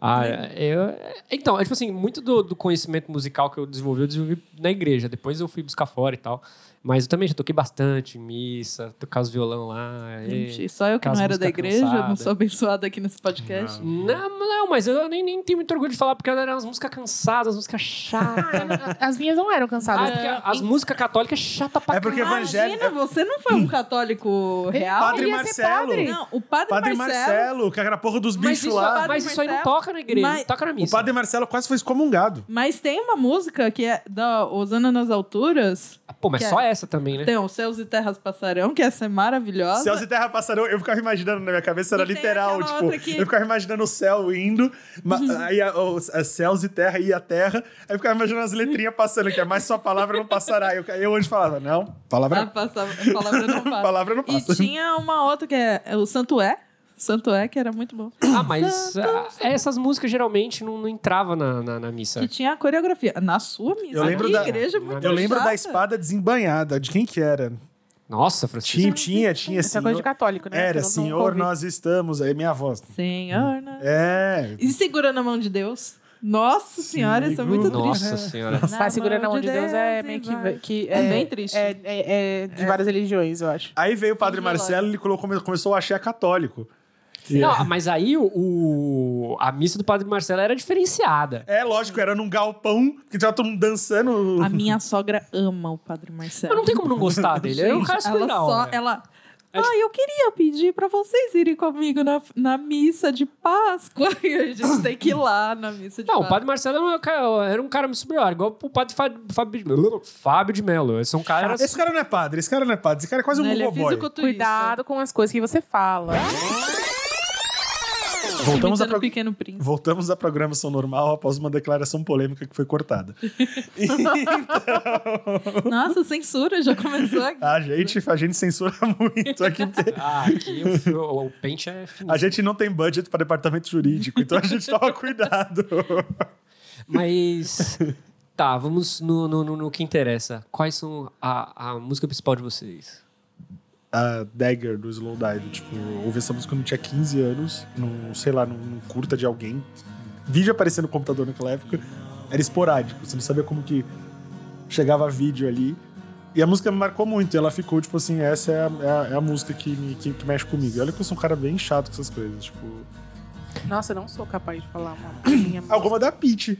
Speaker 1: Ah, eu, então, é tipo assim, muito do, do conhecimento musical que eu desenvolvi, eu desenvolvi na igreja. Depois eu fui buscar fora e tal. Mas eu também já toquei bastante em missa, tocava os violão lá. e-
Speaker 4: Gente, só eu que
Speaker 1: Aquelas
Speaker 4: não era da
Speaker 1: músicas
Speaker 4: igreja, não
Speaker 1: cansadas.
Speaker 4: sou abençoada aqui nesse podcast.
Speaker 1: Não, não, mas eu nem, nem tenho muito orgulho de falar, porque eram as músicas cansadas, as músicas
Speaker 4: *laughs*
Speaker 1: chatas.
Speaker 3: *laughs* As minhas não eram
Speaker 1: Ah,
Speaker 3: cansadas.
Speaker 1: é porque as músicas católicas chata pra
Speaker 2: É porque
Speaker 1: caralho.
Speaker 2: evangélico- Evangelho-
Speaker 4: Imagina, você não foi um católico real?
Speaker 2: Padre
Speaker 3: ia ser
Speaker 2: Marcelo.
Speaker 3: padre.
Speaker 4: Não, o Padre,
Speaker 2: Padre
Speaker 4: Marcelo.
Speaker 2: Marcelo, que era a porra dos
Speaker 4: Mas
Speaker 2: bichos
Speaker 4: isso
Speaker 2: lá.
Speaker 4: é padre
Speaker 1: Mas isso aí não
Speaker 4: Marcelo.
Speaker 1: toca na igreja,
Speaker 4: Mas-
Speaker 1: toca na
Speaker 2: O
Speaker 1: missa.
Speaker 2: Padre Marcelo quase foi excomungado.
Speaker 4: Mas tem uma música que é da Osana nas Alturas.
Speaker 1: Ah, Pô, mas
Speaker 4: que é-
Speaker 1: só essa também, né?
Speaker 4: Tem o Céus e Terras Passarão, que essa é maravilhosa.
Speaker 2: Céus e terra passarão, eu ficava imaginando na minha cabeça, era
Speaker 4: E tem
Speaker 2: literal,
Speaker 4: aquela
Speaker 2: tipo,
Speaker 4: outra que-
Speaker 2: eu ficava imaginando o céu indo, ma- aí a, o- a céus e terra e a terra, aí eu ficava imaginando as letrinhas passando, que é mais sua palavra não passará. Eu, eu hoje falava, não,
Speaker 4: Ah,
Speaker 2: palavra,
Speaker 4: passa- a palavra não passa.
Speaker 2: palavra não
Speaker 4: Ah, E
Speaker 2: passa.
Speaker 4: tinha uma outra que é é o Santo É. Santo É, que era muito bom.
Speaker 1: Ah, mas ah, essas músicas geralmente não, não entravam na, na, na missa.
Speaker 4: Que tinha a coreografia. Na sua missa.
Speaker 2: Eu lembro
Speaker 4: que
Speaker 2: da-
Speaker 4: igreja muito
Speaker 2: *laughs* Eu lembro da
Speaker 4: chata.
Speaker 2: espada desembanhada, de quem que era?
Speaker 1: Nossa, Francisco.
Speaker 2: Tinha, tinha, tinha,
Speaker 3: Essa coisa
Speaker 2: senhor,
Speaker 3: de católico, né?
Speaker 2: era,
Speaker 3: Eu não-
Speaker 2: senhor,
Speaker 3: nunca ouvi.
Speaker 2: nós estamos, aí minha voz,
Speaker 4: Senhor, né?
Speaker 2: é,
Speaker 4: E segurando a mão de Deus. Nossa senhora, isso é muito triste.
Speaker 1: Nossa
Speaker 2: né?
Speaker 1: senhora.
Speaker 4: Na
Speaker 3: Mas Tá segurando a
Speaker 4: mão
Speaker 3: mão de Deus é meio
Speaker 4: e
Speaker 3: que.
Speaker 4: vai.
Speaker 3: que
Speaker 4: É bem triste.
Speaker 3: É, é- é de várias religiões, eu acho.
Speaker 2: Aí veio o padre
Speaker 4: Tudo
Speaker 2: Marcelo e ele colocou- começou a achar católico. E-
Speaker 1: Não, mas aí o, o- a missa do Padre Marcelo era diferenciada.
Speaker 2: É lógico, era num galpão que tava todo mundo dançando.
Speaker 4: A minha sogra ama o Padre Marcelo.
Speaker 1: Mas não tem como não gostar dele. Ele é um cara super
Speaker 4: ela
Speaker 1: da
Speaker 4: só,
Speaker 1: hora.
Speaker 4: ela...
Speaker 1: É tipo-
Speaker 4: Ah, eu queria pedir pra vocês irem comigo na, na missa de Páscoa. *laughs* E a gente tem que ir lá na missa de
Speaker 1: Não, o
Speaker 4: Páscoa.
Speaker 1: Padre Marcelo era um cara, era um cara muito superior, igual o Padre Fábio, Fábio, Fábio de Mello. Eles são caras...
Speaker 2: Esse cara não é padre, esse cara não é padre, esse cara é quase um
Speaker 4: Não, ele é
Speaker 2: Google Boy.
Speaker 4: fisiculturista.
Speaker 3: Cuidado com as coisas que você fala.
Speaker 2: Voltamos
Speaker 4: Voltamos
Speaker 2: à,
Speaker 4: a
Speaker 2: pro-
Speaker 4: Pequeno Príncipe.
Speaker 2: Voltamos à programação normal após uma declaração polêmica que foi cortada.
Speaker 4: Nossa, censura já começou aqui.
Speaker 2: A gente, a gente censura *laughs* muito aqui. porque
Speaker 1: Ah, aqui o, fio- o, pente é fino.
Speaker 2: A gente não tem budget para departamento jurídico, então a gente toma cuidado.
Speaker 1: Mas... Tá, vamos no, no, no- no que interessa. Quais são a, a música principal de vocês?
Speaker 2: A Dagger do Slowdive, tipo, eu ouvi essa música quando eu tinha 15 anos, num, sei lá, num, num curta de alguém. Vídeo aparecendo no computador naquela época era esporádico, você não sabia como que chegava vídeo ali. E a música me marcou muito, e ela ficou, tipo assim, essa é a, é a- é a música que, me, que, que mexe comigo. E Olha que eu sou um cara bem chato com essas coisas, tipo...
Speaker 3: Nossa, eu não sou capaz de falar
Speaker 2: *clears throat*
Speaker 3: uma minha música.
Speaker 2: Alguma da Peach.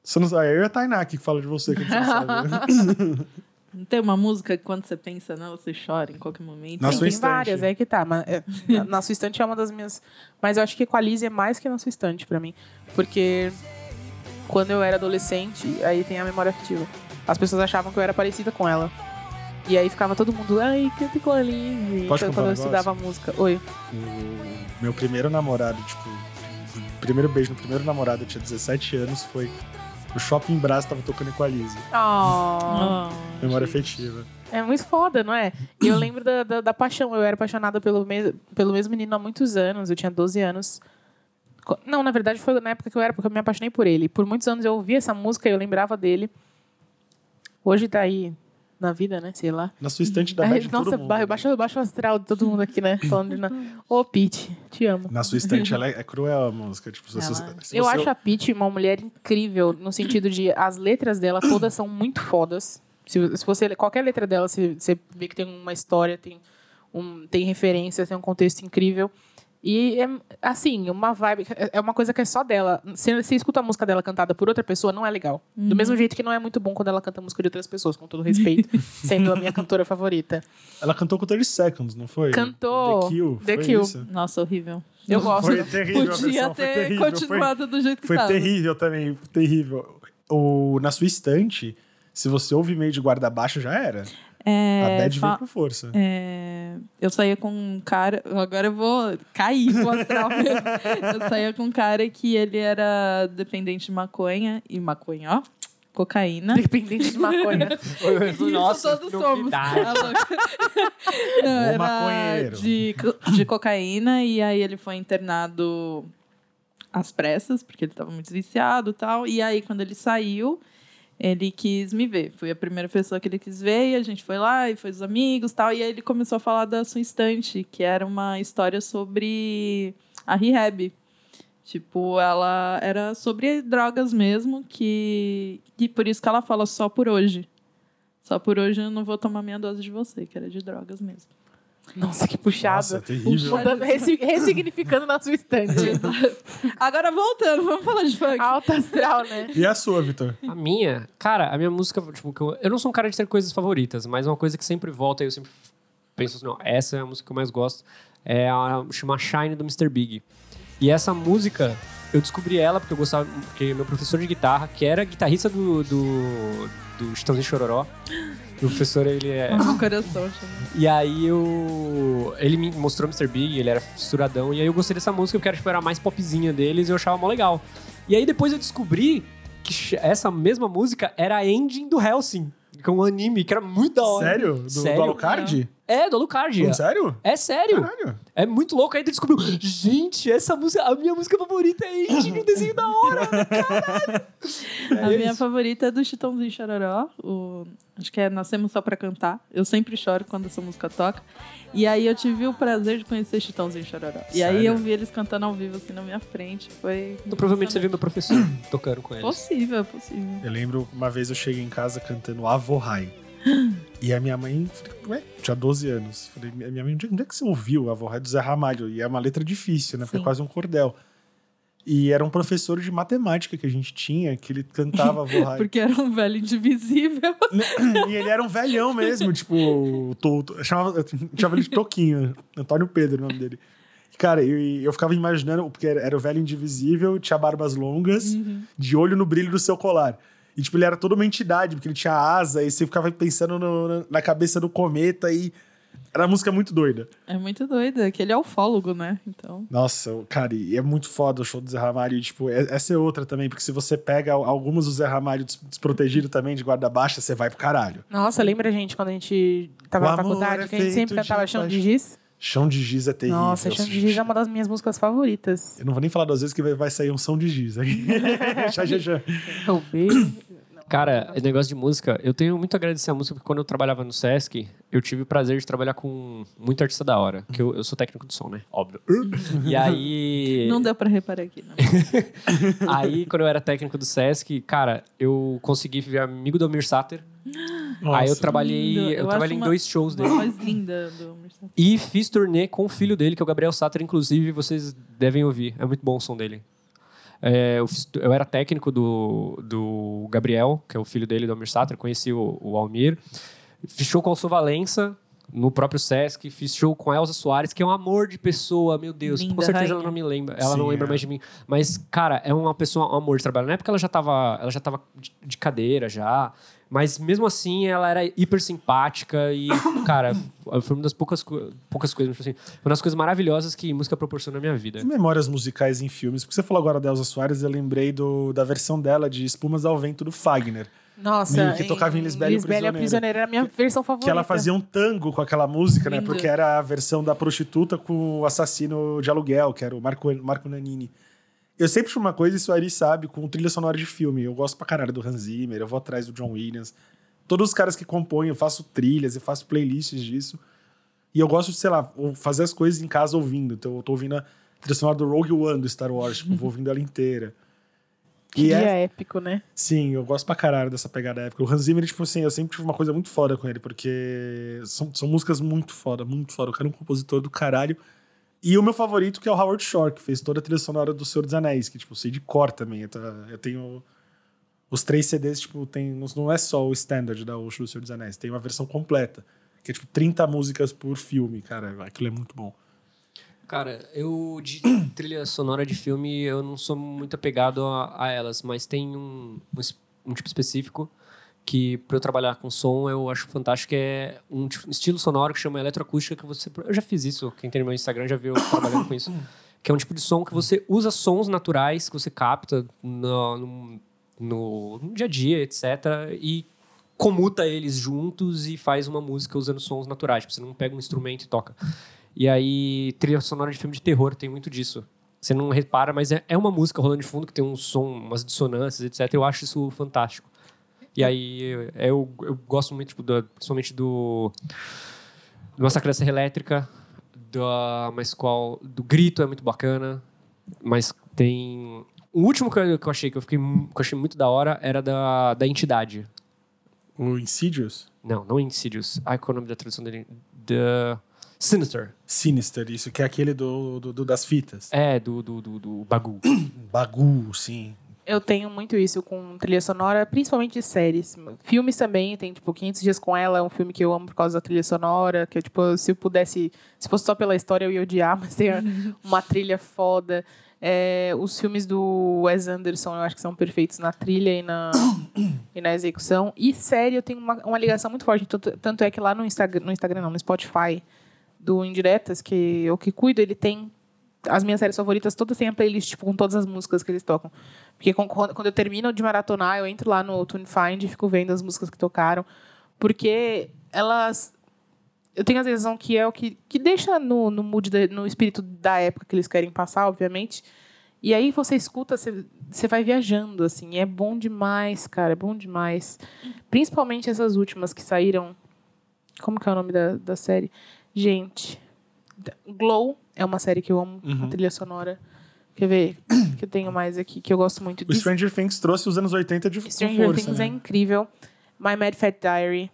Speaker 2: Você não sabe, é eu e a Tainá aqui que fala de você, que a gente não sabe. né?
Speaker 4: Não tem uma música que quando você pensa nela, você chora em qualquer momento.
Speaker 2: Na
Speaker 3: Sim,
Speaker 2: sua
Speaker 3: tem
Speaker 2: estante.
Speaker 3: várias, é que tá. Mas, é, na- na sua estante é uma das minhas. Mas eu acho que Equalize é mais que na sua estante pra mim. Porque quando eu era adolescente, aí tem a memória afetiva. As pessoas achavam que eu era parecida com ela. E aí ficava todo mundo, ai, canta Equalize.
Speaker 2: Pode contar
Speaker 3: Então, quando
Speaker 2: um
Speaker 3: eu
Speaker 2: negócio?
Speaker 3: estudava música. Oi.
Speaker 2: O meu primeiro namorado, tipo, o primeiro beijo no primeiro namorado, eu tinha 17 anos, foi. O shopping Brás tava tocando Equalize.
Speaker 3: Oh,
Speaker 4: Ah,
Speaker 2: Memória
Speaker 4: gente.
Speaker 2: afetiva.
Speaker 3: é muito foda, não é? E eu lembro da, da, da paixão. Eu era apaixonada pelo, mes pelo mesmo menino há muitos anos. Eu tinha 12 anos. Co- Não, na verdade foi na época que eu era, porque eu me apaixonei por ele. Por muitos anos eu ouvia essa música e eu lembrava dele. Hoje tá aí na vida, né? Sei lá.
Speaker 2: Na sua estante da
Speaker 3: Ai,
Speaker 2: Bad de
Speaker 3: nossa,
Speaker 2: todo mundo. né?
Speaker 3: ba- baixa, baixa o astral de todo mundo aqui, né? Falando de. na- Ô, Pete, te amo.
Speaker 2: Na sua
Speaker 3: *laughs*
Speaker 2: estante ela é, é cruel a música. Tipo, se você,
Speaker 4: Ela-
Speaker 2: se
Speaker 3: Eu
Speaker 2: você-
Speaker 3: acho a Pete uma mulher incrível, no sentido de as letras dela todas são muito fodas. Se, se você qualquer letra dela, você, você vê que tem uma história, tem um tem referência, tem um contexto incrível. E é assim, uma vibe, é- é uma coisa que é só dela. Se você escuta a música dela cantada por outra pessoa, não é legal. Do mesmo jeito que não é muito bom quando ela canta a música de outras pessoas, com todo *laughs* respeito, sendo a minha cantora favorita.
Speaker 2: Ela cantou com 30 Seconds, não foi?
Speaker 3: Cantou.
Speaker 2: The Kill.
Speaker 3: The
Speaker 2: foi
Speaker 3: Kill.
Speaker 2: isso?
Speaker 4: Nossa, horrível.
Speaker 3: Eu gosto.
Speaker 2: Foi terrível a
Speaker 4: Podia
Speaker 2: versão, foi
Speaker 4: ter
Speaker 2: terrível, foi-
Speaker 4: continuado do jeito que tá.
Speaker 2: Foi
Speaker 4: tava.
Speaker 2: terrível também, terrível. O, na sua estante, se você ouve meio de guarda baixo, já era.
Speaker 4: É,
Speaker 2: a Bad
Speaker 4: fa-
Speaker 2: veio com força.
Speaker 4: É, eu saía com um cara. Agora eu vou cair com o astral mesmo. Eu saía com um cara que ele era dependente de maconha e maconha, ó, cocaína.
Speaker 3: Dependente de maconha.
Speaker 4: *laughs* Isso todos somos.
Speaker 1: novidade.
Speaker 4: Tá louca. Não,
Speaker 2: O
Speaker 4: era
Speaker 2: maconheiro.
Speaker 4: de, co- de cocaína e aí ele foi internado às pressas, porque ele estava muito viciado e tal. E aí, quando ele saiu, ele quis me ver. Fui a primeira pessoa que ele quis ver, e a gente foi lá e foi os amigos e tal. E aí ele começou a falar da sua estante, que era uma história sobre a rehab. Tipo, ela era sobre drogas mesmo, que, que por isso que ela fala só por hoje. Só por hoje eu não vou tomar minha dose de você, que era de drogas mesmo.
Speaker 3: Nossa, que puxada.
Speaker 2: Nossa, é terrível.
Speaker 3: Mudando, ressi- ressignificando na sua estante.
Speaker 4: Agora voltando, vamos falar de funk.
Speaker 3: Alta astral, né?
Speaker 2: E a sua, Vitor?
Speaker 1: A minha, cara, a minha música, tipo, que eu, eu não sou um cara de ter coisas favoritas, mas uma coisa que sempre volta e eu sempre penso assim, não, essa é a música que eu mais gosto, é a chama Shine do Mr. Big. E essa música, eu descobri ela porque eu gostava, porque meu professor de guitarra, que era guitarrista do, do, do Chitãozinho Chororó, meu professor, ele é...
Speaker 4: Meu coração chama.
Speaker 1: E aí eu. Ele me mostrou Mr. Big, ele era fissuradão, e aí eu gostei dessa música porque era, tipo, era a mais popzinha deles e eu achava mó legal. E aí depois eu descobri que ch- essa mesma música era a ending do Hellsing, que é um anime que era muito da hora.
Speaker 2: Sério? Do,
Speaker 1: Sério?
Speaker 2: do Alucard?
Speaker 1: É, do Alucard.
Speaker 2: Não, sério?
Speaker 1: É sério.
Speaker 2: Caralho.
Speaker 1: É muito louco. Aí ele descobriu, gente, essa música, a minha música favorita é Enchine, o desenho da
Speaker 4: *laughs*
Speaker 1: hora.
Speaker 4: A
Speaker 1: É
Speaker 4: minha
Speaker 1: isso.
Speaker 4: favorita é do Chitãozinho e Chororó. o- Acho que é Nascemos Só Pra Cantar. Eu sempre choro quando essa música toca. E aí eu tive o prazer de conhecer Chitãozinho e Chororó. E aí
Speaker 2: Sério?
Speaker 4: eu vi eles cantando ao vivo, assim, na minha frente. Foi
Speaker 1: Então, provavelmente você viu meu professor tocando com ele.
Speaker 4: possível, é possível.
Speaker 2: Eu lembro uma vez eu cheguei em casa cantando Avohai. E a minha mãe, falei, ué, tinha 12 anos. Falei, minha minha mãe, onde é onde é que você ouviu Avohai do Zé Ramalho? E é uma letra difícil, né? Porque é
Speaker 4: Sim.
Speaker 2: quase um cordel. E era um professor de matemática que a gente tinha, que ele cantava
Speaker 4: *laughs*
Speaker 2: Avohai.
Speaker 4: Porque era um velho indivisível.
Speaker 2: *coughs* e ele era um velhão mesmo, tipo, to, to- eu chamava, eu chamava ele de Toquinho, Antônio Pedro, o nome dele. Cara, eu, eu ficava imaginando, porque era, era o velho indivisível, tinha barbas longas, de olho no brilho do seu colar. E, tipo, ele era toda uma entidade, porque ele tinha asa, e você ficava pensando no- na- na cabeça do cometa, e era uma música muito doida.
Speaker 4: *laughs* É muito doido, é que ele é ufólogo, né? Então.
Speaker 2: Nossa, o- cara, e é muito foda o show do Zé Ramalho. E, tipo, é- essa é outra também, porque se você pega al- algumas do Zé Ramalho des- desprotegido também, de guarda baixa, você vai pro caralho.
Speaker 3: Nossa, lembra, gente, quando a gente tava
Speaker 2: O
Speaker 3: na
Speaker 2: amor
Speaker 3: faculdade,
Speaker 2: é
Speaker 3: que a gente sempre
Speaker 2: feito de
Speaker 3: cantava Chão de
Speaker 2: paixão.
Speaker 3: Giz?
Speaker 2: Chão de Giz é terrível.
Speaker 3: Nossa, Chão de Giz é uma das minhas músicas favoritas.
Speaker 2: Eu não vou nem falar duas vezes que vai- vai sair um som de giz
Speaker 3: *laughs*
Speaker 2: aí. já, já, já.
Speaker 3: Talvez.
Speaker 1: Cara, esse negócio de música, eu tenho muito a agradecer a música, porque quando eu trabalhava no Sesc, eu tive o prazer de trabalhar com muito artista da hora. Que eu, eu sou técnico de som, né? Óbvio. E aí.
Speaker 4: *laughs* Não deu pra reparar aqui, né? não.
Speaker 1: Aí, quando eu era técnico do Sesc, cara, eu consegui ver amigo do Amir Sater. aí eu trabalhei,
Speaker 4: Lindo.
Speaker 1: eu
Speaker 4: Eu acho
Speaker 1: trabalhei em
Speaker 4: uma-
Speaker 1: dois shows
Speaker 4: Uma
Speaker 1: dele.
Speaker 4: voz linda do Mercedes.
Speaker 1: E fiz turnê com o filho dele, que é o Gabriel Sater, inclusive, vocês devem ouvir. É muito bom o som dele. É, eu, fiz- eu era técnico do, do Gabriel, que é o filho dele, do Almir Sater, conheci o, o Almir. Fiz show com o Alceu Valença, no próprio Sesc. Fiz show com a Elza Soares, que é um amor de pessoa, meu Deus.
Speaker 4: Linda
Speaker 1: com certeza
Speaker 4: rainha.
Speaker 1: ela não me lembra, ela não
Speaker 2: Sim,
Speaker 1: lembra
Speaker 2: é.
Speaker 1: mais de mim. Mas, cara, é uma pessoa, um amor de trabalho. Na época ela já tava, ela já tava de- de cadeira, já. Mas mesmo assim, ela era hiper simpática e, cara, foi uma das poucas, co- poucas coisas, tipo assim, uma das coisas maravilhosas que música proporciona na minha vida.
Speaker 2: Memórias musicais em filmes. Porque você falou agora da Elza Soares, eu lembrei do- da versão dela de Espumas ao Vento do Fagner.
Speaker 3: Nossa,
Speaker 2: Que tocava em Lisbela e o
Speaker 3: Lisbela e a
Speaker 2: Prisioneiro.
Speaker 3: Prisioneira era a minha versão favorita.
Speaker 2: Que ela fazia um tango com aquela música, né?
Speaker 4: Lindo.
Speaker 2: Porque era a versão da prostituta com o assassino de aluguel, que era o Marco, Marco Nanini. Eu sempre tinha uma coisa, isso aí sabe, com trilha sonora de filme. Eu gosto pra caralho do Hans Zimmer, eu vou atrás do John Williams. Todos os caras que compõem, eu faço trilhas, eu faço playlists disso. E eu gosto de, sei lá, ou- fazer as coisas em casa ouvindo. Então eu tô ouvindo a trilha sonora do Rogue One do Star Wars, tipo, eu vou ouvindo ela inteira.
Speaker 3: Que
Speaker 2: E é-
Speaker 3: dia épico, né?
Speaker 2: Sim, eu gosto pra caralho dessa pegada épica. O Hans Zimmer, tipo assim, eu sempre tive uma coisa muito foda com ele, porque são, são músicas muito foda, muito foda. O cara é um compositor do caralho. E o meu favorito, que é o Howard Shore, que fez toda a trilha sonora do Senhor dos Anéis, que, tipo, eu sei de cor também. Eu, tá- eu tenho os três CDs, tipo, tem, não- não é só o standard da Osho do Senhor dos Anéis, tem uma versão completa, que é, tipo, 30 músicas por filme, cara. Aquilo é muito bom.
Speaker 1: Cara, eu de trilha sonora de filme, eu não sou muito apegado a, a elas, mas tem um, um, es- um tipo específico que pra eu trabalhar com som eu acho fantástico, que é um tipo- estilo sonoro que chama eletroacústica, que você... Eu já fiz isso, quem tem no meu Instagram já viu eu trabalhando com isso. Que é um tipo de som que você usa sons naturais que você capta no, no, no- no dia a dia, etc. E comuta eles juntos e faz uma música usando sons naturais. Tipo, você não pega um instrumento e toca. E aí, trilha sonora de filme de terror tem muito disso. Você não repara, mas é, é uma música rolando de fundo que tem um som, umas dissonâncias, etc. Eu acho isso fantástico. E aí, eu, eu- eu gosto muito, tipo, da- principalmente do, do Massacre da Serra Elétrica, da, mas qual, do Grito é muito bacana, mas tem... O último que eu, que eu achei, que eu, fiquei, mu- que eu achei muito da hora, era da, da Entidade.
Speaker 2: O Insidious?
Speaker 1: Não, não Insidious. Ai, qual é o nome da tradução dele? The Sinister.
Speaker 2: Sinister, isso, que é aquele do, do- do- das fitas.
Speaker 1: É, do, do, do, do Bagu.
Speaker 2: Bagu, sim.
Speaker 3: Eu tenho muito isso com trilha sonora, principalmente de séries. Filmes também, tem tipo 500 dias com ela, é um filme que eu amo por causa da trilha sonora, que eu, tipo, se eu pudesse, se fosse só pela história eu ia odiar, *laughs* mas tem uma trilha foda. É, os filmes do Wes Anderson eu acho que são perfeitos na trilha e na, e na execução. E série eu tenho uma, uma ligação muito forte, tanto, tanto é que lá no Instagram, no Instagram não, no Spotify do Indiretas, que eu que cuido, ele tem as minhas séries favoritas, todas têm a playlist tipo, com todas as músicas que eles tocam. Porque com- quando quando eu termino de maratonar, eu entro lá no TuneFind e fico vendo as músicas que tocaram. Porque elas eu tenho a sensação que é o que, que deixa no, no mood, da- no espírito da época que eles querem passar, obviamente. E aí você escuta, você, você vai viajando, assim. E é bom demais, cara, é bom demais. Principalmente essas últimas que saíram. Como que é o nome da, da série? Gente, da- Glow é uma série que eu amo,
Speaker 2: Uhum.
Speaker 3: uma trilha sonora. Quer ver? que eu tenho mais aqui, que eu gosto muito.
Speaker 2: O Stranger Things trouxe os anos 80 de
Speaker 3: Stranger
Speaker 2: força,
Speaker 3: Things
Speaker 2: né?
Speaker 3: é incrível. My Mad Fat Diary.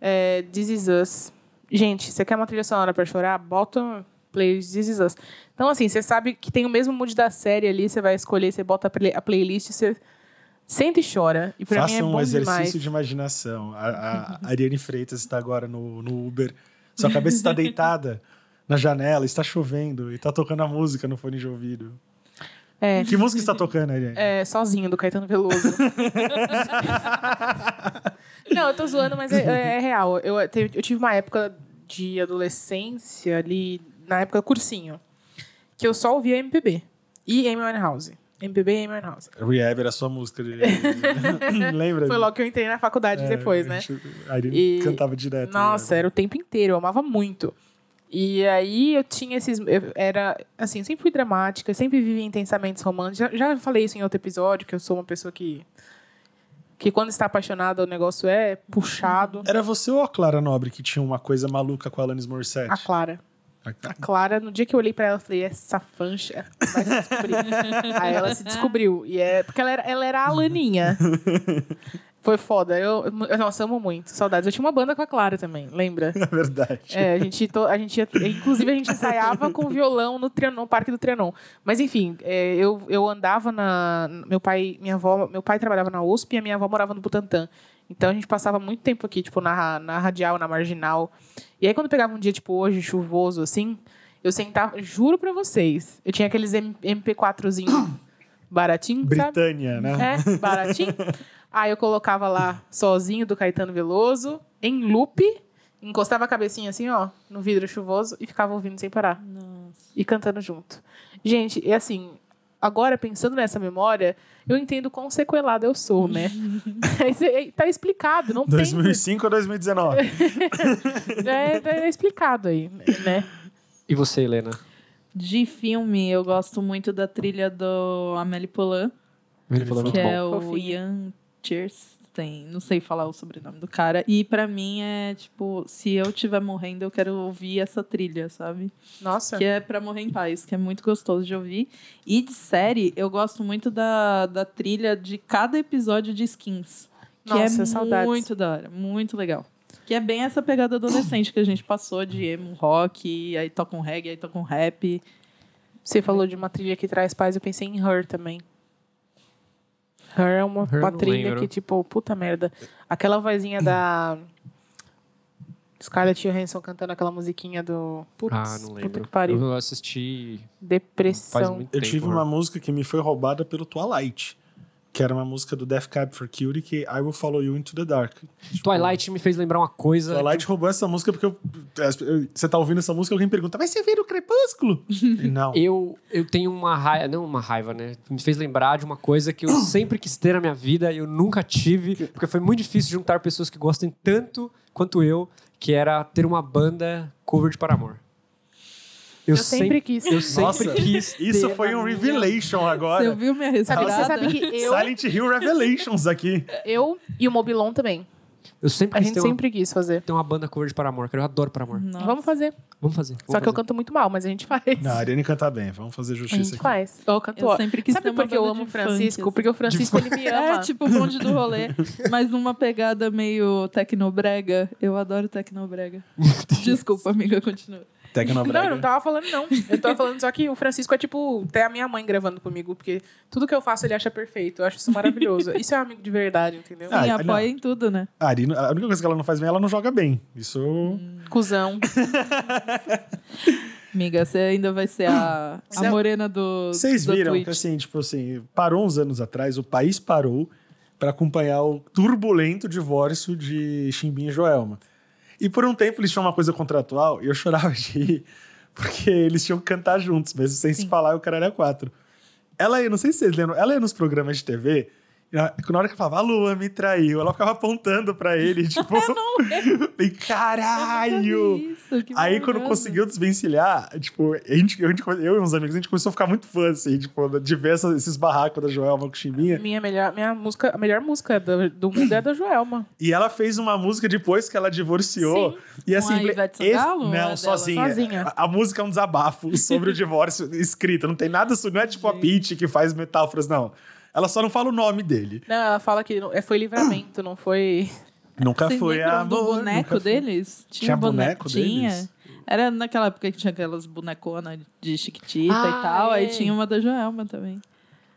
Speaker 3: É, This Is Us. Gente, você quer uma trilha sonora pra chorar? Bota play This Is Us. Então, assim, você sabe que tem o mesmo mood da série ali. Você vai escolher, você bota a, play- a playlist, você senta e chora. E pra
Speaker 2: Faça
Speaker 3: mim é bom
Speaker 2: um exercício
Speaker 3: demais.
Speaker 2: de imaginação. A, a- a Ariane Freitas está agora no, no Uber. Sua cabeça
Speaker 3: *laughs*
Speaker 2: está deitada na janela, está chovendo e está tocando a música no fone de ouvido.
Speaker 3: É,
Speaker 2: Que música está tocando, Ariane? *laughs*
Speaker 3: é, sozinho, do Caetano Veloso. Não, eu tô zoando, mas é, é- é real. Eu, te- eu tive uma época de adolescência ali, na época do cursinho, que eu só ouvia MPB e Amy Winehouse. MPB e Amy Winehouse.
Speaker 2: Rehab era a sua música. De...
Speaker 3: *laughs*
Speaker 2: Lembra?
Speaker 3: Foi logo que eu entrei na faculdade
Speaker 2: É,
Speaker 3: depois, né?
Speaker 2: a gente- A Ariane
Speaker 3: E-
Speaker 2: cantava direto. né?
Speaker 3: Nossa, era o tempo inteiro, eu amava muito. E aí eu tinha esses. eu era, assim, eu sempre fui dramática, sempre vivi intensamentos românticos. Já, já falei isso em outro episódio, que eu sou uma pessoa que. que quando está apaixonada o negócio é puxado.
Speaker 2: Era você ou a Clara Nobre que tinha uma coisa maluca com a Alanis Morissette?
Speaker 3: A Clara.
Speaker 2: A- *laughs*
Speaker 3: A Clara, no dia que eu olhei pra ela, eu falei, essa fancha vai se descobrir. Aí ela se descobriu. E é, porque ela era, ela era a Laninha. Foi foda. Eu, eu- nossa, amo muito. Saudades. Eu tinha uma banda com a Clara também, lembra?
Speaker 2: É verdade.
Speaker 3: É, a gente, to- a gente ia- inclusive a gente ensaiava com violão no Trianon, no Parque do Trianon. Mas enfim, é, eu, eu andava na meu pai, minha avó, meu pai trabalhava na USP e a minha avó morava no Butantã. Então a gente passava muito tempo aqui, tipo na, ra- na radial, na marginal. E aí quando pegava um dia tipo hoje chuvoso assim, eu sentava, juro pra vocês, eu tinha aqueles M- MP4zinho baratinho, sabe?
Speaker 2: Britânia, né?
Speaker 3: É, baratinho. Aí eu colocava lá sozinho do Caetano Veloso, em loop, encostava a cabecinha assim, ó, no vidro chuvoso e ficava ouvindo sem parar. E cantando junto. Gente, e assim, agora pensando nessa memória, eu entendo quão sequelada eu sou,
Speaker 4: *laughs*
Speaker 3: né? tá explicado, não tem.
Speaker 2: 2005 ou
Speaker 3: *laughs*
Speaker 2: 2019?
Speaker 3: É, tá explicado aí, né?
Speaker 1: E você, Helena?
Speaker 4: De filme, eu gosto muito da trilha do Amélie Poulain,
Speaker 1: Ele falou muito
Speaker 4: que é
Speaker 1: bom.
Speaker 4: o
Speaker 3: Fofinho.
Speaker 4: Ian Chesterton. Não sei falar o sobrenome do cara. E pra mim é tipo, se eu estiver morrendo, eu quero ouvir essa trilha, sabe?
Speaker 3: Nossa.
Speaker 4: Que é pra morrer em paz, que é muito gostoso de ouvir. E de série, eu gosto muito da, da trilha de cada episódio de Skins. Que
Speaker 3: Nossa,
Speaker 4: é
Speaker 3: saudades.
Speaker 4: muito da hora, muito legal. Que é bem essa pegada adolescente que a gente passou de emo rock, aí toca um reggae, aí toca um rap.
Speaker 3: Você falou de uma trilha que traz paz, eu pensei em Her também. Her é uma,
Speaker 1: Her
Speaker 3: uma
Speaker 1: não
Speaker 3: trilha
Speaker 1: lembro.
Speaker 3: que, tipo, puta merda. Aquela vozinha da Scarlett Johansson cantando aquela musiquinha do. Putz,
Speaker 1: Ah, não
Speaker 3: Puta
Speaker 1: lembro.
Speaker 3: que pariu.
Speaker 1: Eu assisti faz
Speaker 3: Depressão.
Speaker 1: muito
Speaker 2: Eu
Speaker 1: tempo.
Speaker 2: tive uma música que me foi roubada pelo Twilight, que era uma música do Death Cab for Cutie, que I Will Follow You Into the Dark. Tipo,
Speaker 1: Twilight me fez lembrar uma coisa.
Speaker 2: Twilight roubou essa música porque eu- as- eu- você tá ouvindo essa música e alguém pergunta, mas você vira o Crepúsculo? E não.
Speaker 1: Eu, eu tenho uma raiva, não uma raiva, né? Me fez lembrar de uma coisa
Speaker 2: *coughs*
Speaker 1: que eu sempre quis ter na minha vida e eu nunca tive, porque foi muito difícil juntar pessoas que gostem tanto quanto eu, que era ter uma banda cover de Paramore.
Speaker 3: Eu sempre quis.
Speaker 1: Eu sempre
Speaker 2: Nossa,
Speaker 1: quis.
Speaker 2: Isso
Speaker 1: ter
Speaker 2: foi
Speaker 1: na
Speaker 2: um
Speaker 1: minha-
Speaker 2: revelation
Speaker 4: Você
Speaker 2: agora.
Speaker 4: ouviu minha respirada?
Speaker 3: Sabe, você sabe que eu,
Speaker 2: Silent Hill Revelations aqui.
Speaker 3: eu e o Mobilon também.
Speaker 1: Eu sempre
Speaker 3: A
Speaker 1: quis
Speaker 3: gente
Speaker 1: ter uma,
Speaker 3: sempre quis fazer.
Speaker 1: ter uma banda cover de Paramore, cara. Eu adoro Paramore.
Speaker 4: Nossa.
Speaker 3: Vamos fazer.
Speaker 1: Vamos fazer.
Speaker 3: Só que eu canto muito mal, mas a gente faz.
Speaker 1: *laughs*
Speaker 2: Não, a Ariane canta bem, vamos fazer
Speaker 3: a
Speaker 2: justiça
Speaker 3: gente
Speaker 2: aqui.
Speaker 3: faz. Eu canto
Speaker 4: Eu
Speaker 3: ó-
Speaker 4: sempre quis ter
Speaker 3: Sabe
Speaker 4: uma
Speaker 3: por que eu
Speaker 4: banda
Speaker 3: amo o
Speaker 4: de
Speaker 3: Francisco?
Speaker 4: funk,
Speaker 3: Porque o Francisco, ele me ama.
Speaker 4: É, tipo bonde do rolê, mas numa pegada meio tecnobrega. Eu
Speaker 2: *laughs*
Speaker 4: adoro tecnobrega. Desculpa, amiga, continua.
Speaker 3: Não, eu não
Speaker 2: Tecnobrega.
Speaker 3: tava falando, não. Eu tava falando só que o Francisco é tipo, até a minha mãe gravando comigo, porque tudo que eu faço ele acha perfeito. Eu acho isso maravilhoso. Isso é um amigo de verdade, entendeu?
Speaker 2: Ah,
Speaker 4: Me
Speaker 2: não.
Speaker 4: apoia em tudo, né?
Speaker 2: A, Ariane- a única coisa que ela não faz bem é ela não joga bem. Isso
Speaker 3: Cusão.
Speaker 4: Amiga, você ainda vai ser a,
Speaker 3: Você-
Speaker 4: a morena do
Speaker 2: é- Vocês
Speaker 4: da
Speaker 2: viram
Speaker 4: Twitch.
Speaker 2: que assim, tipo assim, parou uns anos atrás, o país parou para acompanhar o turbulento divórcio de Chimbinha e Joelma. E por um tempo eles tinham uma coisa contratual e eu chorava de rir, porque eles tinham que cantar é juntos, mesmo sem se falar, e o cara era quatro. Ela ia, não sei se vocês lembram, ela ia nos programas de TV Na na hora que eu falava, a Lua me traiu, ela ficava apontando pra
Speaker 4: *laughs*
Speaker 2: ele, tipo. *laughs* e caralho!
Speaker 4: Isso, que
Speaker 2: Aí quando
Speaker 4: maravilhoso.
Speaker 2: conseguiu desvencilhar, tipo, a gente, a gente- eu e uns amigos, a gente começou a ficar muito fã, assim, tipo, de ver essa- esses barracos da Joelma com Chimbinha.
Speaker 4: Uhum.
Speaker 3: Minha, melhor, minha música, a melhor música do, do mundo é da Joelma.
Speaker 2: E ela fez uma música depois que ela divorciou. E
Speaker 4: Com
Speaker 2: assim,
Speaker 4: a
Speaker 2: falei,
Speaker 4: Ivete
Speaker 2: esse-
Speaker 4: Sangalo, ou é
Speaker 2: não,
Speaker 4: dela?
Speaker 2: sozinha.
Speaker 3: Sozinha.
Speaker 2: A, a música é um desabafo
Speaker 4: *laughs*
Speaker 2: sobre o divórcio escrita. Não tem nada, su- não é tipo a Pitty que faz metáforas, não. Ela só não fala o nome dele.
Speaker 3: Não, ela fala que não- é, foi livramento, não foi.
Speaker 2: Nunca
Speaker 4: Vocês
Speaker 2: foi
Speaker 4: lembram
Speaker 2: a
Speaker 4: do boneco deles?
Speaker 2: Tinha
Speaker 4: um
Speaker 2: boneco
Speaker 4: tinha.
Speaker 2: deles?
Speaker 4: Era naquela época que tinha aquelas boneconas de chiquitita
Speaker 1: Ah,
Speaker 4: e tal.
Speaker 1: é.
Speaker 4: Aí tinha uma da Joelma também.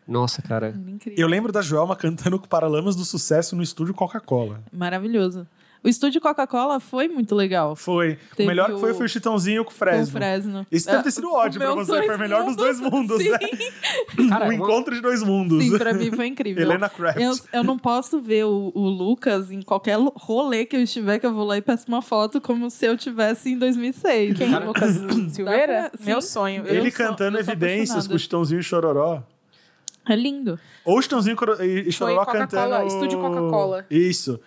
Speaker 1: Nossa, cara.
Speaker 4: Era incrível.
Speaker 2: Eu lembro da Joelma cantando com o Paralamas do Sucesso no estúdio Coca-Cola.
Speaker 4: Maravilhoso. O estúdio Coca-Cola foi muito legal.
Speaker 2: Foi. O
Speaker 4: Teve
Speaker 2: melhor que foi
Speaker 4: o-
Speaker 2: foi o Chitãozinho com o
Speaker 4: Com o
Speaker 2: Fresno.
Speaker 4: Fresno.
Speaker 2: Isso deve ter sido ótimo
Speaker 4: É,
Speaker 2: pra
Speaker 4: o meu
Speaker 2: você. Foi o
Speaker 4: dois
Speaker 2: melhor dos dois mundos, né? *laughs*
Speaker 1: Cara,
Speaker 2: o
Speaker 1: uma-
Speaker 2: encontro de dois mundos. *laughs*
Speaker 4: Sim, pra mim foi incrível.
Speaker 2: Helena Craft.
Speaker 4: Eu, eu não posso ver o, o Lucas em qualquer lo- rolê que eu estiver, que eu vou lá e peço uma foto como se eu tivesse em 2006.
Speaker 3: Quem? Lucas Silveira?
Speaker 4: Dá pra-
Speaker 3: Meu
Speaker 4: sim.
Speaker 3: sonho. Eu-
Speaker 2: Ele
Speaker 4: sou-
Speaker 2: cantando
Speaker 4: eu sou
Speaker 2: evidências
Speaker 4: apaixonada.
Speaker 2: com o Chitãozinho e Chororó.
Speaker 4: *coughs* É lindo.
Speaker 2: Ou Chitãozinho e Coro- e e Chororó
Speaker 3: Coca-Cola,
Speaker 2: cantando.
Speaker 3: estúdio Coca-Cola.
Speaker 2: Isso.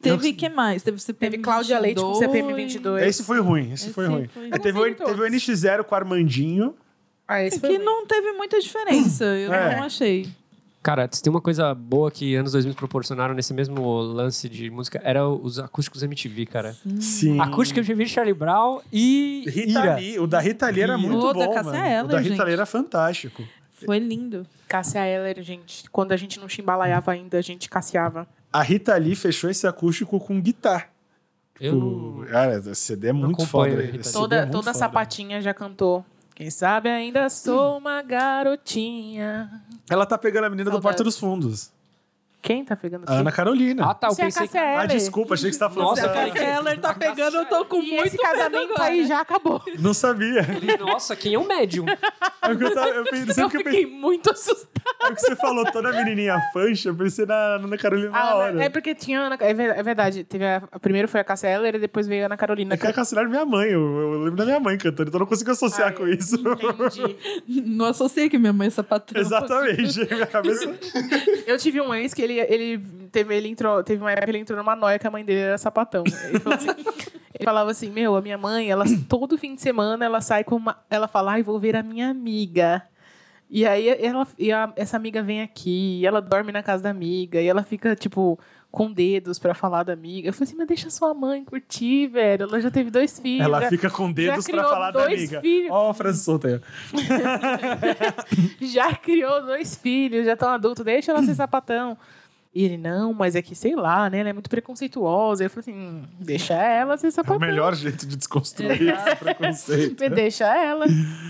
Speaker 4: Teve
Speaker 2: Eu-
Speaker 4: que mais? Teve CPM
Speaker 3: Teve Cláudia Leite com CPM 22.
Speaker 2: Esse foi ruim, esse,
Speaker 4: Esse
Speaker 2: foi ruim.
Speaker 4: foi-
Speaker 2: É,
Speaker 4: Eu não
Speaker 2: teve,
Speaker 3: vi
Speaker 2: o, teve o
Speaker 3: todos.
Speaker 2: NX0 com o Armandinho.
Speaker 3: Ah, esse foi
Speaker 4: Que
Speaker 3: bem.
Speaker 4: não teve muita diferença. Eu
Speaker 2: É.
Speaker 4: não achei.
Speaker 1: Cara, se tem uma coisa boa que anos 2000 proporcionaram nesse mesmo lance de música, era os acústicos MTV, cara.
Speaker 4: Hum.
Speaker 2: Sim.
Speaker 1: Acústica MTV, Charlie Brown e
Speaker 2: Rita
Speaker 1: Ira.
Speaker 2: Lee, o da Rita Lee era
Speaker 1: Ira.
Speaker 2: muito
Speaker 4: O da
Speaker 2: bom,
Speaker 4: Cássia
Speaker 2: mano. o
Speaker 4: Eller,
Speaker 2: da Rita
Speaker 4: é gente.
Speaker 2: Lee era fantástico.
Speaker 4: Foi lindo.
Speaker 3: Cássia Eller, gente. Quando a gente não chimbalaiava ainda, a gente casseava.
Speaker 2: A Rita Lee fechou esse acústico com guitar.
Speaker 1: Eu
Speaker 3: Hum.
Speaker 1: não...
Speaker 2: Cara, esse CD é muito
Speaker 1: acompanho
Speaker 2: foda.
Speaker 1: a Rita
Speaker 2: esse
Speaker 1: Lee.
Speaker 2: CD é
Speaker 3: Toda,
Speaker 2: muito
Speaker 3: toda
Speaker 2: foda.
Speaker 3: sapatinha já cantou. Quem sabe ainda sou uma garotinha.
Speaker 2: Ela tá pegando a menina do
Speaker 3: Saudades.
Speaker 2: Porta dos Fundos.
Speaker 3: Quem tá pegando
Speaker 2: A Ana
Speaker 3: quem?
Speaker 2: Carolina.
Speaker 1: Ah, tá, eu
Speaker 3: Isso é a
Speaker 1: pensei...
Speaker 3: Cássia Eller.
Speaker 2: Ah, desculpa, achei que você tá falando.
Speaker 1: Nossa,
Speaker 2: da-
Speaker 1: cara.
Speaker 4: Keller tá pegando, eu tô com
Speaker 3: E esse casamento aí já acabou.
Speaker 2: Não sabia.
Speaker 1: que- Nossa, quem é o médium?
Speaker 2: É porque eu tava- eu pensei-
Speaker 3: Eu
Speaker 2: sempre que eu
Speaker 3: fiquei muito assustada.
Speaker 2: pensei- é que você falou toda menininha fancha, eu pensei na Ana Carolina na
Speaker 3: Ah,
Speaker 2: hora.
Speaker 3: é porque tinha Ana... É ver- é verdade. Teve a... a Primeiro foi a Cássia Eller e depois veio a Ana Carolina.
Speaker 2: Eu quero cancelar é minha mãe, eu, eu lembro da minha mãe cantando, então eu não consigo associar
Speaker 3: Ai,
Speaker 2: com isso.
Speaker 3: Ah, Entendi.
Speaker 4: Não associei que minha mãe é sapatão.
Speaker 2: Exatamente, minha cabeça.
Speaker 3: Eu tive um ex que ele, ele teve, ele entrou, teve uma época que ele entrou numa noia que a mãe dele era sapatão. Ele, falou assim- ele falava assim: Meu, a minha mãe, ela *clears throat* todo fim de semana ela sai com uma. Ela fala, ai, vou ver a minha amiga. E aí ela, e a- essa amiga vem aqui, e ela dorme na casa da amiga, e ela fica, tipo, com dedos pra falar da amiga. Eu falei assim, mas deixa sua mãe curtir, velho. Ela já teve dois filhos.
Speaker 2: Ela
Speaker 3: já-
Speaker 2: fica com dedos pra
Speaker 3: criou
Speaker 2: falar da
Speaker 3: dois
Speaker 2: amiga.
Speaker 3: filhos.
Speaker 2: Ó, É a frase solta aí.
Speaker 3: já *laughs* criou dois filhos, já estão adultos, deixa ela
Speaker 2: Hum.
Speaker 3: ser sapatão. E ele, não, mas é que, sei lá, né? Ela é muito preconceituosa. Eu falei assim, hum, deixa ela ser
Speaker 2: É o
Speaker 3: sapatão. né?
Speaker 2: melhor né?" jeito de desconstruir
Speaker 3: É.
Speaker 2: esse
Speaker 3: *laughs*
Speaker 2: preconceito.
Speaker 3: Deixa ela.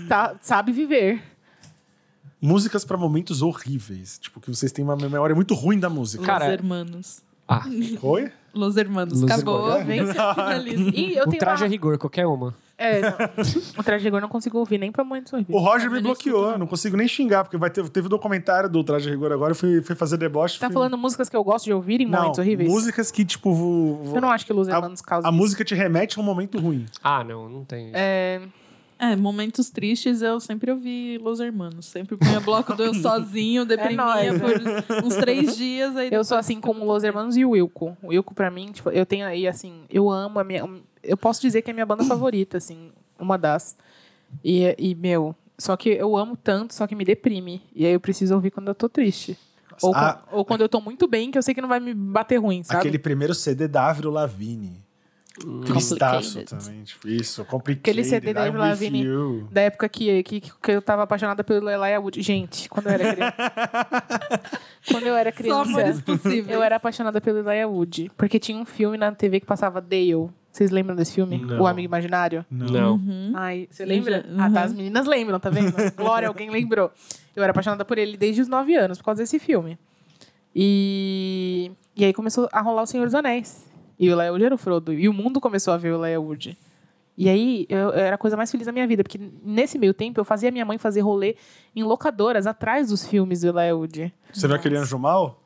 Speaker 3: Tá-
Speaker 2: *laughs*
Speaker 3: sabe viver.
Speaker 2: Músicas pra momentos horríveis. Tipo, que vocês têm uma memória muito ruim da música.
Speaker 1: Cara-
Speaker 4: Los Hermanos.
Speaker 1: Ah,
Speaker 2: Oi?
Speaker 4: Los Hermanos.
Speaker 1: Los
Speaker 4: Acabou,
Speaker 1: Hermanos.
Speaker 4: vem ser finalista.
Speaker 3: E *laughs* eu
Speaker 1: o
Speaker 3: tenho
Speaker 1: traje a
Speaker 3: uma...
Speaker 1: rigor, qualquer uma.
Speaker 3: É, não. *laughs* O traje rigor eu não consigo ouvir nem pra mãe do sorvete.
Speaker 2: O Roger me bloqueou, eu não consigo nem xingar, porque vai ter, teve documentário do Traje a Rigor agora, eu fui, fui fazer deboche.
Speaker 3: Tá
Speaker 2: fui-
Speaker 3: falando músicas que eu gosto de ouvir em
Speaker 2: não,
Speaker 3: momentos horríveis?
Speaker 2: músicas que, tipo, vo- vo-
Speaker 3: Eu não acho que Luz Hermanos causa
Speaker 2: a música te remete a um momento ruim.
Speaker 1: Ah, não, não tem.
Speaker 3: É,
Speaker 4: É, momentos tristes eu sempre ouvi Los Hermanos. Sempre punha bloco do eu sozinho, deprimia
Speaker 3: É nóis,
Speaker 4: por uns três dias. Aí
Speaker 3: Eu sou assim como o Los Hermanos e o Wilco. O Wilco, pra mim, tipo, eu tenho aí, assim, eu amo a minha. Eu posso dizer que é a minha banda favorita, assim, uma das. E, e, meu, só que eu amo tanto, só que me deprime. E aí eu preciso ouvir quando eu tô triste. Ou,
Speaker 2: Ah,
Speaker 3: quan- ou quando eu tô muito bem, que eu sei que não vai me bater ruim, sabe?
Speaker 2: Aquele primeiro CD da Avril Lavigne. Tristaço também, tipo, isso. Complicated,
Speaker 3: Hum. Aquele CD da
Speaker 2: I'm
Speaker 3: Avril
Speaker 2: with
Speaker 3: Lavigne.
Speaker 2: you.
Speaker 3: Da época que, que, que eu tava apaixonada pelo Elijah Wood. Gente, quando eu era criança. quando eu era
Speaker 4: Só
Speaker 3: criança.
Speaker 4: amores possíveis.
Speaker 3: Eu era apaixonada pelo Elijah Wood. Porque tinha um filme na TV que passava Dale. Vocês lembram desse filme?
Speaker 2: Não.
Speaker 3: O Amigo Imaginário?
Speaker 1: Não.
Speaker 3: Ai, você
Speaker 4: Eu
Speaker 3: lembra?
Speaker 4: já-
Speaker 3: Ah, tá,
Speaker 4: uhum.
Speaker 3: as meninas lembram, tá *laughs* vendo? Glória, alguém lembrou. Eu era apaixonada por ele desde os 9 anos, por causa desse filme. E, e aí começou a rolar O Senhor dos Anéis. E o Leia Wood era o Frodo. E o mundo começou a ver o Leia Wood. E aí eu, eu era a coisa mais feliz da minha vida, porque nesse meio tempo eu fazia minha mãe fazer rolê em locadoras atrás dos filmes do Leia Wood.
Speaker 2: Você viu aquele Anjo Mal?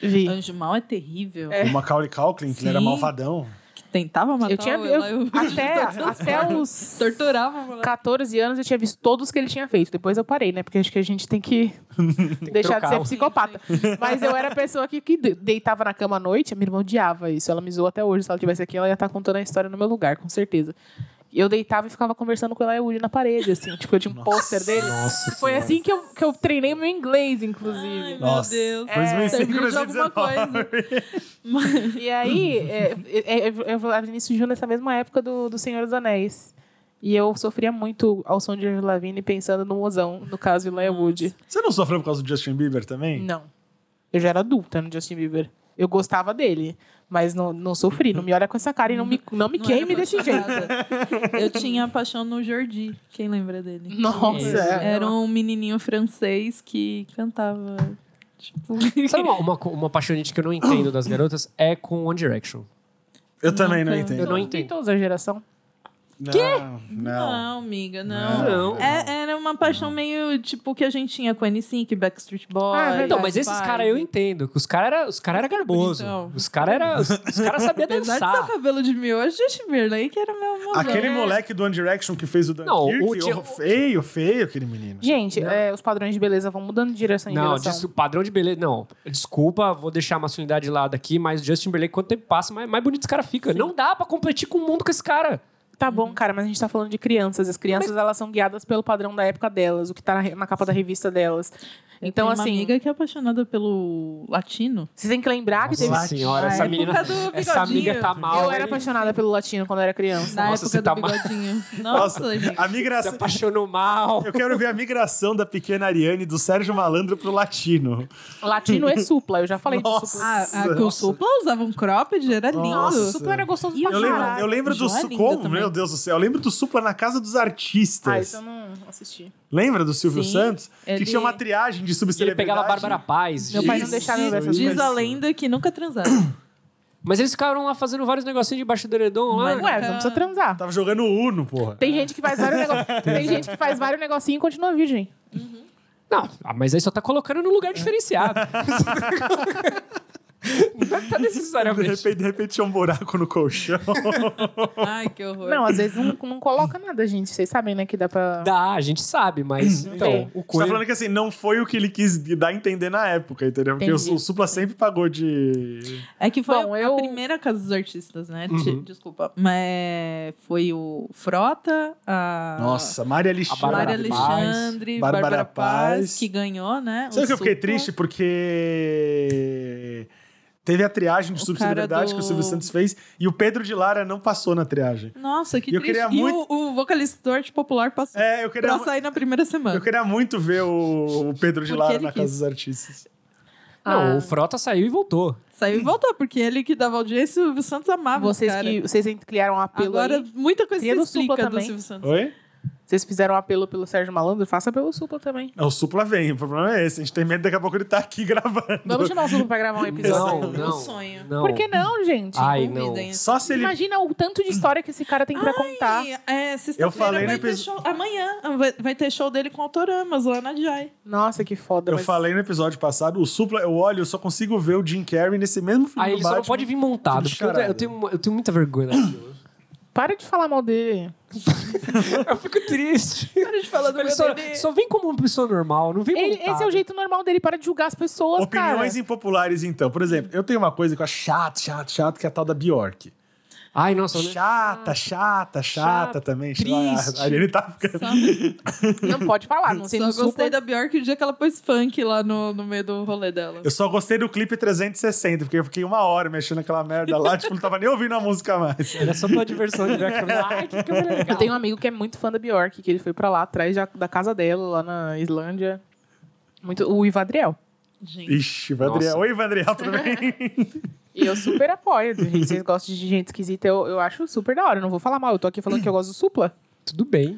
Speaker 3: Vi.
Speaker 4: Anjo Mal é terrível.
Speaker 2: O Macaulay Culkin, que ele era
Speaker 4: Sim.
Speaker 2: malvadão.
Speaker 4: tentava matar
Speaker 3: Eu tinha-
Speaker 4: o Eli,
Speaker 3: eu-
Speaker 4: eu-
Speaker 3: *laughs* Até, até os
Speaker 4: torturava o moleque.
Speaker 3: 14 anos eu tinha visto todos que ele tinha feito. Depois eu parei, né? Porque acho que a gente tem que deixar de
Speaker 1: trocar
Speaker 3: ser
Speaker 1: o-
Speaker 3: psicopata. Mas eu era a pessoa que, que de- deitava na cama à noite. A minha irmã odiava isso. Ela me zoou até hoje. Se ela tivesse aqui, ela ia estar contando a história no meu lugar, com certeza. Eu deitava e ficava conversando com o Eli Wood na parede, assim. Tipo, eu tinha um
Speaker 2: Nossa.
Speaker 3: pôster dele.
Speaker 2: Nossa
Speaker 3: Foi
Speaker 2: Senhora.
Speaker 3: assim que eu, que eu treinei meu inglês, inclusive.
Speaker 4: Ai,
Speaker 2: Nossa.
Speaker 4: meu Deus.
Speaker 3: É,
Speaker 4: serviu
Speaker 2: 2005,
Speaker 4: de alguma
Speaker 2: 2019.
Speaker 3: E aí, é, é, é, eu falava Vinícius Júnior nessa mesma época do, do Senhor dos Anéis. E eu sofria muito ao som de Avril Lavigne pensando no mozão, no caso Elijah Wood.
Speaker 2: *laughs* Você não sofreu por causa do Justin Bieber também?
Speaker 3: Não. Eu já era adulta no Justin Bieber. Eu gostava dele, mas não, não sofri. Não me olha com essa cara e não me, não me
Speaker 4: Não
Speaker 3: queime
Speaker 4: era
Speaker 3: desse jeito.
Speaker 4: apaixonada. Eu tinha paixão no Jordi. Quem lembra dele?
Speaker 3: Nossa. é.
Speaker 4: Era um menininho francês que cantava. Tipo.
Speaker 1: Sabe uma, uma, co- uma apaixonite que eu não entendo das garotas? É com One Direction.
Speaker 2: Eu também não
Speaker 4: Não,
Speaker 2: entendo.
Speaker 1: Eu não
Speaker 3: Em
Speaker 1: entendo.
Speaker 3: toda a geração.
Speaker 2: Não, não.
Speaker 4: Não, amiga, não.
Speaker 1: Não.
Speaker 4: É- era uma paixão meio tipo que a gente tinha com N5, Backstreet Boys.
Speaker 3: Ah, é verdade.
Speaker 1: Então, mas esses caras eu entendo. que Os caras era, os cara era garboso.
Speaker 4: Bonitão.
Speaker 1: Os caras era, os, os cara sabiam
Speaker 4: Apesar de ser o
Speaker 1: dançar.
Speaker 4: cabelo de miojo, Justin Timberlake era meu mozão.
Speaker 2: Aquele
Speaker 4: É.
Speaker 2: moleque do One Direction que fez o Dan
Speaker 1: Não,
Speaker 2: Kirk,
Speaker 1: o tio-
Speaker 2: oh, feio, feio aquele menino.
Speaker 3: Gente, é, os padrões de beleza vão mudando de direção em
Speaker 1: Não,
Speaker 3: geração.
Speaker 1: disso- padrão de beleza. Não, desculpa, vou deixar a masculinidade de lado aqui, mas Justin Timberlake, quanto tempo passa, mais, mais bonito esse cara fica. Não dá pra competir com o mundo com esse cara.
Speaker 3: Tá bom, cara, mas a gente tá falando de crianças. As crianças, elas são guiadas pelo padrão da época delas, o que tá na, re- na capa da revista delas.
Speaker 4: Eu
Speaker 3: Então,
Speaker 4: tenho
Speaker 3: assim,
Speaker 4: Uma amiga que é apaixonada pelo latino.
Speaker 3: vocês têm que lembrar Ah, que teve...
Speaker 1: Nossa senhora,
Speaker 4: Na
Speaker 1: essa
Speaker 4: É, época
Speaker 1: menina.
Speaker 4: do
Speaker 1: Essa
Speaker 4: bigodinho.
Speaker 1: amiga tá mal.
Speaker 3: Eu era
Speaker 1: hein?
Speaker 3: apaixonada pelo latino quando eu era criança.
Speaker 4: Na
Speaker 1: Nossa,
Speaker 4: época
Speaker 1: você
Speaker 4: do
Speaker 1: tá mal. *laughs* Ah,
Speaker 4: bigodinho. Nossa,
Speaker 2: Nossa,
Speaker 4: gente.
Speaker 2: a
Speaker 1: Se
Speaker 2: migração.
Speaker 1: apaixonou mal.
Speaker 2: Eu quero ver a migração da pequena Ariane do Sérgio Malandro pro latino.
Speaker 3: *laughs* Latino é supla, eu já falei
Speaker 2: Nossa.
Speaker 3: disso.
Speaker 4: A, a Ah, que o
Speaker 2: Nossa.
Speaker 4: Supla usava um cropped, era lindo.
Speaker 2: Nossa.
Speaker 3: supla era gostoso pra
Speaker 2: Eu lembro,
Speaker 3: caralho.
Speaker 2: eu lembro do
Speaker 4: João é
Speaker 2: Su-
Speaker 4: lindo
Speaker 2: como,
Speaker 4: também.
Speaker 2: meu Deus do céu, eu lembro do Supla na casa dos
Speaker 3: Ah,
Speaker 2: artistas.
Speaker 3: isso eu não assisti.
Speaker 2: Lembra do Silvio
Speaker 4: Sim,
Speaker 2: Santos?
Speaker 4: ele-
Speaker 2: Que tinha uma triagem
Speaker 1: E
Speaker 2: de
Speaker 1: ele
Speaker 2: subcelebridade.
Speaker 1: pegava a Bárbara Paz.
Speaker 3: Meu pai não
Speaker 1: Jesus.
Speaker 3: deixava eu ver essas
Speaker 4: Diz
Speaker 3: coisas.
Speaker 4: a lenda que nunca transaram.
Speaker 1: *coughs* Mas eles ficaram lá fazendo vários negocinhos debaixo do edredom lá.
Speaker 4: Mas-
Speaker 3: Ué, não precisa transar.
Speaker 2: Tava jogando Uno, porra.
Speaker 3: Tem gente que faz vários
Speaker 2: *laughs*
Speaker 3: negocinhos. Tem gente que faz vários negocinhos e continua virgem.
Speaker 1: Não, ah, mas aí só tá colocando num lugar diferenciado. não tá
Speaker 2: De
Speaker 1: necessariamente.
Speaker 2: repente, de repente tinha um buraco no colchão.
Speaker 4: Ai, que horror.
Speaker 3: Não, às vezes não, não coloca nada, gente. Vocês sabem, né, que dá pra...
Speaker 1: Dá, a gente sabe, mas. Então, o
Speaker 2: Você tá
Speaker 1: coelho.
Speaker 2: falando que assim, não foi o que ele quis dar a entender na época, entendeu? Porque o,
Speaker 3: Entendi.
Speaker 2: o Supla sempre pagou de.
Speaker 4: É que foi
Speaker 3: Bom,
Speaker 4: a
Speaker 3: eu-
Speaker 4: primeira casa dos artistas, né? Ti-
Speaker 1: Uhum.
Speaker 4: Desculpa. Mas foi o Frota, a
Speaker 2: Nossa, Maria
Speaker 1: A
Speaker 2: Alexandre.
Speaker 4: Mário
Speaker 1: Bárbara Paz.
Speaker 4: Alexandre, Bárbara,
Speaker 2: Bárbara
Speaker 4: Paz,
Speaker 2: Paz.
Speaker 4: que ganhou, né?
Speaker 2: Sabe que eu fiquei
Speaker 4: Supla.
Speaker 2: triste? Porque teve a triagem de
Speaker 4: O cara
Speaker 2: subsidiariedade
Speaker 4: do-
Speaker 2: que o Silvio Santos fez e o Pedro de Lara não passou na triagem.
Speaker 4: Nossa, que
Speaker 2: E eu
Speaker 4: triste.
Speaker 2: queria
Speaker 4: E
Speaker 2: muito-
Speaker 4: o, o vocalista do Arte Popular passou
Speaker 2: É, eu queria,
Speaker 4: pra sair na primeira semana.
Speaker 2: eu queria muito ver o, o Pedro de
Speaker 4: Porque
Speaker 2: Lara
Speaker 4: ele
Speaker 2: na
Speaker 4: quis.
Speaker 2: Casa dos Artistas.
Speaker 1: Não,
Speaker 3: Ah.
Speaker 1: o Frota saiu e voltou.
Speaker 4: Saiu e voltou, porque ele que dava audiência, o Silvio Santos amava esse
Speaker 3: Vocês,
Speaker 4: cara.
Speaker 3: que, vocês criaram um apelo
Speaker 4: Agora,
Speaker 3: aí.
Speaker 4: muita coisa se
Speaker 3: Cria do Supla
Speaker 4: explica do
Speaker 3: também.
Speaker 4: Silvio Santos.
Speaker 2: Oi?
Speaker 3: Vocês fizeram um apelo pelo Sérgio Malandro, faça pelo Supla também.
Speaker 2: Não, É, o Supla vem, o problema é esse. A gente tem medo daqui a pouco ele tá aqui *laughs* gravando.
Speaker 3: Vamos chamar o Supla pra gravar um episódio.
Speaker 1: Não, não.
Speaker 4: Um sonho.
Speaker 1: não.
Speaker 3: Por que não, gente?
Speaker 1: Ai, não.
Speaker 4: Convidem esse
Speaker 2: Só se ele.
Speaker 3: Imagina o tanto de história que esse cara tem pra contar.
Speaker 4: Ai, É, sexta-feira
Speaker 2: Eu falei no
Speaker 4: vai ter
Speaker 2: episo-
Speaker 4: show. Amanhã vai, vai ter show dele com Autoramas lá na Jai.
Speaker 3: Nossa, que foda.
Speaker 2: Eu
Speaker 3: mas-
Speaker 2: falei no episódio passado, o Supla, eu olho, eu só consigo ver o Jim Carrey nesse mesmo filme
Speaker 1: Aí
Speaker 2: do
Speaker 1: ele só não
Speaker 2: Batman.
Speaker 1: pode vir montado.
Speaker 2: Tudo
Speaker 1: Porque eu, te- eu,
Speaker 2: charada.
Speaker 1: tenho, uma- eu tenho muita vergonha daquilo.
Speaker 3: Para de falar mal dele.
Speaker 1: eu fico triste.
Speaker 4: Para de falar do
Speaker 1: Ele
Speaker 4: meu
Speaker 1: só,
Speaker 4: bebê.
Speaker 1: só vem como uma pessoa normal, não vem
Speaker 3: Ele-
Speaker 1: montado.
Speaker 3: esse é o jeito normal dele, para de julgar as pessoas,
Speaker 2: Opiniões
Speaker 3: cara.
Speaker 2: impopulares, então. Por exemplo, eu tenho uma coisa que eu acho chato, chato, chato, que é a tal da Bjork.
Speaker 1: Ai, nossa, né?
Speaker 2: Chata, chata, chata também. Sei lá,
Speaker 1: Triste.
Speaker 2: A Ariane tá ficando.
Speaker 4: Só,
Speaker 3: Não pode falar, não sei
Speaker 4: só
Speaker 3: no
Speaker 4: gostei
Speaker 3: Supla.
Speaker 4: da Bjork o dia que ela pôs funk lá no, no meio do rolê dela.
Speaker 2: Eu só gostei do clipe 360, porque eu fiquei uma hora mexendo naquela merda lá, *laughs* tipo, não tava nem ouvindo a música mais.
Speaker 1: Era só pela diversão de ver a câmera. Ai, que câmera legal.
Speaker 3: Eu tenho um amigo que é muito fã da Bjork, que ele foi pra lá, atrás da, da casa dela, lá na Islândia. Muito, o Ivadriel.
Speaker 4: Gente.
Speaker 2: Ixi, Vandriel.
Speaker 1: Nossa.
Speaker 2: Oi, Vandriel, tudo bem?
Speaker 3: E eu super apoio. gente. Vocês gostam de gente esquisita, eu, eu acho super da hora. Eu não vou falar mal, eu tô aqui falando que eu gosto do Supla.
Speaker 1: Tudo bem.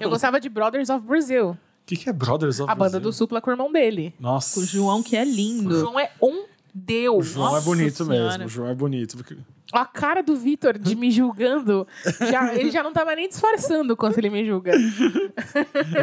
Speaker 3: Eu gostava de Brothers of Brazil,
Speaker 2: O *laughs* que, que é Brothers of
Speaker 3: a banda do
Speaker 2: Brazil?
Speaker 3: Supla com o irmão dele.
Speaker 2: Nossa.
Speaker 4: O João que é
Speaker 3: O
Speaker 4: lindo.
Speaker 3: João é um deu.
Speaker 2: O João é
Speaker 4: Nossa
Speaker 2: bonito
Speaker 4: Senhora.
Speaker 2: mesmo. O João é bonito. porque-
Speaker 3: A cara do Vitor de me julgando, já- ele já não tava nem disfarçando quanto ele me julga.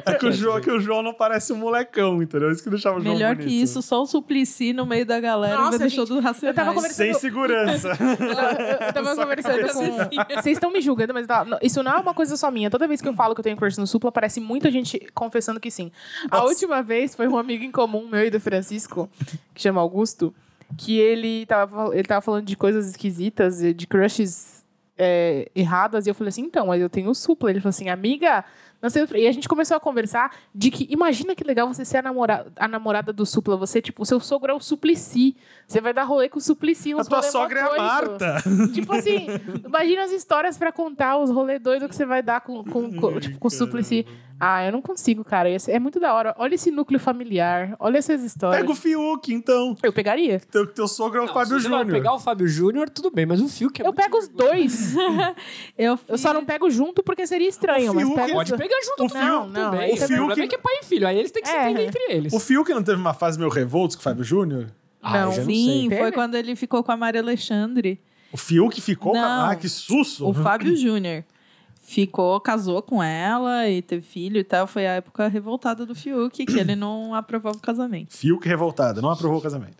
Speaker 2: É que o João, é que o João não parece um molecão, entendeu? Isso que deixava o João
Speaker 4: Melhor
Speaker 2: é bonito.
Speaker 4: que isso, só o Suplicy no meio da galera
Speaker 3: Nossa,
Speaker 4: ainda deixou
Speaker 3: gente,
Speaker 4: do Racionais.
Speaker 3: eu tava conversando-
Speaker 2: Sem segurança.
Speaker 3: Eu,
Speaker 2: *laughs*
Speaker 3: eu tava
Speaker 2: Só
Speaker 3: conversando com. um. Vocês estão me julgando, mas eu tava- não, isso não é uma coisa só minha. Toda vez que eu falo que eu tenho curso no Supla, parece muita gente confessando que sim. A última vez foi um amigo em comum meu e do Francisco, que chama Augusto, que ele tava, fal- ele tava falando de coisas esquisitas, de crushes é, erradas, e eu falei assim: então, mas eu tenho o Supla. Ele falou assim: amiga. não sei o quê." E a gente começou a conversar de que imagina que legal você ser a, namora, a namorada do Supla. Você, tipo, o seu sogro é o Suplicy. Você vai dar rolê com o Suplicy.
Speaker 2: A
Speaker 3: uns
Speaker 2: tua
Speaker 3: rolê mó
Speaker 2: sogra é a
Speaker 3: doido.
Speaker 2: Marta.
Speaker 3: Tipo assim, imagina as histórias pra contar, os rolê doido que você vai dar com, com, com- tipo, com o Suplicy. Ah, eu não consigo, cara. Esse- É muito da hora. Olha esse núcleo familiar. Olha essas histórias.
Speaker 2: Pega o Fiuk, então.
Speaker 3: Eu pegaria.
Speaker 2: Teu, teu sogro é o
Speaker 1: Não,
Speaker 2: Fábio
Speaker 1: se você vai
Speaker 2: Júnior.
Speaker 1: pegar o Fábio Júnior, tudo bem, mas o Fiuk é
Speaker 3: Eu
Speaker 1: muito-
Speaker 3: pego os dois.
Speaker 4: Eu,
Speaker 3: Eu só não pego junto porque seria estranho,
Speaker 2: O
Speaker 3: mas
Speaker 2: Fiuk é
Speaker 3: pego
Speaker 1: Pode
Speaker 3: os dois.
Speaker 1: pegar junto,
Speaker 2: O
Speaker 1: tudo
Speaker 3: Não,
Speaker 2: Fiuk-
Speaker 3: não.
Speaker 1: bem.
Speaker 3: aí
Speaker 1: O
Speaker 2: o Fiuk-
Speaker 1: problema é que é pai e filho, aí eles têm que se
Speaker 3: É.
Speaker 1: entender entre eles.
Speaker 2: O Fiuk não teve uma fase meio revoltos com o Fábio Júnior?
Speaker 1: Ah, eu já não
Speaker 4: Sim,
Speaker 1: sei.
Speaker 4: foi
Speaker 3: Teve?
Speaker 4: quando ele ficou com a Maria Alexandre.
Speaker 2: O Fiuk ficou com
Speaker 4: Não.
Speaker 2: a... Ah, que susto.
Speaker 4: O Fábio Júnior ficou, casou com ela e teve filho e tal. Foi a época revoltada do Fiuk, que ele não aprovava o casamento.
Speaker 2: Fiuk revoltado, não aprovou o casamento.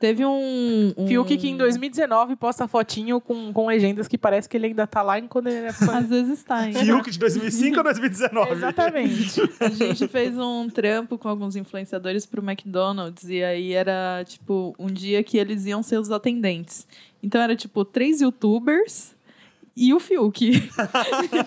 Speaker 4: Teve um. um-
Speaker 3: Fiuk que em 2019 posta fotinho com, com legendas que parece que ele ainda tá lá enquanto ele
Speaker 2: *laughs*
Speaker 3: era fã.
Speaker 4: Às vezes tá, hein?
Speaker 2: Fiuk de 2005 a 2019.
Speaker 3: Exatamente.
Speaker 4: A gente fez um trampo com alguns influenciadores pro McDonald's e aí era tipo um dia que eles iam ser os atendentes. Então era tipo três youtubers e o Fiuk. *laughs*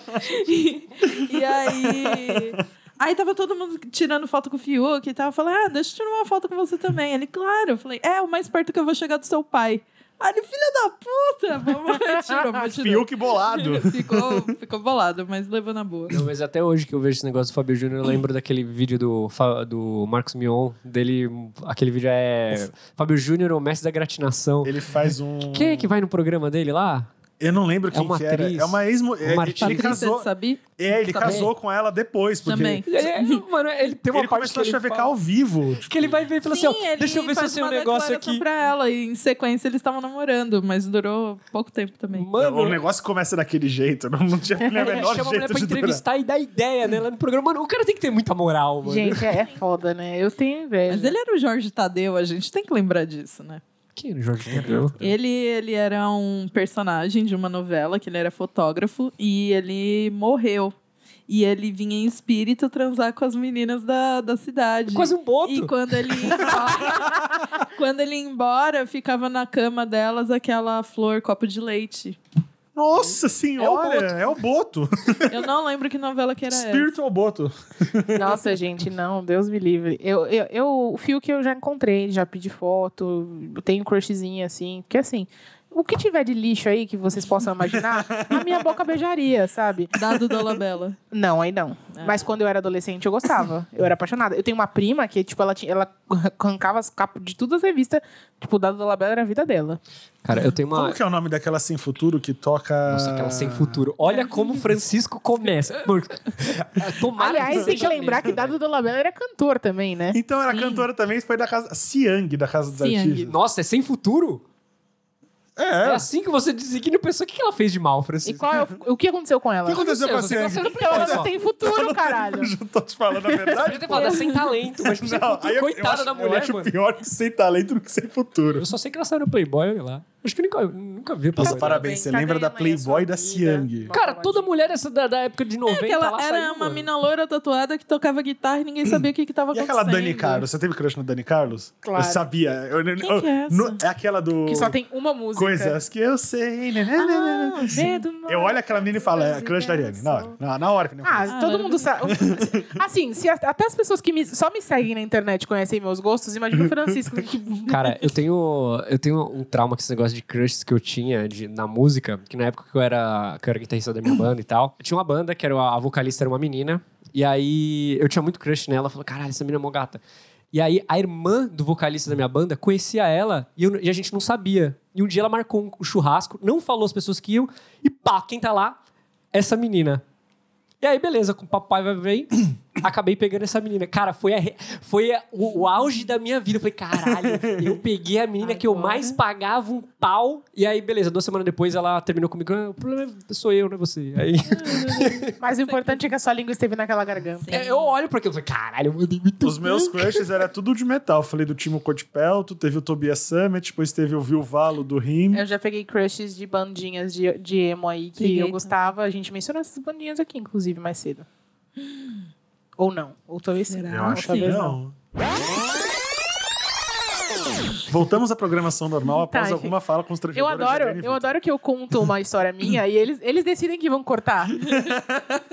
Speaker 4: e, e aí. Aí tava todo mundo tirando foto com o Fiuk e tava falando, ah, deixa eu tirar uma foto com você também. Ele, claro, eu falei, é, o mais perto que eu vou chegar do seu pai. Aí ele, filha da puta! Vamos, *laughs* tirou, mas tirou.
Speaker 2: Fiuk bolado.
Speaker 4: Ficou, ficou bolado, mas levou na boa.
Speaker 1: Não, mas até hoje que eu vejo esse negócio do Fábio Júnior, eu lembro daquele vídeo do, Fa- do Marcos Mion, dele. Aquele vídeo é. Fábio Júnior, o mestre da gratinação.
Speaker 2: Ele faz um...
Speaker 1: Quem é que vai no programa dele lá?
Speaker 2: Eu não lembro
Speaker 1: É
Speaker 2: quem
Speaker 1: uma
Speaker 2: que era.
Speaker 1: atriz.
Speaker 2: É uma ex-mulher.
Speaker 1: Uma
Speaker 2: Ele
Speaker 1: atriz.
Speaker 2: casou...
Speaker 4: sabia?
Speaker 2: É, ele
Speaker 4: Também.
Speaker 2: casou com ela depois, porque...
Speaker 4: Também.
Speaker 1: É, mano, ele tem uma parte que
Speaker 2: Ele começou a
Speaker 1: ele
Speaker 2: chavecar
Speaker 1: fala-
Speaker 2: ao vivo. tipo,
Speaker 1: Que ele vai ver e fala
Speaker 4: Sim,
Speaker 1: assim: ó,
Speaker 4: ele
Speaker 1: deixa eu ver se eu
Speaker 4: faz
Speaker 1: sei um
Speaker 4: uma
Speaker 1: negócio
Speaker 4: declaração
Speaker 1: aqui.
Speaker 4: pra ela e em sequência eles estavam namorando, mas durou pouco tempo também.
Speaker 2: É O
Speaker 1: Mano,
Speaker 2: negócio começa daquele jeito. Não,
Speaker 1: *laughs*
Speaker 2: não tinha nem o
Speaker 1: ele
Speaker 2: menor
Speaker 1: chama a mulher
Speaker 2: jeito
Speaker 1: pra
Speaker 2: de durar.
Speaker 1: entrevistar e dar ideia nela no programa. Mano, o cara tem que ter muita moral, mano.
Speaker 3: Gente, é, é foda, né? Eu tenho inveja.
Speaker 4: Mas ele era o Jorge Tadeu, a gente tem que lembrar disso, né?
Speaker 1: Quem era o Jorge Tadeu?
Speaker 4: Ele, ele era um personagem de uma novela, que ele era fotógrafo, e ele morreu. E ele vinha em espírito transar com as meninas da, da cidade.
Speaker 1: Quase um
Speaker 4: E
Speaker 1: boto.
Speaker 4: quando ele ia embora,
Speaker 2: *laughs*
Speaker 4: quando ele ia embora, ficava na cama delas aquela flor copo de leite.
Speaker 2: Nossa senhora, é o Boto.
Speaker 4: Eu não lembro que novela que era essa.
Speaker 2: Spiritual Boto.
Speaker 3: Nossa, gente, não, Deus me livre. Eu, eu, eu, o fio que eu já encontrei, já pedi foto, eu tenho crushzinho assim, porque assim, o que tiver de lixo aí que vocês possam imaginar, a minha boca beijaria, sabe?
Speaker 4: Dado Dolabella.
Speaker 3: Não, aí não. Mas quando eu era adolescente, eu gostava. Eu era apaixonada. Eu tenho uma prima que, tipo, ela, tinha, ela *laughs* arrancava as capas de todas as revistas, tipo, o Dado da Labela era a vida dela.
Speaker 1: Cara, eu tenho uma.
Speaker 2: Como que Ah. é o nome daquela Sem Futuro que toca...
Speaker 1: Nossa, aquela sem futuro. Olha como o Francisco começa. Por- Tomara
Speaker 3: Aliás, tem que
Speaker 1: seja
Speaker 3: lembrar que Dado da Labela era cantor também, né?
Speaker 2: Então era cantora também, foi da casa... Siang, da Casa dos
Speaker 4: Siang.
Speaker 1: mesmo.
Speaker 2: Artistas.
Speaker 1: Nossa, é sem futuro? É
Speaker 2: É.
Speaker 1: assim que você designa a pessoa. O que que ela fez de mal,
Speaker 3: E
Speaker 1: Francisco?
Speaker 3: qual é o, o que aconteceu com ela?
Speaker 2: O que aconteceu com a Siang?
Speaker 3: Então ela não tem futuro, caralho.
Speaker 2: Eu tô te falando a
Speaker 1: Eu
Speaker 2: verdade.
Speaker 1: devia ter falado é sem talento,
Speaker 2: *laughs*
Speaker 1: mas sem
Speaker 2: Não,
Speaker 1: futuro,
Speaker 2: eu- eu
Speaker 1: coitada
Speaker 2: acho-
Speaker 1: da mulher,
Speaker 2: Eu
Speaker 1: mano.
Speaker 2: acho pior que sem talento do que sem futuro.
Speaker 1: Eu só sei que ela saiu no Playboy, olha lá. Acho que eu nunca, nunca vi
Speaker 2: Nossa,
Speaker 1: Playboy.
Speaker 2: parabéns. Você
Speaker 3: Tá
Speaker 2: lembra da
Speaker 3: ganhando aí a sua
Speaker 2: Playboy da
Speaker 3: vida. Tá
Speaker 2: Siang.
Speaker 1: Cara, toda mulher essa da, da época de 90
Speaker 4: Porque É ela
Speaker 1: lá
Speaker 4: era
Speaker 1: saiu,
Speaker 4: uma
Speaker 1: mano.
Speaker 4: mina loira tatuada que tocava guitarra e ninguém sabia o que, que tava
Speaker 2: E
Speaker 4: acontecendo.
Speaker 2: aquela Dani Carlos? Você teve crush na Dani Carlos?
Speaker 3: Claro.
Speaker 2: Eu sabia. Eu, eu-
Speaker 4: né? Quem que é essa?
Speaker 2: no- é aquela do...
Speaker 3: Que só tem uma música. Um
Speaker 2: Coisas que eu sei. né, né, né, né, né. Eu olho aquela menina e falo, é crush da Ariane. Na hora. Na, na hora que nem
Speaker 3: Ah,
Speaker 4: Ah,
Speaker 3: todo
Speaker 4: maravilhoso.
Speaker 3: mundo sabe. *laughs* Assim, se as- até as pessoas que me- só me seguem na internet conhecem meus gostos, imagina o Francisco.
Speaker 2: *laughs*
Speaker 3: que-
Speaker 1: Cara, eu tenho, eu tenho um trauma com esse negócio de crushes que eu tinha de, na música, que na época que eu era, que eu era guitarrista da minha banda e tal, eu tinha uma banda que era a vocalista era uma menina, e aí eu tinha muito crush nela, eu falava, caralho, essa menina é mó gata. E aí a irmã do vocalista da minha banda conhecia ela e, eu- e a gente não sabia. E um dia ela marcou um, churrasco, não falou as pessoas que iam, *clears throat* e pá, quem tá lá? Essa menina. E aí, beleza, com o papai vai vem, acabei pegando essa menina. Cara, foi, a re- foi a- o, o auge da minha vida. Eu falei, caralho, eu peguei a menina que eu
Speaker 3: Agora.
Speaker 1: mais pagava um pau. E aí, beleza, duas semanas depois ela terminou comigo. "Ah, O problema é- sou eu, não é você. Aí
Speaker 3: Mas o importante é que a sua língua esteve naquela garganta.
Speaker 4: Sim.
Speaker 1: *laughs* eu olho pra aquilo e falei, caralho, eu mandei muito.
Speaker 2: Os meus crushes era tudo de metal. Falei do Timo Codpelto, teve o Tobias Summit, depois teve o Vilvalo do Rim.
Speaker 3: Eu já peguei crushes de bandinhas de, de emo aí que
Speaker 4: Peguei
Speaker 3: eu
Speaker 4: também.
Speaker 3: gostava. A gente mencionou essas bandinhas aqui, inclusive, mais cedo. Ou não. Ou talvez sim.
Speaker 4: Será?
Speaker 2: Eu
Speaker 4: Ah,
Speaker 2: acho
Speaker 4: sim.
Speaker 2: que não. Voltamos à programação normal
Speaker 3: Tá,
Speaker 2: após
Speaker 3: gente.
Speaker 2: alguma fala
Speaker 3: Eu
Speaker 2: constrangedora. de
Speaker 3: adoro,
Speaker 2: Ariane
Speaker 3: eu
Speaker 2: Vitor.
Speaker 3: adoro que eu conto uma história minha e eles, eles decidem que vão cortar.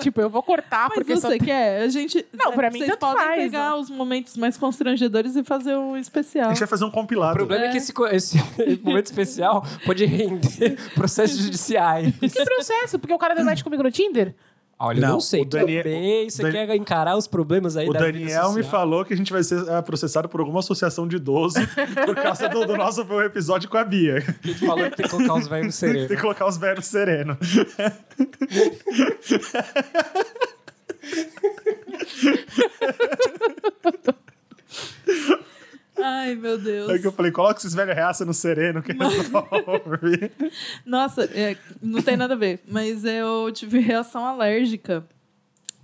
Speaker 3: tipo, eu vou cortar
Speaker 2: Ah,
Speaker 4: Mas
Speaker 3: porque só
Speaker 4: você quer? A gente.
Speaker 3: Não, pra mim
Speaker 4: Vocês
Speaker 3: tanto
Speaker 4: podem
Speaker 3: faz. né?
Speaker 4: pegar os momentos mais constrangedores e fazer um
Speaker 2: A
Speaker 4: especial.
Speaker 2: gente vai fazer um
Speaker 1: O
Speaker 2: compilado.
Speaker 1: problema é, que esse, co- esse *laughs* momento especial pode render *laughs* processos judiciais.
Speaker 3: *laughs* Que processo? Porque o cara deu match comigo no Tinder?
Speaker 1: Ah, Olha, eu
Speaker 2: Não,
Speaker 1: não sei.
Speaker 2: o Daniel-
Speaker 1: também, você
Speaker 2: Dan-
Speaker 1: quer encarar os problemas aí
Speaker 2: O
Speaker 1: é da vida
Speaker 2: Daniel me
Speaker 1: social?
Speaker 2: falou que a gente vai ser ah, processado por alguma associação de idoso
Speaker 1: *laughs*
Speaker 2: por causa do, do nosso episódio com a Bia. *laughs*
Speaker 1: Ele falou que tem que colocar os velhos no
Speaker 2: Tem
Speaker 1: sereno.
Speaker 2: que colocar os velhos sereno.
Speaker 4: Ai, meu Deus.
Speaker 2: Aí que eu falei, coloca esses velhos reaça no sereno que
Speaker 3: *laughs*
Speaker 2: resolve.
Speaker 4: Nossa, é, não tem nada a ver. Mas eu tive reação alérgica.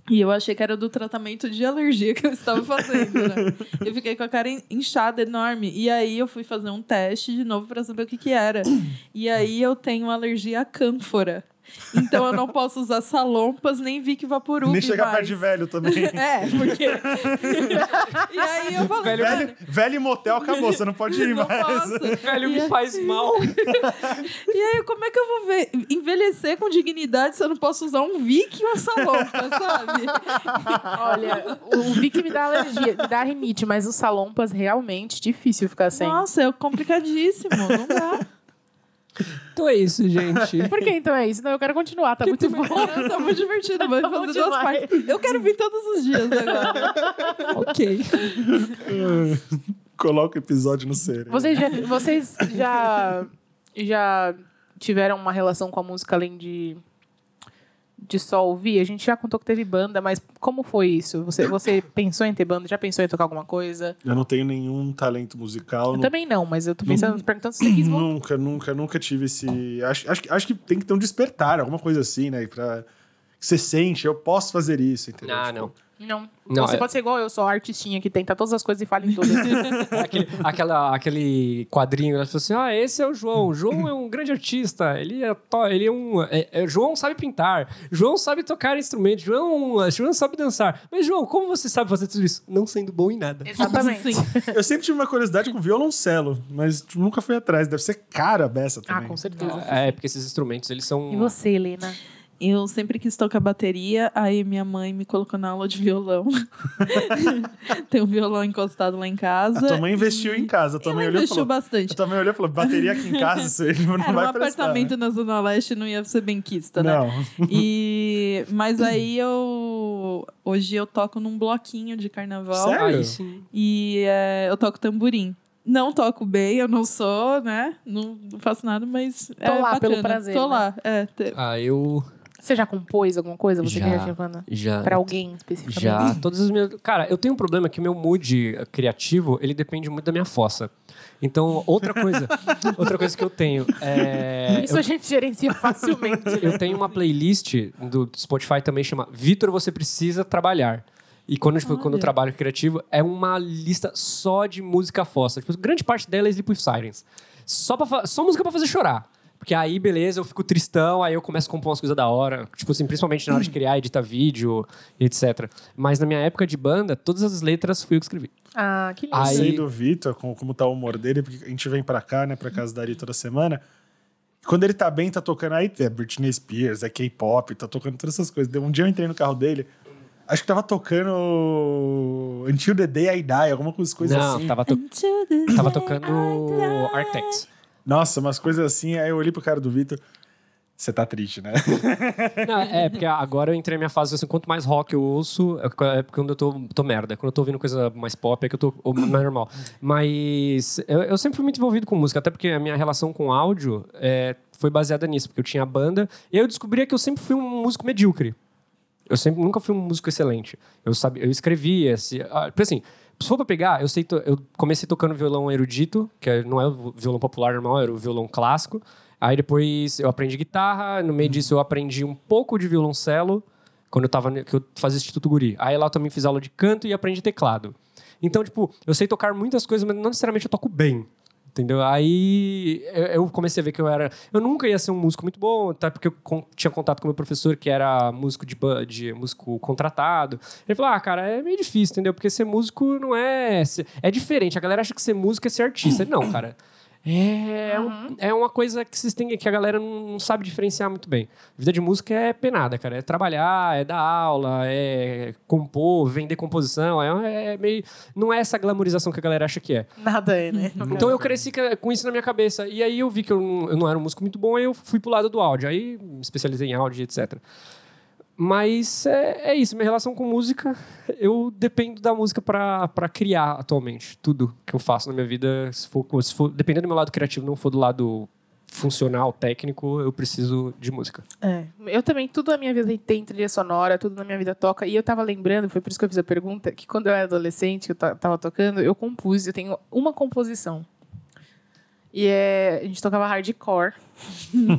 Speaker 4: E eu achei que era do tratamento de alergia que eu estava fazendo, né? Eu fiquei com a cara in- inchada enorme. E aí eu fui fazer um teste de novo para saber o que que era. E aí eu tenho alergia à cânfora. Então eu não posso usar salompas nem Vic Vaporub
Speaker 2: Nem chegar
Speaker 4: mais.
Speaker 2: perto de velho
Speaker 3: *laughs*
Speaker 2: também.
Speaker 4: É, porque. e aí eu falei,
Speaker 1: Velho,
Speaker 4: "Mano,
Speaker 2: Velho, velho e motel acabou, você não pode ir
Speaker 4: não
Speaker 2: mais.
Speaker 4: posso.
Speaker 1: Velho,
Speaker 4: E
Speaker 1: me
Speaker 4: aí-
Speaker 1: faz mal.
Speaker 4: E aí, como é que eu vou ver- envelhecer com dignidade se eu não posso usar um Vic e uma salompa, sabe?
Speaker 3: Olha, o Vic me dá alergia, me dá rinite, mas os salompas realmente difícil ficar sem.
Speaker 4: Nossa, é complicadíssimo. Não dá.
Speaker 1: Então é isso, gente. *laughs*
Speaker 3: Por que então é isso? Não, eu quero continuar, tá muito bom.
Speaker 4: Bom, *laughs* tá muito divertido. Vamos
Speaker 3: Tá bom
Speaker 4: fazer duas
Speaker 3: demais.
Speaker 4: partes. Eu quero vir todos os dias *laughs* agora.
Speaker 1: ok.
Speaker 2: Coloca o episódio no sereno.
Speaker 3: Vocês já, vocês já, já tiveram uma relação com a música além de, de só ouvir? A gente já contou que teve banda, mas como foi isso? Você, você pensou em ter banda? Já pensou em tocar alguma coisa?
Speaker 2: Eu não tenho nenhum talento musical.
Speaker 3: Eu
Speaker 2: não-
Speaker 3: também não, mas eu tô pensando, perguntando se você quis voltar.
Speaker 2: Nunca, nunca, nunca tive esse. Acho, acho, que- acho que tem que ter um despertar, alguma coisa assim, né? Pra... que Você sente, eu posso fazer isso, entendeu?
Speaker 1: Ah,
Speaker 2: Tipo,
Speaker 1: não.
Speaker 3: Não.
Speaker 1: Não,
Speaker 3: Então, você
Speaker 1: é-
Speaker 3: pode ser igual eu, sou a artistinha que tenta todas as coisas e fala em
Speaker 1: *laughs*
Speaker 3: todas.
Speaker 1: Aquele, aquela, aquele quadrinho, ela falou assim: ah, esse é o João. O João é um grande artista. Ele é, to- ele é um. é- é- João sabe pintar. João sabe tocar instrumento. João, João sabe dançar. Mas, João, como você sabe fazer tudo isso? Não sendo bom em nada.
Speaker 3: Exatamente.
Speaker 2: Eu sempre tive uma curiosidade com violoncelo, mas tipo, nunca fui atrás. Deve ser cara a beça
Speaker 3: Ah,
Speaker 2: também.
Speaker 3: com certeza.
Speaker 1: É, porque esses instrumentos, eles são.
Speaker 3: E você, Helena?
Speaker 4: Eu sempre quis tocar bateria, aí minha mãe me colocou na aula de violão. *laughs* Tem um violão encostado lá em casa.
Speaker 2: A tua mãe investiu em casa, a tua
Speaker 4: Ela
Speaker 2: mãe olhou e
Speaker 4: investiu
Speaker 2: falou.
Speaker 4: bastante.
Speaker 2: A tua mãe olhou e falou: bateria aqui em casa, você não
Speaker 4: Era
Speaker 2: vai
Speaker 4: um
Speaker 2: prestar. né?"
Speaker 4: apartamento na Zona Leste, não ia ser benquista, né?
Speaker 2: Não.
Speaker 4: E mas aí eu hoje eu toco num bloquinho de carnaval
Speaker 2: Sério?
Speaker 1: Aí sim.
Speaker 4: e é, eu toco tamborim. Não toco bem, eu não sou, né? Não, não faço nada, mas é
Speaker 3: lá pelo
Speaker 4: bacana.
Speaker 3: prazer,
Speaker 4: Tô
Speaker 3: né?
Speaker 4: lá, é. te-
Speaker 1: Ah, eu
Speaker 3: Você já compôs alguma coisa? Você que
Speaker 1: Já.
Speaker 3: já tinha banda?
Speaker 1: já.
Speaker 3: Pra alguém especificamente?
Speaker 1: Já. Todas as minhas. Cara, eu tenho um problema que meu mood criativo, ele depende muito da minha fossa. Então, outra coisa. outra coisa que eu tenho é.
Speaker 3: Isso a gente
Speaker 1: *laughs*
Speaker 3: gerencia facilmente.
Speaker 1: Eu tenho uma playlist do Spotify também chama Vitor, você precisa trabalhar. E quando, tipo,
Speaker 4: Olha.
Speaker 1: quando eu trabalho criativo, é uma lista só de música fossa. Tipo, grande parte dela é Sleep with Sirens. Só, pra, fa- só música pra fazer chorar. Porque aí, beleza, eu fico tristão, aí eu começo a compor umas coisas da hora. Tipo assim, principalmente na hora de criar, editar vídeo, etc. Mas na minha época de banda, todas as letras fui eu que escrevi.
Speaker 3: Ah, que lindo.
Speaker 2: Eu
Speaker 1: Aí-
Speaker 2: sei do Vitor, com- como tá o humor dele, porque a gente vem pra cá, né, pra casa da Ari toda semana. Quando ele tá bem, tá tocando aí, é Britney Spears, é K-pop, tá tocando todas essas coisas. Deu- Um dia eu entrei no carro dele, acho que tava tocando Until the Day I Die, alguma coisa coisa
Speaker 1: Não,
Speaker 2: assim.
Speaker 1: tava, to- tava tocando Architects.
Speaker 2: Nossa, umas coisas assim. Aí eu olhei pro cara do Vitor, você tá triste, né?
Speaker 1: *laughs* Não, é, porque agora eu entrei na minha fase assim, quanto mais rock eu ouço, é qu- é porque quando eu tô, tô merda. Quando eu tô ouvindo coisa mais pop, é que eu tô ou mais normal. Mas eu, eu sempre fui muito envolvido com música, até porque a minha relação com áudio é, foi baseada nisso, porque eu tinha banda, e aí eu descobria que eu sempre fui um músico medíocre. Eu sempre nunca fui um músico excelente. Eu sabia, eu escrevia, se, ah, porque assim, se for pra pegar, eu sei, to- eu comecei tocando violão erudito, que é- não é o violão popular normal, era o violão clássico. Aí depois eu aprendi guitarra, no meio disso eu aprendi um pouco de violoncelo, quando eu tava, ne- que eu fazia Instituto Guri. Aí lá eu também fiz aula de canto e aprendi teclado. Então, tipo, eu sei tocar muitas coisas, mas não necessariamente eu toco bem. Entendeu? Aí eu- eu comecei a ver que eu era. Eu nunca ia ser um músico muito bom, até porque eu con- tinha contato com meu professor, que era músico de, ba- de músico contratado. Ele falou: Ah, cara, é meio difícil, entendeu? Porque ser músico não é. ser- É diferente. A galera acha que ser músico é ser artista. não, cara. É, um- é uma coisa que vocês têm que a galera não, não sabe diferenciar muito bem. Vida de música é penada, cara. É trabalhar, é dar aula, é compor, vender composição. É, é meio. Não é essa glamorização que a galera acha que é.
Speaker 3: Nada aí, né?
Speaker 1: Então eu cresci ca- com isso na minha cabeça. E aí eu vi que eu não, eu não era um músico muito bom, aí eu fui pro lado do áudio. Aí me especializei em áudio, etc. Mas é, é isso, minha relação com música, eu dependo da música pra pra criar atualmente. Tudo que eu faço na minha vida, se for, se for- dependendo do meu lado criativo, não for do lado funcional, técnico, eu preciso de música.
Speaker 3: É. Eu também, tudo na minha vida tem trilha sonora, tudo na minha vida toca. E eu tava lembrando, foi por isso que eu fiz a pergunta, que quando eu era adolescente, que eu ta- tava tocando, eu compus, eu tenho uma composição. E é, a gente tocava hardcore. *laughs*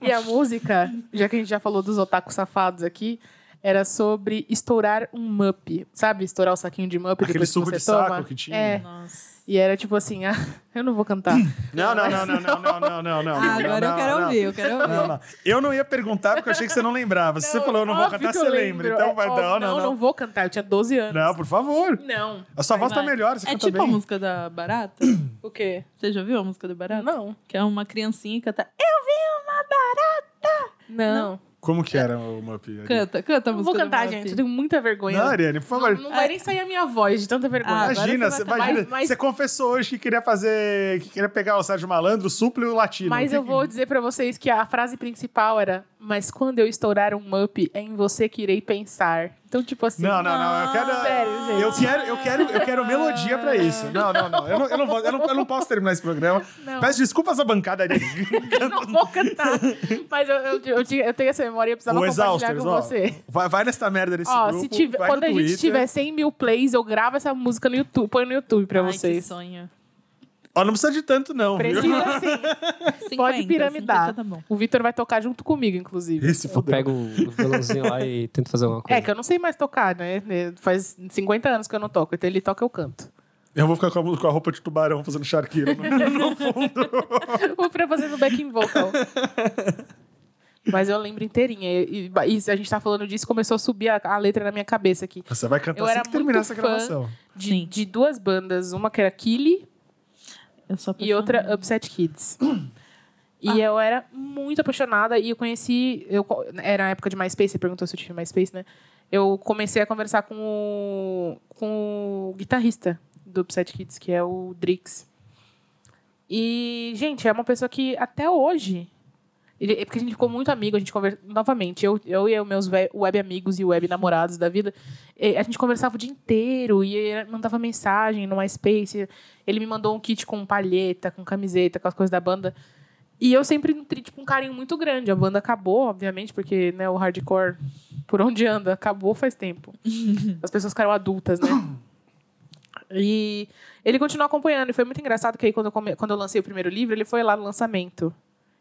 Speaker 3: e a música, já que a gente já falou dos otakus safados aqui, era sobre estourar um mup. Sabe? Estourar o saquinho de mup
Speaker 2: Aquele
Speaker 3: depois que
Speaker 2: suco
Speaker 3: você
Speaker 2: de
Speaker 3: toma.
Speaker 2: saco que tinha.
Speaker 3: É.
Speaker 4: Nossa.
Speaker 3: E era tipo assim, ah, *laughs* eu não vou cantar.
Speaker 2: Não, não, não, não, não, não, não, não, não.
Speaker 4: Ah, agora eu
Speaker 2: não,
Speaker 4: quero
Speaker 2: não.
Speaker 4: ouvir, eu quero ouvir. É
Speaker 2: Não, não. Eu não ia perguntar porque eu achei que você não lembrava. Se você falou eu não vou
Speaker 3: Óbvio
Speaker 2: cantar,
Speaker 3: que
Speaker 2: você
Speaker 3: eu
Speaker 2: lembra.
Speaker 3: lembro.
Speaker 2: Então,
Speaker 3: É,
Speaker 2: vai-
Speaker 3: óbvio,
Speaker 2: não, não,
Speaker 3: não,
Speaker 2: não.
Speaker 3: vou cantar, eu tinha 12 anos.
Speaker 2: Não, por favor.
Speaker 3: Não.
Speaker 2: A sua
Speaker 4: Vai,
Speaker 2: voz tá
Speaker 4: vai.
Speaker 2: melhor, você
Speaker 4: É
Speaker 2: canta
Speaker 4: tipo a
Speaker 2: bem.
Speaker 4: música da Barata?
Speaker 3: O quê?
Speaker 4: Você já ouviu a música da Barata?
Speaker 3: Não.
Speaker 4: Que é uma criancinha que canta. Eu vi uma
Speaker 3: Não.
Speaker 2: Como que era o Mup? ali?
Speaker 4: Canta, canta a
Speaker 3: Não
Speaker 4: música.
Speaker 3: vou cantar,
Speaker 4: do
Speaker 3: gente. Eu
Speaker 4: Muppet.
Speaker 3: tenho muita vergonha.
Speaker 2: Não, Ariane, por favor.
Speaker 3: Não, não vai nem sair a minha voz de tanta vergonha.
Speaker 4: Ah, agora
Speaker 2: imagina,
Speaker 4: você
Speaker 2: você,
Speaker 4: vai-
Speaker 2: imagina.
Speaker 3: mas- mas-
Speaker 2: Você confessou hoje que queria fazer. que queria pegar o Sérgio Malandro, o suplo e o latino.
Speaker 3: mas eu vou dizer pra vocês que a frase principal era: Mas quando eu estourar um mup, é em você que irei pensar. Então, tipo assim.
Speaker 2: Não, não, não. Eu quero.
Speaker 3: Sério, gente.
Speaker 2: Eu quero, eu quero, eu quero melodia pra isso. Não, não, não. Eu não, eu não, vou- eu não- eu não posso terminar esse programa.
Speaker 3: Não.
Speaker 2: Peço desculpas à bancada Ariane.
Speaker 3: não
Speaker 2: *laughs*
Speaker 3: vou cantar. Mas eu, eu, eu tinha- eu tenho essa memória e eu precisava
Speaker 2: O
Speaker 3: compartilhar
Speaker 2: Exausters,
Speaker 3: com
Speaker 2: ó.
Speaker 3: você.
Speaker 2: *laughs* Vai, vai nessa merda desse
Speaker 3: Ó,
Speaker 2: grupo.
Speaker 3: se tiver,
Speaker 2: vai no
Speaker 3: quando a gente
Speaker 2: Twitter.
Speaker 3: tiver 100 mil plays, eu gravo essa música no YouTube, põe no YouTube pra
Speaker 4: Ai, que
Speaker 3: vocês.
Speaker 4: sonho.
Speaker 2: Ó, não precisa de tanto, não. viu? *laughs*
Speaker 3: Precisa sim.
Speaker 4: 50,
Speaker 3: piramidar.
Speaker 4: 50 tá bom.
Speaker 3: O Vitor vai tocar junto comigo, inclusive.
Speaker 2: Esse
Speaker 1: Eu
Speaker 2: fudeu.
Speaker 1: pego o violãozinho lá e tento fazer uma coisa.
Speaker 3: É, que eu não sei mais tocar, né? Faz 50 anos que eu não toco. Então ele toca, eu *laughs* canto.
Speaker 2: Eu vou ficar com a, com a roupa de tubarão fazendo
Speaker 3: *laughs*
Speaker 2: charqueiro. né?
Speaker 3: Vou pra fazer no backing vocal. *laughs* Mas eu lembro inteirinha. E, e- e a gente tá falando disso, começou a subir a, a letra na minha cabeça aqui.
Speaker 2: Você vai cantar
Speaker 3: Eu
Speaker 2: assim
Speaker 3: era
Speaker 2: que terminar
Speaker 3: muito
Speaker 2: essa
Speaker 3: fã.
Speaker 2: gravação.
Speaker 3: De,
Speaker 4: Sim.
Speaker 3: de duas bandas. Uma que era Killy
Speaker 4: Eu sou
Speaker 3: e outra Upset Kids. E eu era muito apaixonada e eu conheci... Eu, co- era a época de MySpace, você perguntou se eu tive MySpace, né? Eu comecei a conversar com o, com o guitarrista do Upset Kids, que é o Drix. E, gente, é uma pessoa que até hoje. ele- é porque a gente ficou muito amigo, a gente conversa. Novamente, eu, eu e os meus we- web amigos e web namorados da vida, eh, a gente conversava o dia inteiro e ele mandava mensagem no MySpace. Ele me mandou um kit com palheta, com camiseta, com as coisas da banda. E eu sempre nutri, tipo, um carinho muito grande. A banda acabou, obviamente, porque né, o hardcore, por onde anda, acabou faz tempo. As pessoas ficaram adultas, né? E ele continuou acompanhando. E foi muito engraçado que aí, quando eu, come- quando eu lancei o primeiro livro, ele foi lá no lançamento.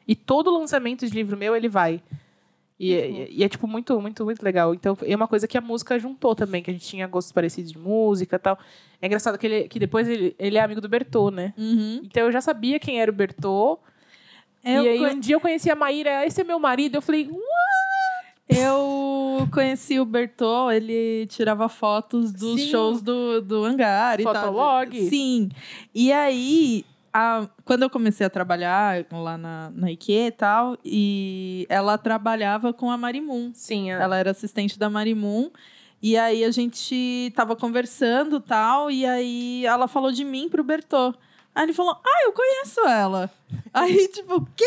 Speaker 3: E todo lançamento de livro meu, ele vai. E, é- e é, tipo, muito, muito, muito legal. Então, é uma coisa que a música juntou também, que a gente tinha gostos parecidos de música e tal. É engraçado que, ele, que depois ele, ele é amigo do Bertô, né?
Speaker 4: Uhum. É
Speaker 3: Então, eu já sabia quem era o Bertô.
Speaker 4: Eu
Speaker 3: e aí,
Speaker 4: conhe-
Speaker 3: um dia eu conheci a Maíra, esse é meu marido. Eu falei, "Ué,
Speaker 4: Eu conheci o Bertô, ele tirava fotos dos
Speaker 3: Sim.
Speaker 4: shows do, do hangar e tal.
Speaker 3: Fotolog.
Speaker 4: Sim. E aí, a- quando eu comecei a trabalhar lá na, na IKEA e tal, e ela trabalhava com a Marimun.
Speaker 3: sim, é, a-
Speaker 4: Ela era assistente da Marimun. E aí a gente tava conversando tal, e aí ela falou de mim pro Bertô. Aí ele falou, ah, eu conheço ela. Aí, tipo, o quê?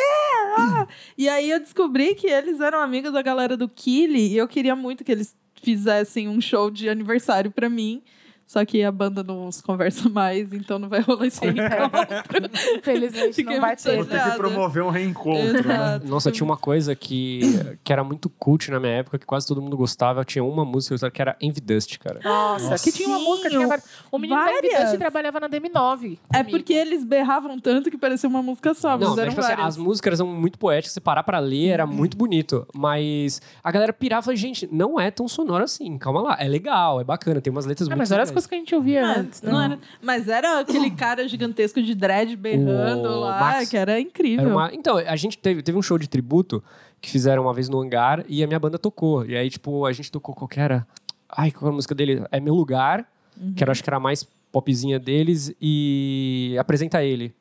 Speaker 4: Ah! E aí eu descobri que eles eram amigos da galera do Kili, e eu queria muito que eles fizessem um show de aniversário pra mim. Só que a banda não se conversa *laughs* mais, então não vai rolar esse reencontro.
Speaker 8: Infelizmente
Speaker 4: Fiquei
Speaker 8: não vai
Speaker 4: muito
Speaker 8: ter.
Speaker 2: Vou ter que
Speaker 4: Exato.
Speaker 2: promover um reencontro. né?
Speaker 4: Exato.
Speaker 1: Nossa, tinha uma coisa que, que era muito cult na minha época, que quase todo mundo gostava. Eu tinha uma música que eu gostava, que era Envy Dust, cara.
Speaker 3: Nossa,
Speaker 2: Nossa.
Speaker 3: que tinha uma música, tinha várias. O menino
Speaker 4: Várias.
Speaker 3: da Evidente trabalhava na DM9.
Speaker 4: É
Speaker 3: comigo.
Speaker 4: porque eles berravam tanto que parecia uma música só, mas
Speaker 1: Não, mas,
Speaker 4: eram
Speaker 1: tipo assim,
Speaker 4: várias.
Speaker 1: as músicas eram muito poéticas, você parar pra ler era muito bonito. Mas a galera pirava e falava, gente, não é tão sonoro assim, calma lá. É legal, é bacana, tem umas letras
Speaker 3: Ah,
Speaker 1: muito
Speaker 3: mas olha as
Speaker 1: legais.
Speaker 3: coisas que a gente ouvia
Speaker 4: Ah,
Speaker 3: antes, né?
Speaker 4: não era- mas era aquele cara gigantesco de dread berrando
Speaker 1: O
Speaker 4: lá,
Speaker 1: Max.
Speaker 4: que era incrível.
Speaker 1: Era uma- Então, a gente teve, teve um show de tributo que fizeram uma vez no hangar e a minha banda tocou. E aí, tipo, a gente tocou qualquer. era? Ai, qual era a música dele? É Meu Lugar, que
Speaker 3: Uhum.
Speaker 1: era, acho que era a mais popzinha deles, e apresenta ele.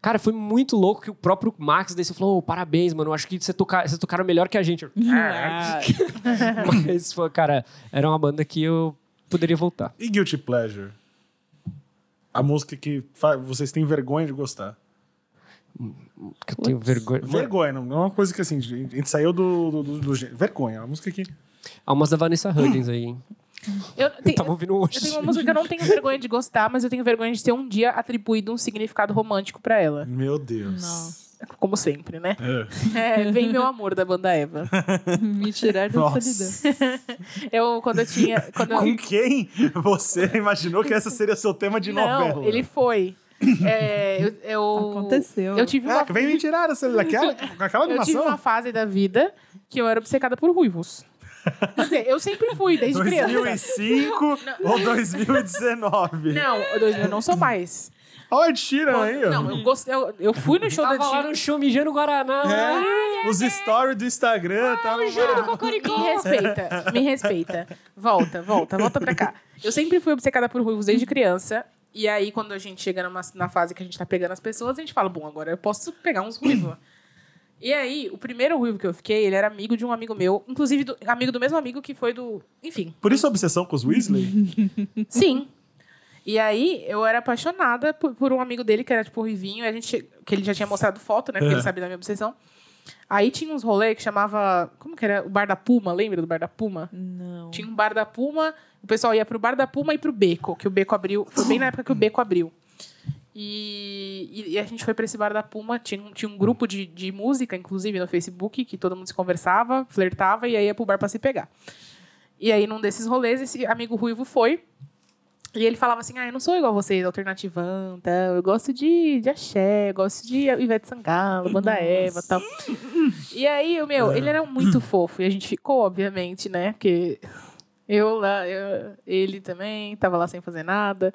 Speaker 1: Cara, foi muito louco que o próprio Max desse falou: "Ô, parabéns, mano. Acho que você toca... vocês tocaram melhor que a
Speaker 3: *laughs*
Speaker 1: gente. Eu,
Speaker 4: Ah,
Speaker 1: *laughs* Mas, foi, cara, era uma banda que eu poderia voltar.
Speaker 2: E Guilty Pleasure? A música que fa- vocês têm vergonha de gostar.
Speaker 1: Que eu tenho vergonha.
Speaker 2: Vergonha, não não é uma coisa que assim, a gente saiu do, do, do, do gê- Vergonha, é uma música que.
Speaker 1: Há umas da Vanessa Hudgens aí, hein?
Speaker 3: Eu, tem-
Speaker 1: Tava ouvindo
Speaker 3: eu
Speaker 1: hoje.
Speaker 3: tenho uma música que eu não tenho vergonha de gostar, mas eu tenho vergonha de ter um dia atribuído um significado romântico pra ela.
Speaker 2: Meu Deus.
Speaker 4: Nossa.
Speaker 3: Como sempre, né?
Speaker 2: É.
Speaker 3: É, vem meu amor da banda Eva.
Speaker 4: me tirar da
Speaker 2: Nossa.
Speaker 4: solidão.
Speaker 3: Eu, quando eu tinha. Quando eu-
Speaker 2: Com quem você imaginou que essa seria seu tema de
Speaker 3: não,
Speaker 2: novela?
Speaker 3: ele foi. É, eu, eu-
Speaker 4: Aconteceu.
Speaker 3: Eu tive uma
Speaker 2: Ah, que vem me tirar essa, aquela, com aquela
Speaker 3: *laughs* Eu tive
Speaker 2: animação.
Speaker 3: uma fase da vida que eu era obcecada por ruivos.
Speaker 2: *laughs*
Speaker 3: Quer dizer, eu sempre fui, desde criança.
Speaker 2: 2005 ou 2019?
Speaker 3: Não, eu dois- eu não sou mais.
Speaker 2: Olha, tira Então, aí, ó.
Speaker 3: Não, eu, gostei, eu, eu fui no show da
Speaker 1: Tava lá
Speaker 3: Tina.
Speaker 1: no show mijando Guaraná. né?
Speaker 2: É, os stories do Instagram tá tava lá.
Speaker 3: Me respeita, me respeita. Volta, volta, volta pra cá. Eu sempre fui obcecada por ruivos desde criança. E aí, quando a gente chega numa- na fase que a gente tá pegando as pessoas, a gente fala, bom, agora eu posso pegar uns ruivos. E aí, o primeiro ruivo que eu fiquei, ele era amigo de um amigo meu, inclusive do- amigo do mesmo amigo que foi do. Enfim,
Speaker 2: Por isso a obsessão com os Weasley?
Speaker 3: Sim. Uhum. E aí, eu era apaixonada por, por um amigo dele, que era tipo Rivinho, e a gente, che- que ele já tinha mostrado foto, né? Porque
Speaker 2: É.
Speaker 3: ele sabia da minha obsessão. Aí tinha uns rolês que chamava. Como que era? O Bar da Puma, lembra do Bar da Puma?
Speaker 4: Não.
Speaker 3: Tinha um Bar da Puma, o pessoal ia pro Bar da Puma e pro Beco, que o Beco abriu. Foi bem na época que o Beco abriu. E, e- e a gente foi pra esse Bar da Puma, tinha, um- tinha um grupo de, de música, inclusive, no Facebook, que todo mundo se conversava, flertava e aí ia pro bar pra se pegar. E aí, num desses rolês, esse amigo ruivo foi. E ele falava assim, ah, eu não sou igual a vocês, alternativão, tal. Eu gosto de, de axé, eu gosto de Ivete Sangalo, Banda Eva, tal. E aí, o meu, ele era
Speaker 4: *clears throat*
Speaker 3: muito fofo. E a gente ficou, obviamente, né? Porque eu lá, eu- ele também, tava lá sem fazer nada.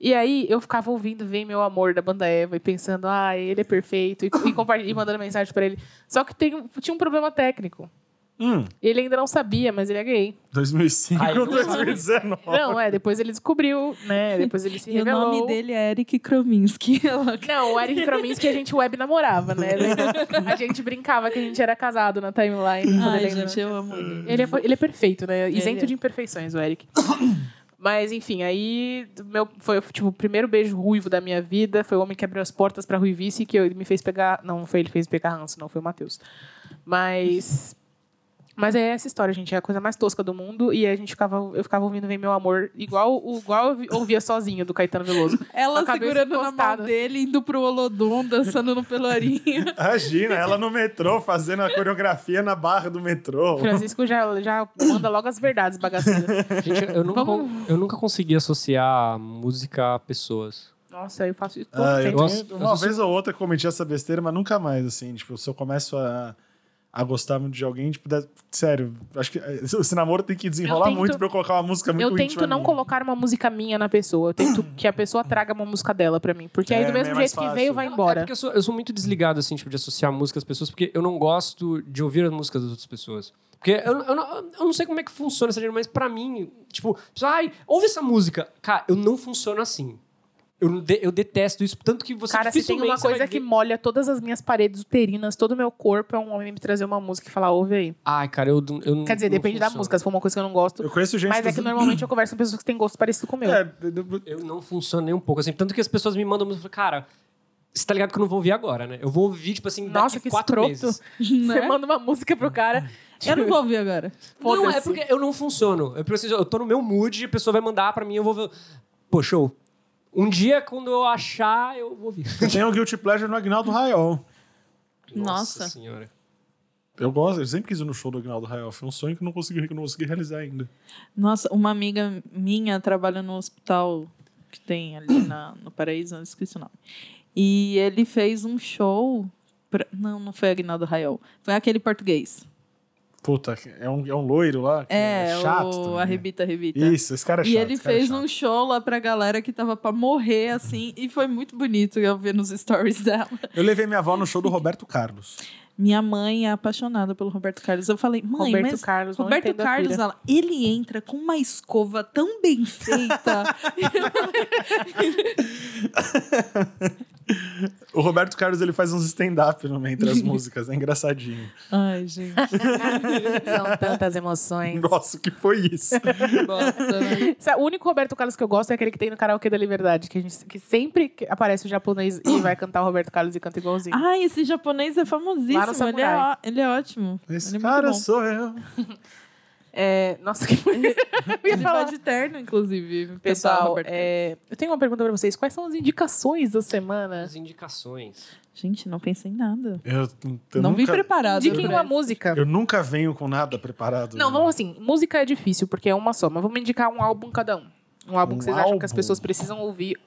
Speaker 3: E aí, eu ficava ouvindo Vem Meu Amor, da Banda Eva, e pensando, ah, ele é perfeito. E, e, compartilh- e mandando mensagem pra ele. Só que tem, um- tinha um problema técnico.
Speaker 2: Hum,
Speaker 3: Ele ainda não sabia, mas ele é gay.
Speaker 2: 2005
Speaker 1: Ai,
Speaker 2: ou
Speaker 1: não.
Speaker 2: 2019?
Speaker 3: Não, é, depois ele descobriu, né? Depois ele se
Speaker 4: E o
Speaker 3: revelou.
Speaker 4: nome dele é Eric Krominski. *laughs* Ela-
Speaker 3: Não, o Eric Krominski a gente web namorava, né? A gente brincava que a gente era casado na timeline. quando
Speaker 4: Ai,
Speaker 3: ele ainda-
Speaker 4: gente, eu amo ele.
Speaker 3: Ele é, ele é perfeito, né? Isento
Speaker 4: é.
Speaker 3: de imperfeições, o Eric. Mas, enfim, aí meu, foi tipo, o primeiro beijo ruivo da minha vida. Foi o homem que abriu as portas pra Ruivice, que eu- ele me fez pegar... Não, não foi ele que fez pegar ranço, não. Foi o Matheus. Mas... Mas é essa história, gente. É a coisa mais tosca do mundo. E a gente ficava, eu ficava ouvindo Vem Meu Amor, igual, o- igual eu vi- ouvia sozinho do Caetano Veloso.
Speaker 4: Ela
Speaker 3: a cabeça
Speaker 4: segurando na mão
Speaker 3: encostada.
Speaker 4: dele, indo pro Olodum, dançando no pelourinho.
Speaker 2: *laughs* Imagina, ela no metrô, fazendo a coreografia na barra do metrô.
Speaker 3: *laughs* Francisco já, já manda logo as verdades bagaceiras.
Speaker 1: Gente, eu nunca, eu nunca consegui associar música a pessoas.
Speaker 3: Nossa, eu faço isso todo
Speaker 2: Ah, eu
Speaker 3: tempo.
Speaker 1: Eu
Speaker 2: tenho-
Speaker 1: ass-
Speaker 2: uma
Speaker 1: associo-
Speaker 2: vez ou outra cometi essa besteira, mas nunca mais, assim. Tipo, se eu começo a, a gostar muito de alguém, tipo, dá- sério, acho que eh, esse namoro tem que desenrolar
Speaker 3: Eu tento-
Speaker 2: muito pra eu colocar uma música muito
Speaker 3: Eu
Speaker 2: íntima
Speaker 3: tento não
Speaker 2: minha.
Speaker 3: colocar uma música minha na pessoa. Eu tento que a pessoa traga uma música dela pra mim. Porque aí,
Speaker 2: É,
Speaker 3: do
Speaker 2: é
Speaker 3: mesmo
Speaker 2: mais
Speaker 3: jeito
Speaker 2: fácil.
Speaker 3: que veio, vai
Speaker 1: É
Speaker 3: embora.
Speaker 1: porque eu sou, eu sou muito desligado, assim, tipo, de associar música às pessoas, porque eu não gosto de ouvir as músicas das outras pessoas. Porque eu, eu não, eu não sei como é que funciona essa gíria, mas pra mim, tipo, pessoa, ai, ouve essa música. Cara, eu não funciono assim. Eu, não de- eu detesto isso, tanto que você
Speaker 3: Cara, se tem
Speaker 1: dificilmente
Speaker 3: uma
Speaker 1: você vai
Speaker 3: coisa que
Speaker 1: ver-
Speaker 3: molha todas as minhas paredes uterinas, todo o meu corpo, é um homem me trazer uma música e falar, ouve aí.
Speaker 1: Ai, cara, eu, não-
Speaker 2: Hum,
Speaker 1: eu não-
Speaker 3: Quer dizer,
Speaker 1: não
Speaker 3: depende da
Speaker 1: funciono.
Speaker 3: música, se for uma coisa que eu não gosto.
Speaker 2: Eu conheço gente...
Speaker 3: Mas é
Speaker 2: dos-
Speaker 3: que normalmente eu converso com pessoas que têm gosto parecido com o meu.
Speaker 2: É, d- d-
Speaker 1: Eu não funciono nem um pouco, assim. Tanto que as pessoas me mandam música, cara, você tá ligado que eu não vou ouvir agora, né? Eu vou ouvir, tipo assim,
Speaker 3: Nossa,
Speaker 1: daqui
Speaker 3: que
Speaker 1: quatro
Speaker 3: escroto.
Speaker 1: meses. Né?
Speaker 3: Você manda uma música pro cara.
Speaker 4: Eu não Né? vou ouvir agora.
Speaker 1: Não, é porque eu não funciono. Eu, preciso, eu tô no meu mood, a pessoa vai mandar pra mim, eu vou ver. Pô, show. Um dia, quando eu achar, eu vou
Speaker 3: *laughs*
Speaker 1: ouvir.
Speaker 2: Tem o Guilty Pleasure no Agnaldo Raiol.
Speaker 4: Nossa.
Speaker 1: senhora.
Speaker 2: Eu gosto, eu sempre quis ir no show do Agnaldo Raiol. Foi um sonho que eu não consegui, que eu não consegui realizar ainda.
Speaker 4: Nossa, uma amiga minha trabalha no hospital que tem ali na- no Paraíso, não esqueci o nome. E ele fez um show. pra- Não, não foi Agnaldo Raiol. Foi aquele português.
Speaker 2: Puta, é um, é um loiro lá. que
Speaker 4: É,
Speaker 2: chato.
Speaker 4: o
Speaker 2: também. né?
Speaker 4: Arrebita, Arrebita.
Speaker 2: Isso, esse cara é chato.
Speaker 4: E ele
Speaker 2: esse cara é
Speaker 4: fez
Speaker 2: chato.
Speaker 4: um show lá pra galera que tava pra morrer, assim, e foi muito bonito eu ver nos stories dela.
Speaker 2: Eu levei minha avó no show do Roberto Carlos.
Speaker 4: Minha mãe é apaixonada pelo Roberto Carlos. Eu falei, mãe,
Speaker 3: Roberto
Speaker 4: mas
Speaker 3: Carlos, não
Speaker 4: Roberto
Speaker 3: entendo a
Speaker 4: Carlos,
Speaker 3: pira.
Speaker 4: ela, ele entra com uma escova tão bem feita.
Speaker 2: O Roberto Carlos ele faz uns stand-up no meio entre
Speaker 4: *laughs*
Speaker 2: as músicas, é engraçadinho.
Speaker 4: Ai, gente.
Speaker 3: *laughs* São tantas
Speaker 4: É
Speaker 3: emoções.
Speaker 2: Nossa, o que foi isso?
Speaker 3: Sabe, O único Roberto Carlos que eu gosto é aquele que tem no karaokê da Liberdade, que, a gente, que sempre que aparece o japonês e vai cantar o Roberto Carlos e canta igualzinho.
Speaker 4: Ai, esse japonês é
Speaker 3: Lá no
Speaker 4: famosíssimo. Ele é,
Speaker 3: Samurai.
Speaker 4: ó- ele é ótimo.
Speaker 2: Esse
Speaker 4: ele é
Speaker 2: cara
Speaker 4: muito bom.
Speaker 2: sou eu.
Speaker 3: É, nossa, que
Speaker 4: *laughs*
Speaker 3: eu ia
Speaker 4: Ele
Speaker 3: falar
Speaker 4: vai de terno, inclusive. Pessoal,
Speaker 3: Pessoal,
Speaker 4: Roberto Carlos.
Speaker 3: é, eu tenho uma pergunta pra vocês. Quais são as indicações da semana?
Speaker 1: As indicações.
Speaker 4: Gente, não pensei em nada.
Speaker 2: Eu, eu
Speaker 4: não vim
Speaker 2: nunca,
Speaker 4: preparado. né?
Speaker 3: Indiquem
Speaker 4: pra
Speaker 3: uma
Speaker 4: isso.
Speaker 3: música.
Speaker 2: eu nunca venho com nada preparado.
Speaker 3: Não, vamos assim. Música é difícil, porque é uma só. Mas vamos indicar um álbum cada um. Um álbum
Speaker 2: Um
Speaker 3: que vocês acham que as
Speaker 2: álbum?
Speaker 3: pessoas precisam ouvir.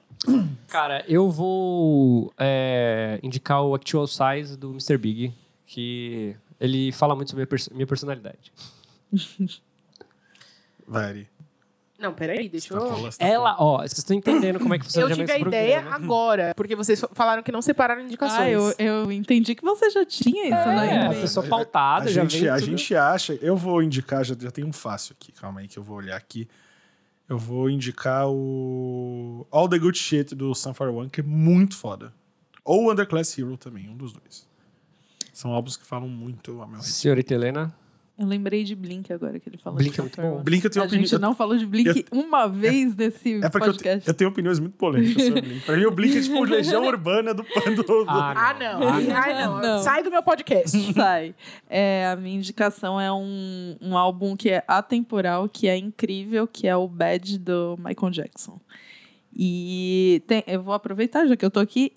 Speaker 1: Cara, eu vou é, indicar o Actual Size do Mr. Big, que ele fala muito sobre a pers- minha personalidade.
Speaker 2: Vai, Ari.
Speaker 3: Não, peraí, deixa
Speaker 2: Tá
Speaker 3: eu...
Speaker 2: com lastra-
Speaker 1: Ela, ó, vocês estão entendendo como é que funciona
Speaker 3: Eu tive a
Speaker 1: esse
Speaker 3: ideia
Speaker 1: programa.
Speaker 3: agora, porque vocês falaram que não separaram indicações.
Speaker 4: Ah, eu, eu entendi que você já tinha isso né?
Speaker 1: É,
Speaker 4: na
Speaker 1: a
Speaker 4: e-mail.
Speaker 1: pessoa
Speaker 2: A
Speaker 1: pautada, já
Speaker 2: gente, é,
Speaker 1: vem
Speaker 2: a
Speaker 1: tudo.
Speaker 2: gente acha. Eu vou indicar, já, já tem um fácil aqui, calma aí que eu vou olhar aqui. Eu vou indicar o All the Good Shit do Sunfire One, que é muito foda. Ou Underclass Hero também, um dos dois. São álbuns que falam muito a meu respeito.
Speaker 1: Senhorita Helena,
Speaker 4: Eu lembrei de Blink agora que ele falou.
Speaker 1: Blink
Speaker 4: de
Speaker 1: é muito
Speaker 4: Software
Speaker 1: bom.
Speaker 2: Blink eu tenho
Speaker 4: a gente
Speaker 2: opinião.
Speaker 4: não falou de Blink uma vez nesse
Speaker 2: É porque eu, te-
Speaker 4: podcast.
Speaker 2: eu tenho opiniões muito polêmicas sobre o Blink. Pra mim, o Blink é tipo legião urbana do pano.
Speaker 3: Ah, não.
Speaker 1: Ah,
Speaker 3: Ah, não.
Speaker 4: Não.
Speaker 3: Sai do meu podcast.
Speaker 4: *laughs* Sai. É, a minha indicação é um, um álbum que é atemporal, que é incrível, que é o Bad do Michael Jackson. E tem- eu vou aproveitar, já que eu tô aqui.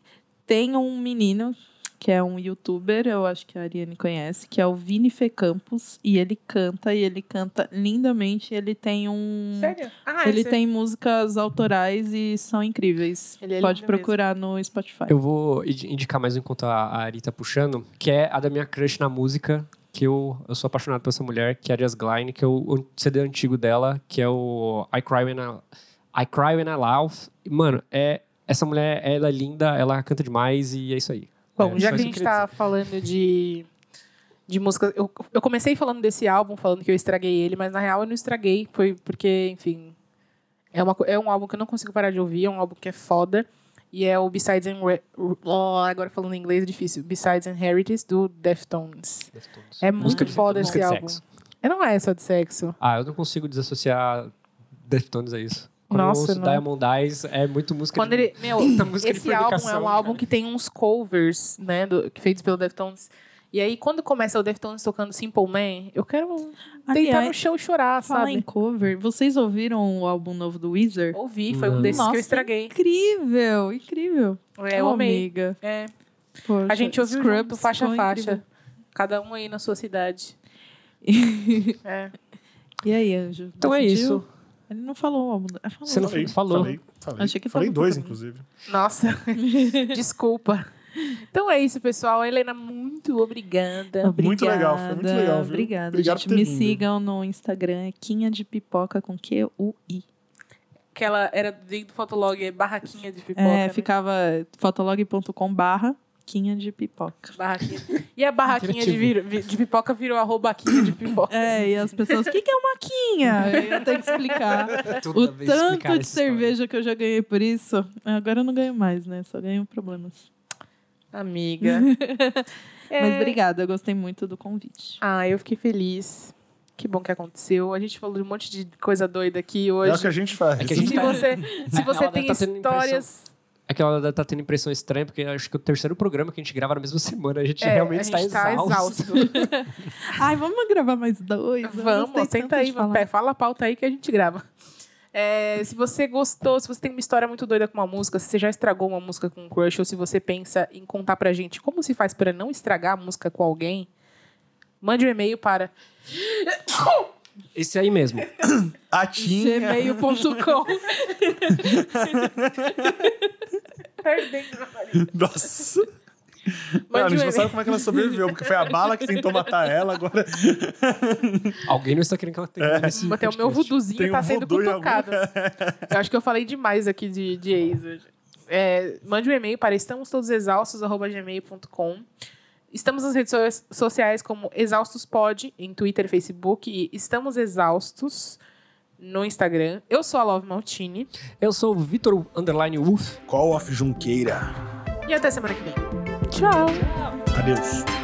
Speaker 4: Tem um menino que é um youtuber, eu acho que a Ariane conhece, que é o Vini Fê Campos. E ele canta, e ele canta lindamente. Ele tem um.
Speaker 3: Sério? Ah,
Speaker 4: ele
Speaker 1: é
Speaker 3: esse-
Speaker 4: tem músicas autorais e são incríveis.
Speaker 3: Ele é
Speaker 4: Pode
Speaker 3: lindo mesmo.
Speaker 4: procurar no Spotify.
Speaker 1: Eu vou indi- indicar mais um enquanto a a Ari tá puxando, que é a da minha crush na música, que eu, eu sou apaixonado por essa mulher, que é a Jess Glyne, que é o, o CD antigo dela, que é o I Cry When I, I, Cry When I Laugh. E, Mano, é, essa mulher, ela é linda, ela canta demais e é isso aí.
Speaker 3: Bom,
Speaker 1: É, só
Speaker 3: já que a
Speaker 1: isso
Speaker 3: gente
Speaker 1: eu queria
Speaker 3: tá falando de, de música. Eu, eu comecei falando desse álbum, falando que eu estraguei ele, mas na real eu não estraguei. Foi porque, enfim. É, uma, co- é um álbum que eu não consigo parar de ouvir, é um álbum que é foda. E é o Besides and. Re- Oh, agora falando em inglês é difícil. Besides and Heritage do Deftones.
Speaker 1: dizer. Deftones.
Speaker 3: É muito
Speaker 1: de-
Speaker 3: foda
Speaker 1: música
Speaker 3: esse
Speaker 1: de
Speaker 3: álbum.
Speaker 1: sexo.
Speaker 3: É, Não é só de sexo.
Speaker 1: Ah, eu não consigo desassociar Deftones a isso. Quando
Speaker 3: Nossa,
Speaker 1: eu ouço
Speaker 3: não.
Speaker 1: Diamond Eyes, é muito música
Speaker 3: Quando
Speaker 1: de...
Speaker 3: ele. Meu,
Speaker 1: *coughs* muita música de
Speaker 3: esse álbum é
Speaker 1: fornicação,
Speaker 3: um álbum que tem uns covers, né? do- que feitos pelo Deftones. E aí, quando começa o Deftones tocando Simple Man, eu quero deitar no
Speaker 4: Aliás,
Speaker 3: chão e chorar,
Speaker 4: é, Falar
Speaker 3: sabe?
Speaker 4: em cover, vocês ouviram o álbum novo do Weezer?
Speaker 3: Ouvi, foi um
Speaker 1: Não.
Speaker 3: desses que
Speaker 4: Nossa,
Speaker 3: eu estraguei.
Speaker 4: Incrível, incrível.
Speaker 3: É, eu
Speaker 4: Ô,
Speaker 3: amei.
Speaker 4: Amiga.
Speaker 3: É.
Speaker 4: Poxa,
Speaker 3: A gente ouviu
Speaker 4: Scrubs
Speaker 3: junto, faixa a
Speaker 4: ficou
Speaker 3: faixa.
Speaker 4: incrível.
Speaker 3: Cada um aí na sua *laughs* cidade. é.
Speaker 4: E aí, Anjo?
Speaker 1: Então é *laughs*
Speaker 4: decidiu?
Speaker 1: isso.
Speaker 4: Ele não falou o álbum. Ah, falou.
Speaker 1: Você não
Speaker 2: Falei,
Speaker 1: falou.
Speaker 2: Falei, falei.
Speaker 4: Achei que
Speaker 2: falei
Speaker 4: falou
Speaker 2: dois,
Speaker 4: também.
Speaker 2: inclusive.
Speaker 3: Nossa, *laughs* desculpa. Então é isso, pessoal. Helena, muito obrigada.
Speaker 4: Obrigada,
Speaker 2: Muito legal, foi muito legal, viu?
Speaker 4: Obrigada.
Speaker 2: Obrigado
Speaker 4: gente,
Speaker 2: por ter
Speaker 4: me
Speaker 2: vindo.
Speaker 4: sigam no Instagram, é Quinha de Pipoca com Q-U-I.
Speaker 3: Que ela era dentro do Fotolog, é barraquinha de pipoca.
Speaker 4: É,
Speaker 3: né?
Speaker 4: ficava fotolog.com barra Quinha de Pipoca.
Speaker 3: Barraquinha. E a barraquinha de,
Speaker 1: Criativo.
Speaker 3: vir- vi- de pipoca virou arrobaquinha de pipoca.
Speaker 4: É, e as pessoas, o que, que é uma quinha? Eu tenho que
Speaker 1: *laughs*
Speaker 4: explicar.
Speaker 1: Toda
Speaker 4: O
Speaker 1: vez explicar
Speaker 4: tanto de
Speaker 1: essa história.
Speaker 4: cerveja que eu já ganhei por isso, agora eu não ganho mais, né? Só ganho problemas.
Speaker 3: *coughs* Amiga.
Speaker 4: Mas obrigada, eu gostei muito do convite.
Speaker 3: Ah, eu fiquei feliz. Que bom que aconteceu. A gente falou de um monte de coisa doida aqui
Speaker 2: É o
Speaker 3: hoje.
Speaker 2: que a gente faz. *laughs*
Speaker 1: É que a gente
Speaker 3: Se
Speaker 1: tá-
Speaker 3: você, se
Speaker 1: Ela
Speaker 3: você
Speaker 1: deve
Speaker 3: tem
Speaker 1: tá tendo
Speaker 3: histórias
Speaker 1: É que ela deve estar tendo impressão estranha, porque acho que o terceiro programa que a gente grava na mesma *laughs* semana, a gente
Speaker 3: É,
Speaker 1: realmente
Speaker 3: a gente
Speaker 1: está
Speaker 3: tá
Speaker 1: exausto.
Speaker 3: exausto.
Speaker 4: Ai, vamos gravar mais dois? Eu gostei
Speaker 3: Vamos,
Speaker 4: tanto
Speaker 3: senta aí,
Speaker 4: de falar.
Speaker 3: pé, fala a pauta aí que a gente grava. É, se você gostou, se você tem uma história muito doida com uma música, se você já estragou uma música com um crush, ou se você pensa em contar pra gente como se faz pra não estragar a música com alguém, mande um e-mail para
Speaker 1: Esse aí mesmo.
Speaker 3: *laughs*
Speaker 2: Atinha.
Speaker 4: gmail.com.
Speaker 2: Nossa. Não, a
Speaker 3: Mande
Speaker 2: gente não
Speaker 3: um e-mail.
Speaker 2: sabe como é que ela sobreviveu, porque foi a bala que tentou matar ela, agora
Speaker 1: Alguém não está querendo que ela tenha esse
Speaker 3: Até o meu
Speaker 1: podcast.
Speaker 3: vuduzinho
Speaker 2: tem
Speaker 3: tá
Speaker 2: um
Speaker 3: sendo
Speaker 2: voodoo em algum...
Speaker 3: cutucado. Eu acho que eu falei demais aqui de, de ex hoje. É, mande um e-mail para estamostodosexaustos.gmail.com Estamos nas redes so- sociais como ExaustosPod, em Twitter e Facebook, e Estamos Exaustos no Instagram. Eu sou a Love Maltini,
Speaker 1: Eu sou o Vitor Underline Wolf.
Speaker 2: Call of Junqueira.
Speaker 3: e até semana que vem.
Speaker 9: Tchau.
Speaker 2: Adeus.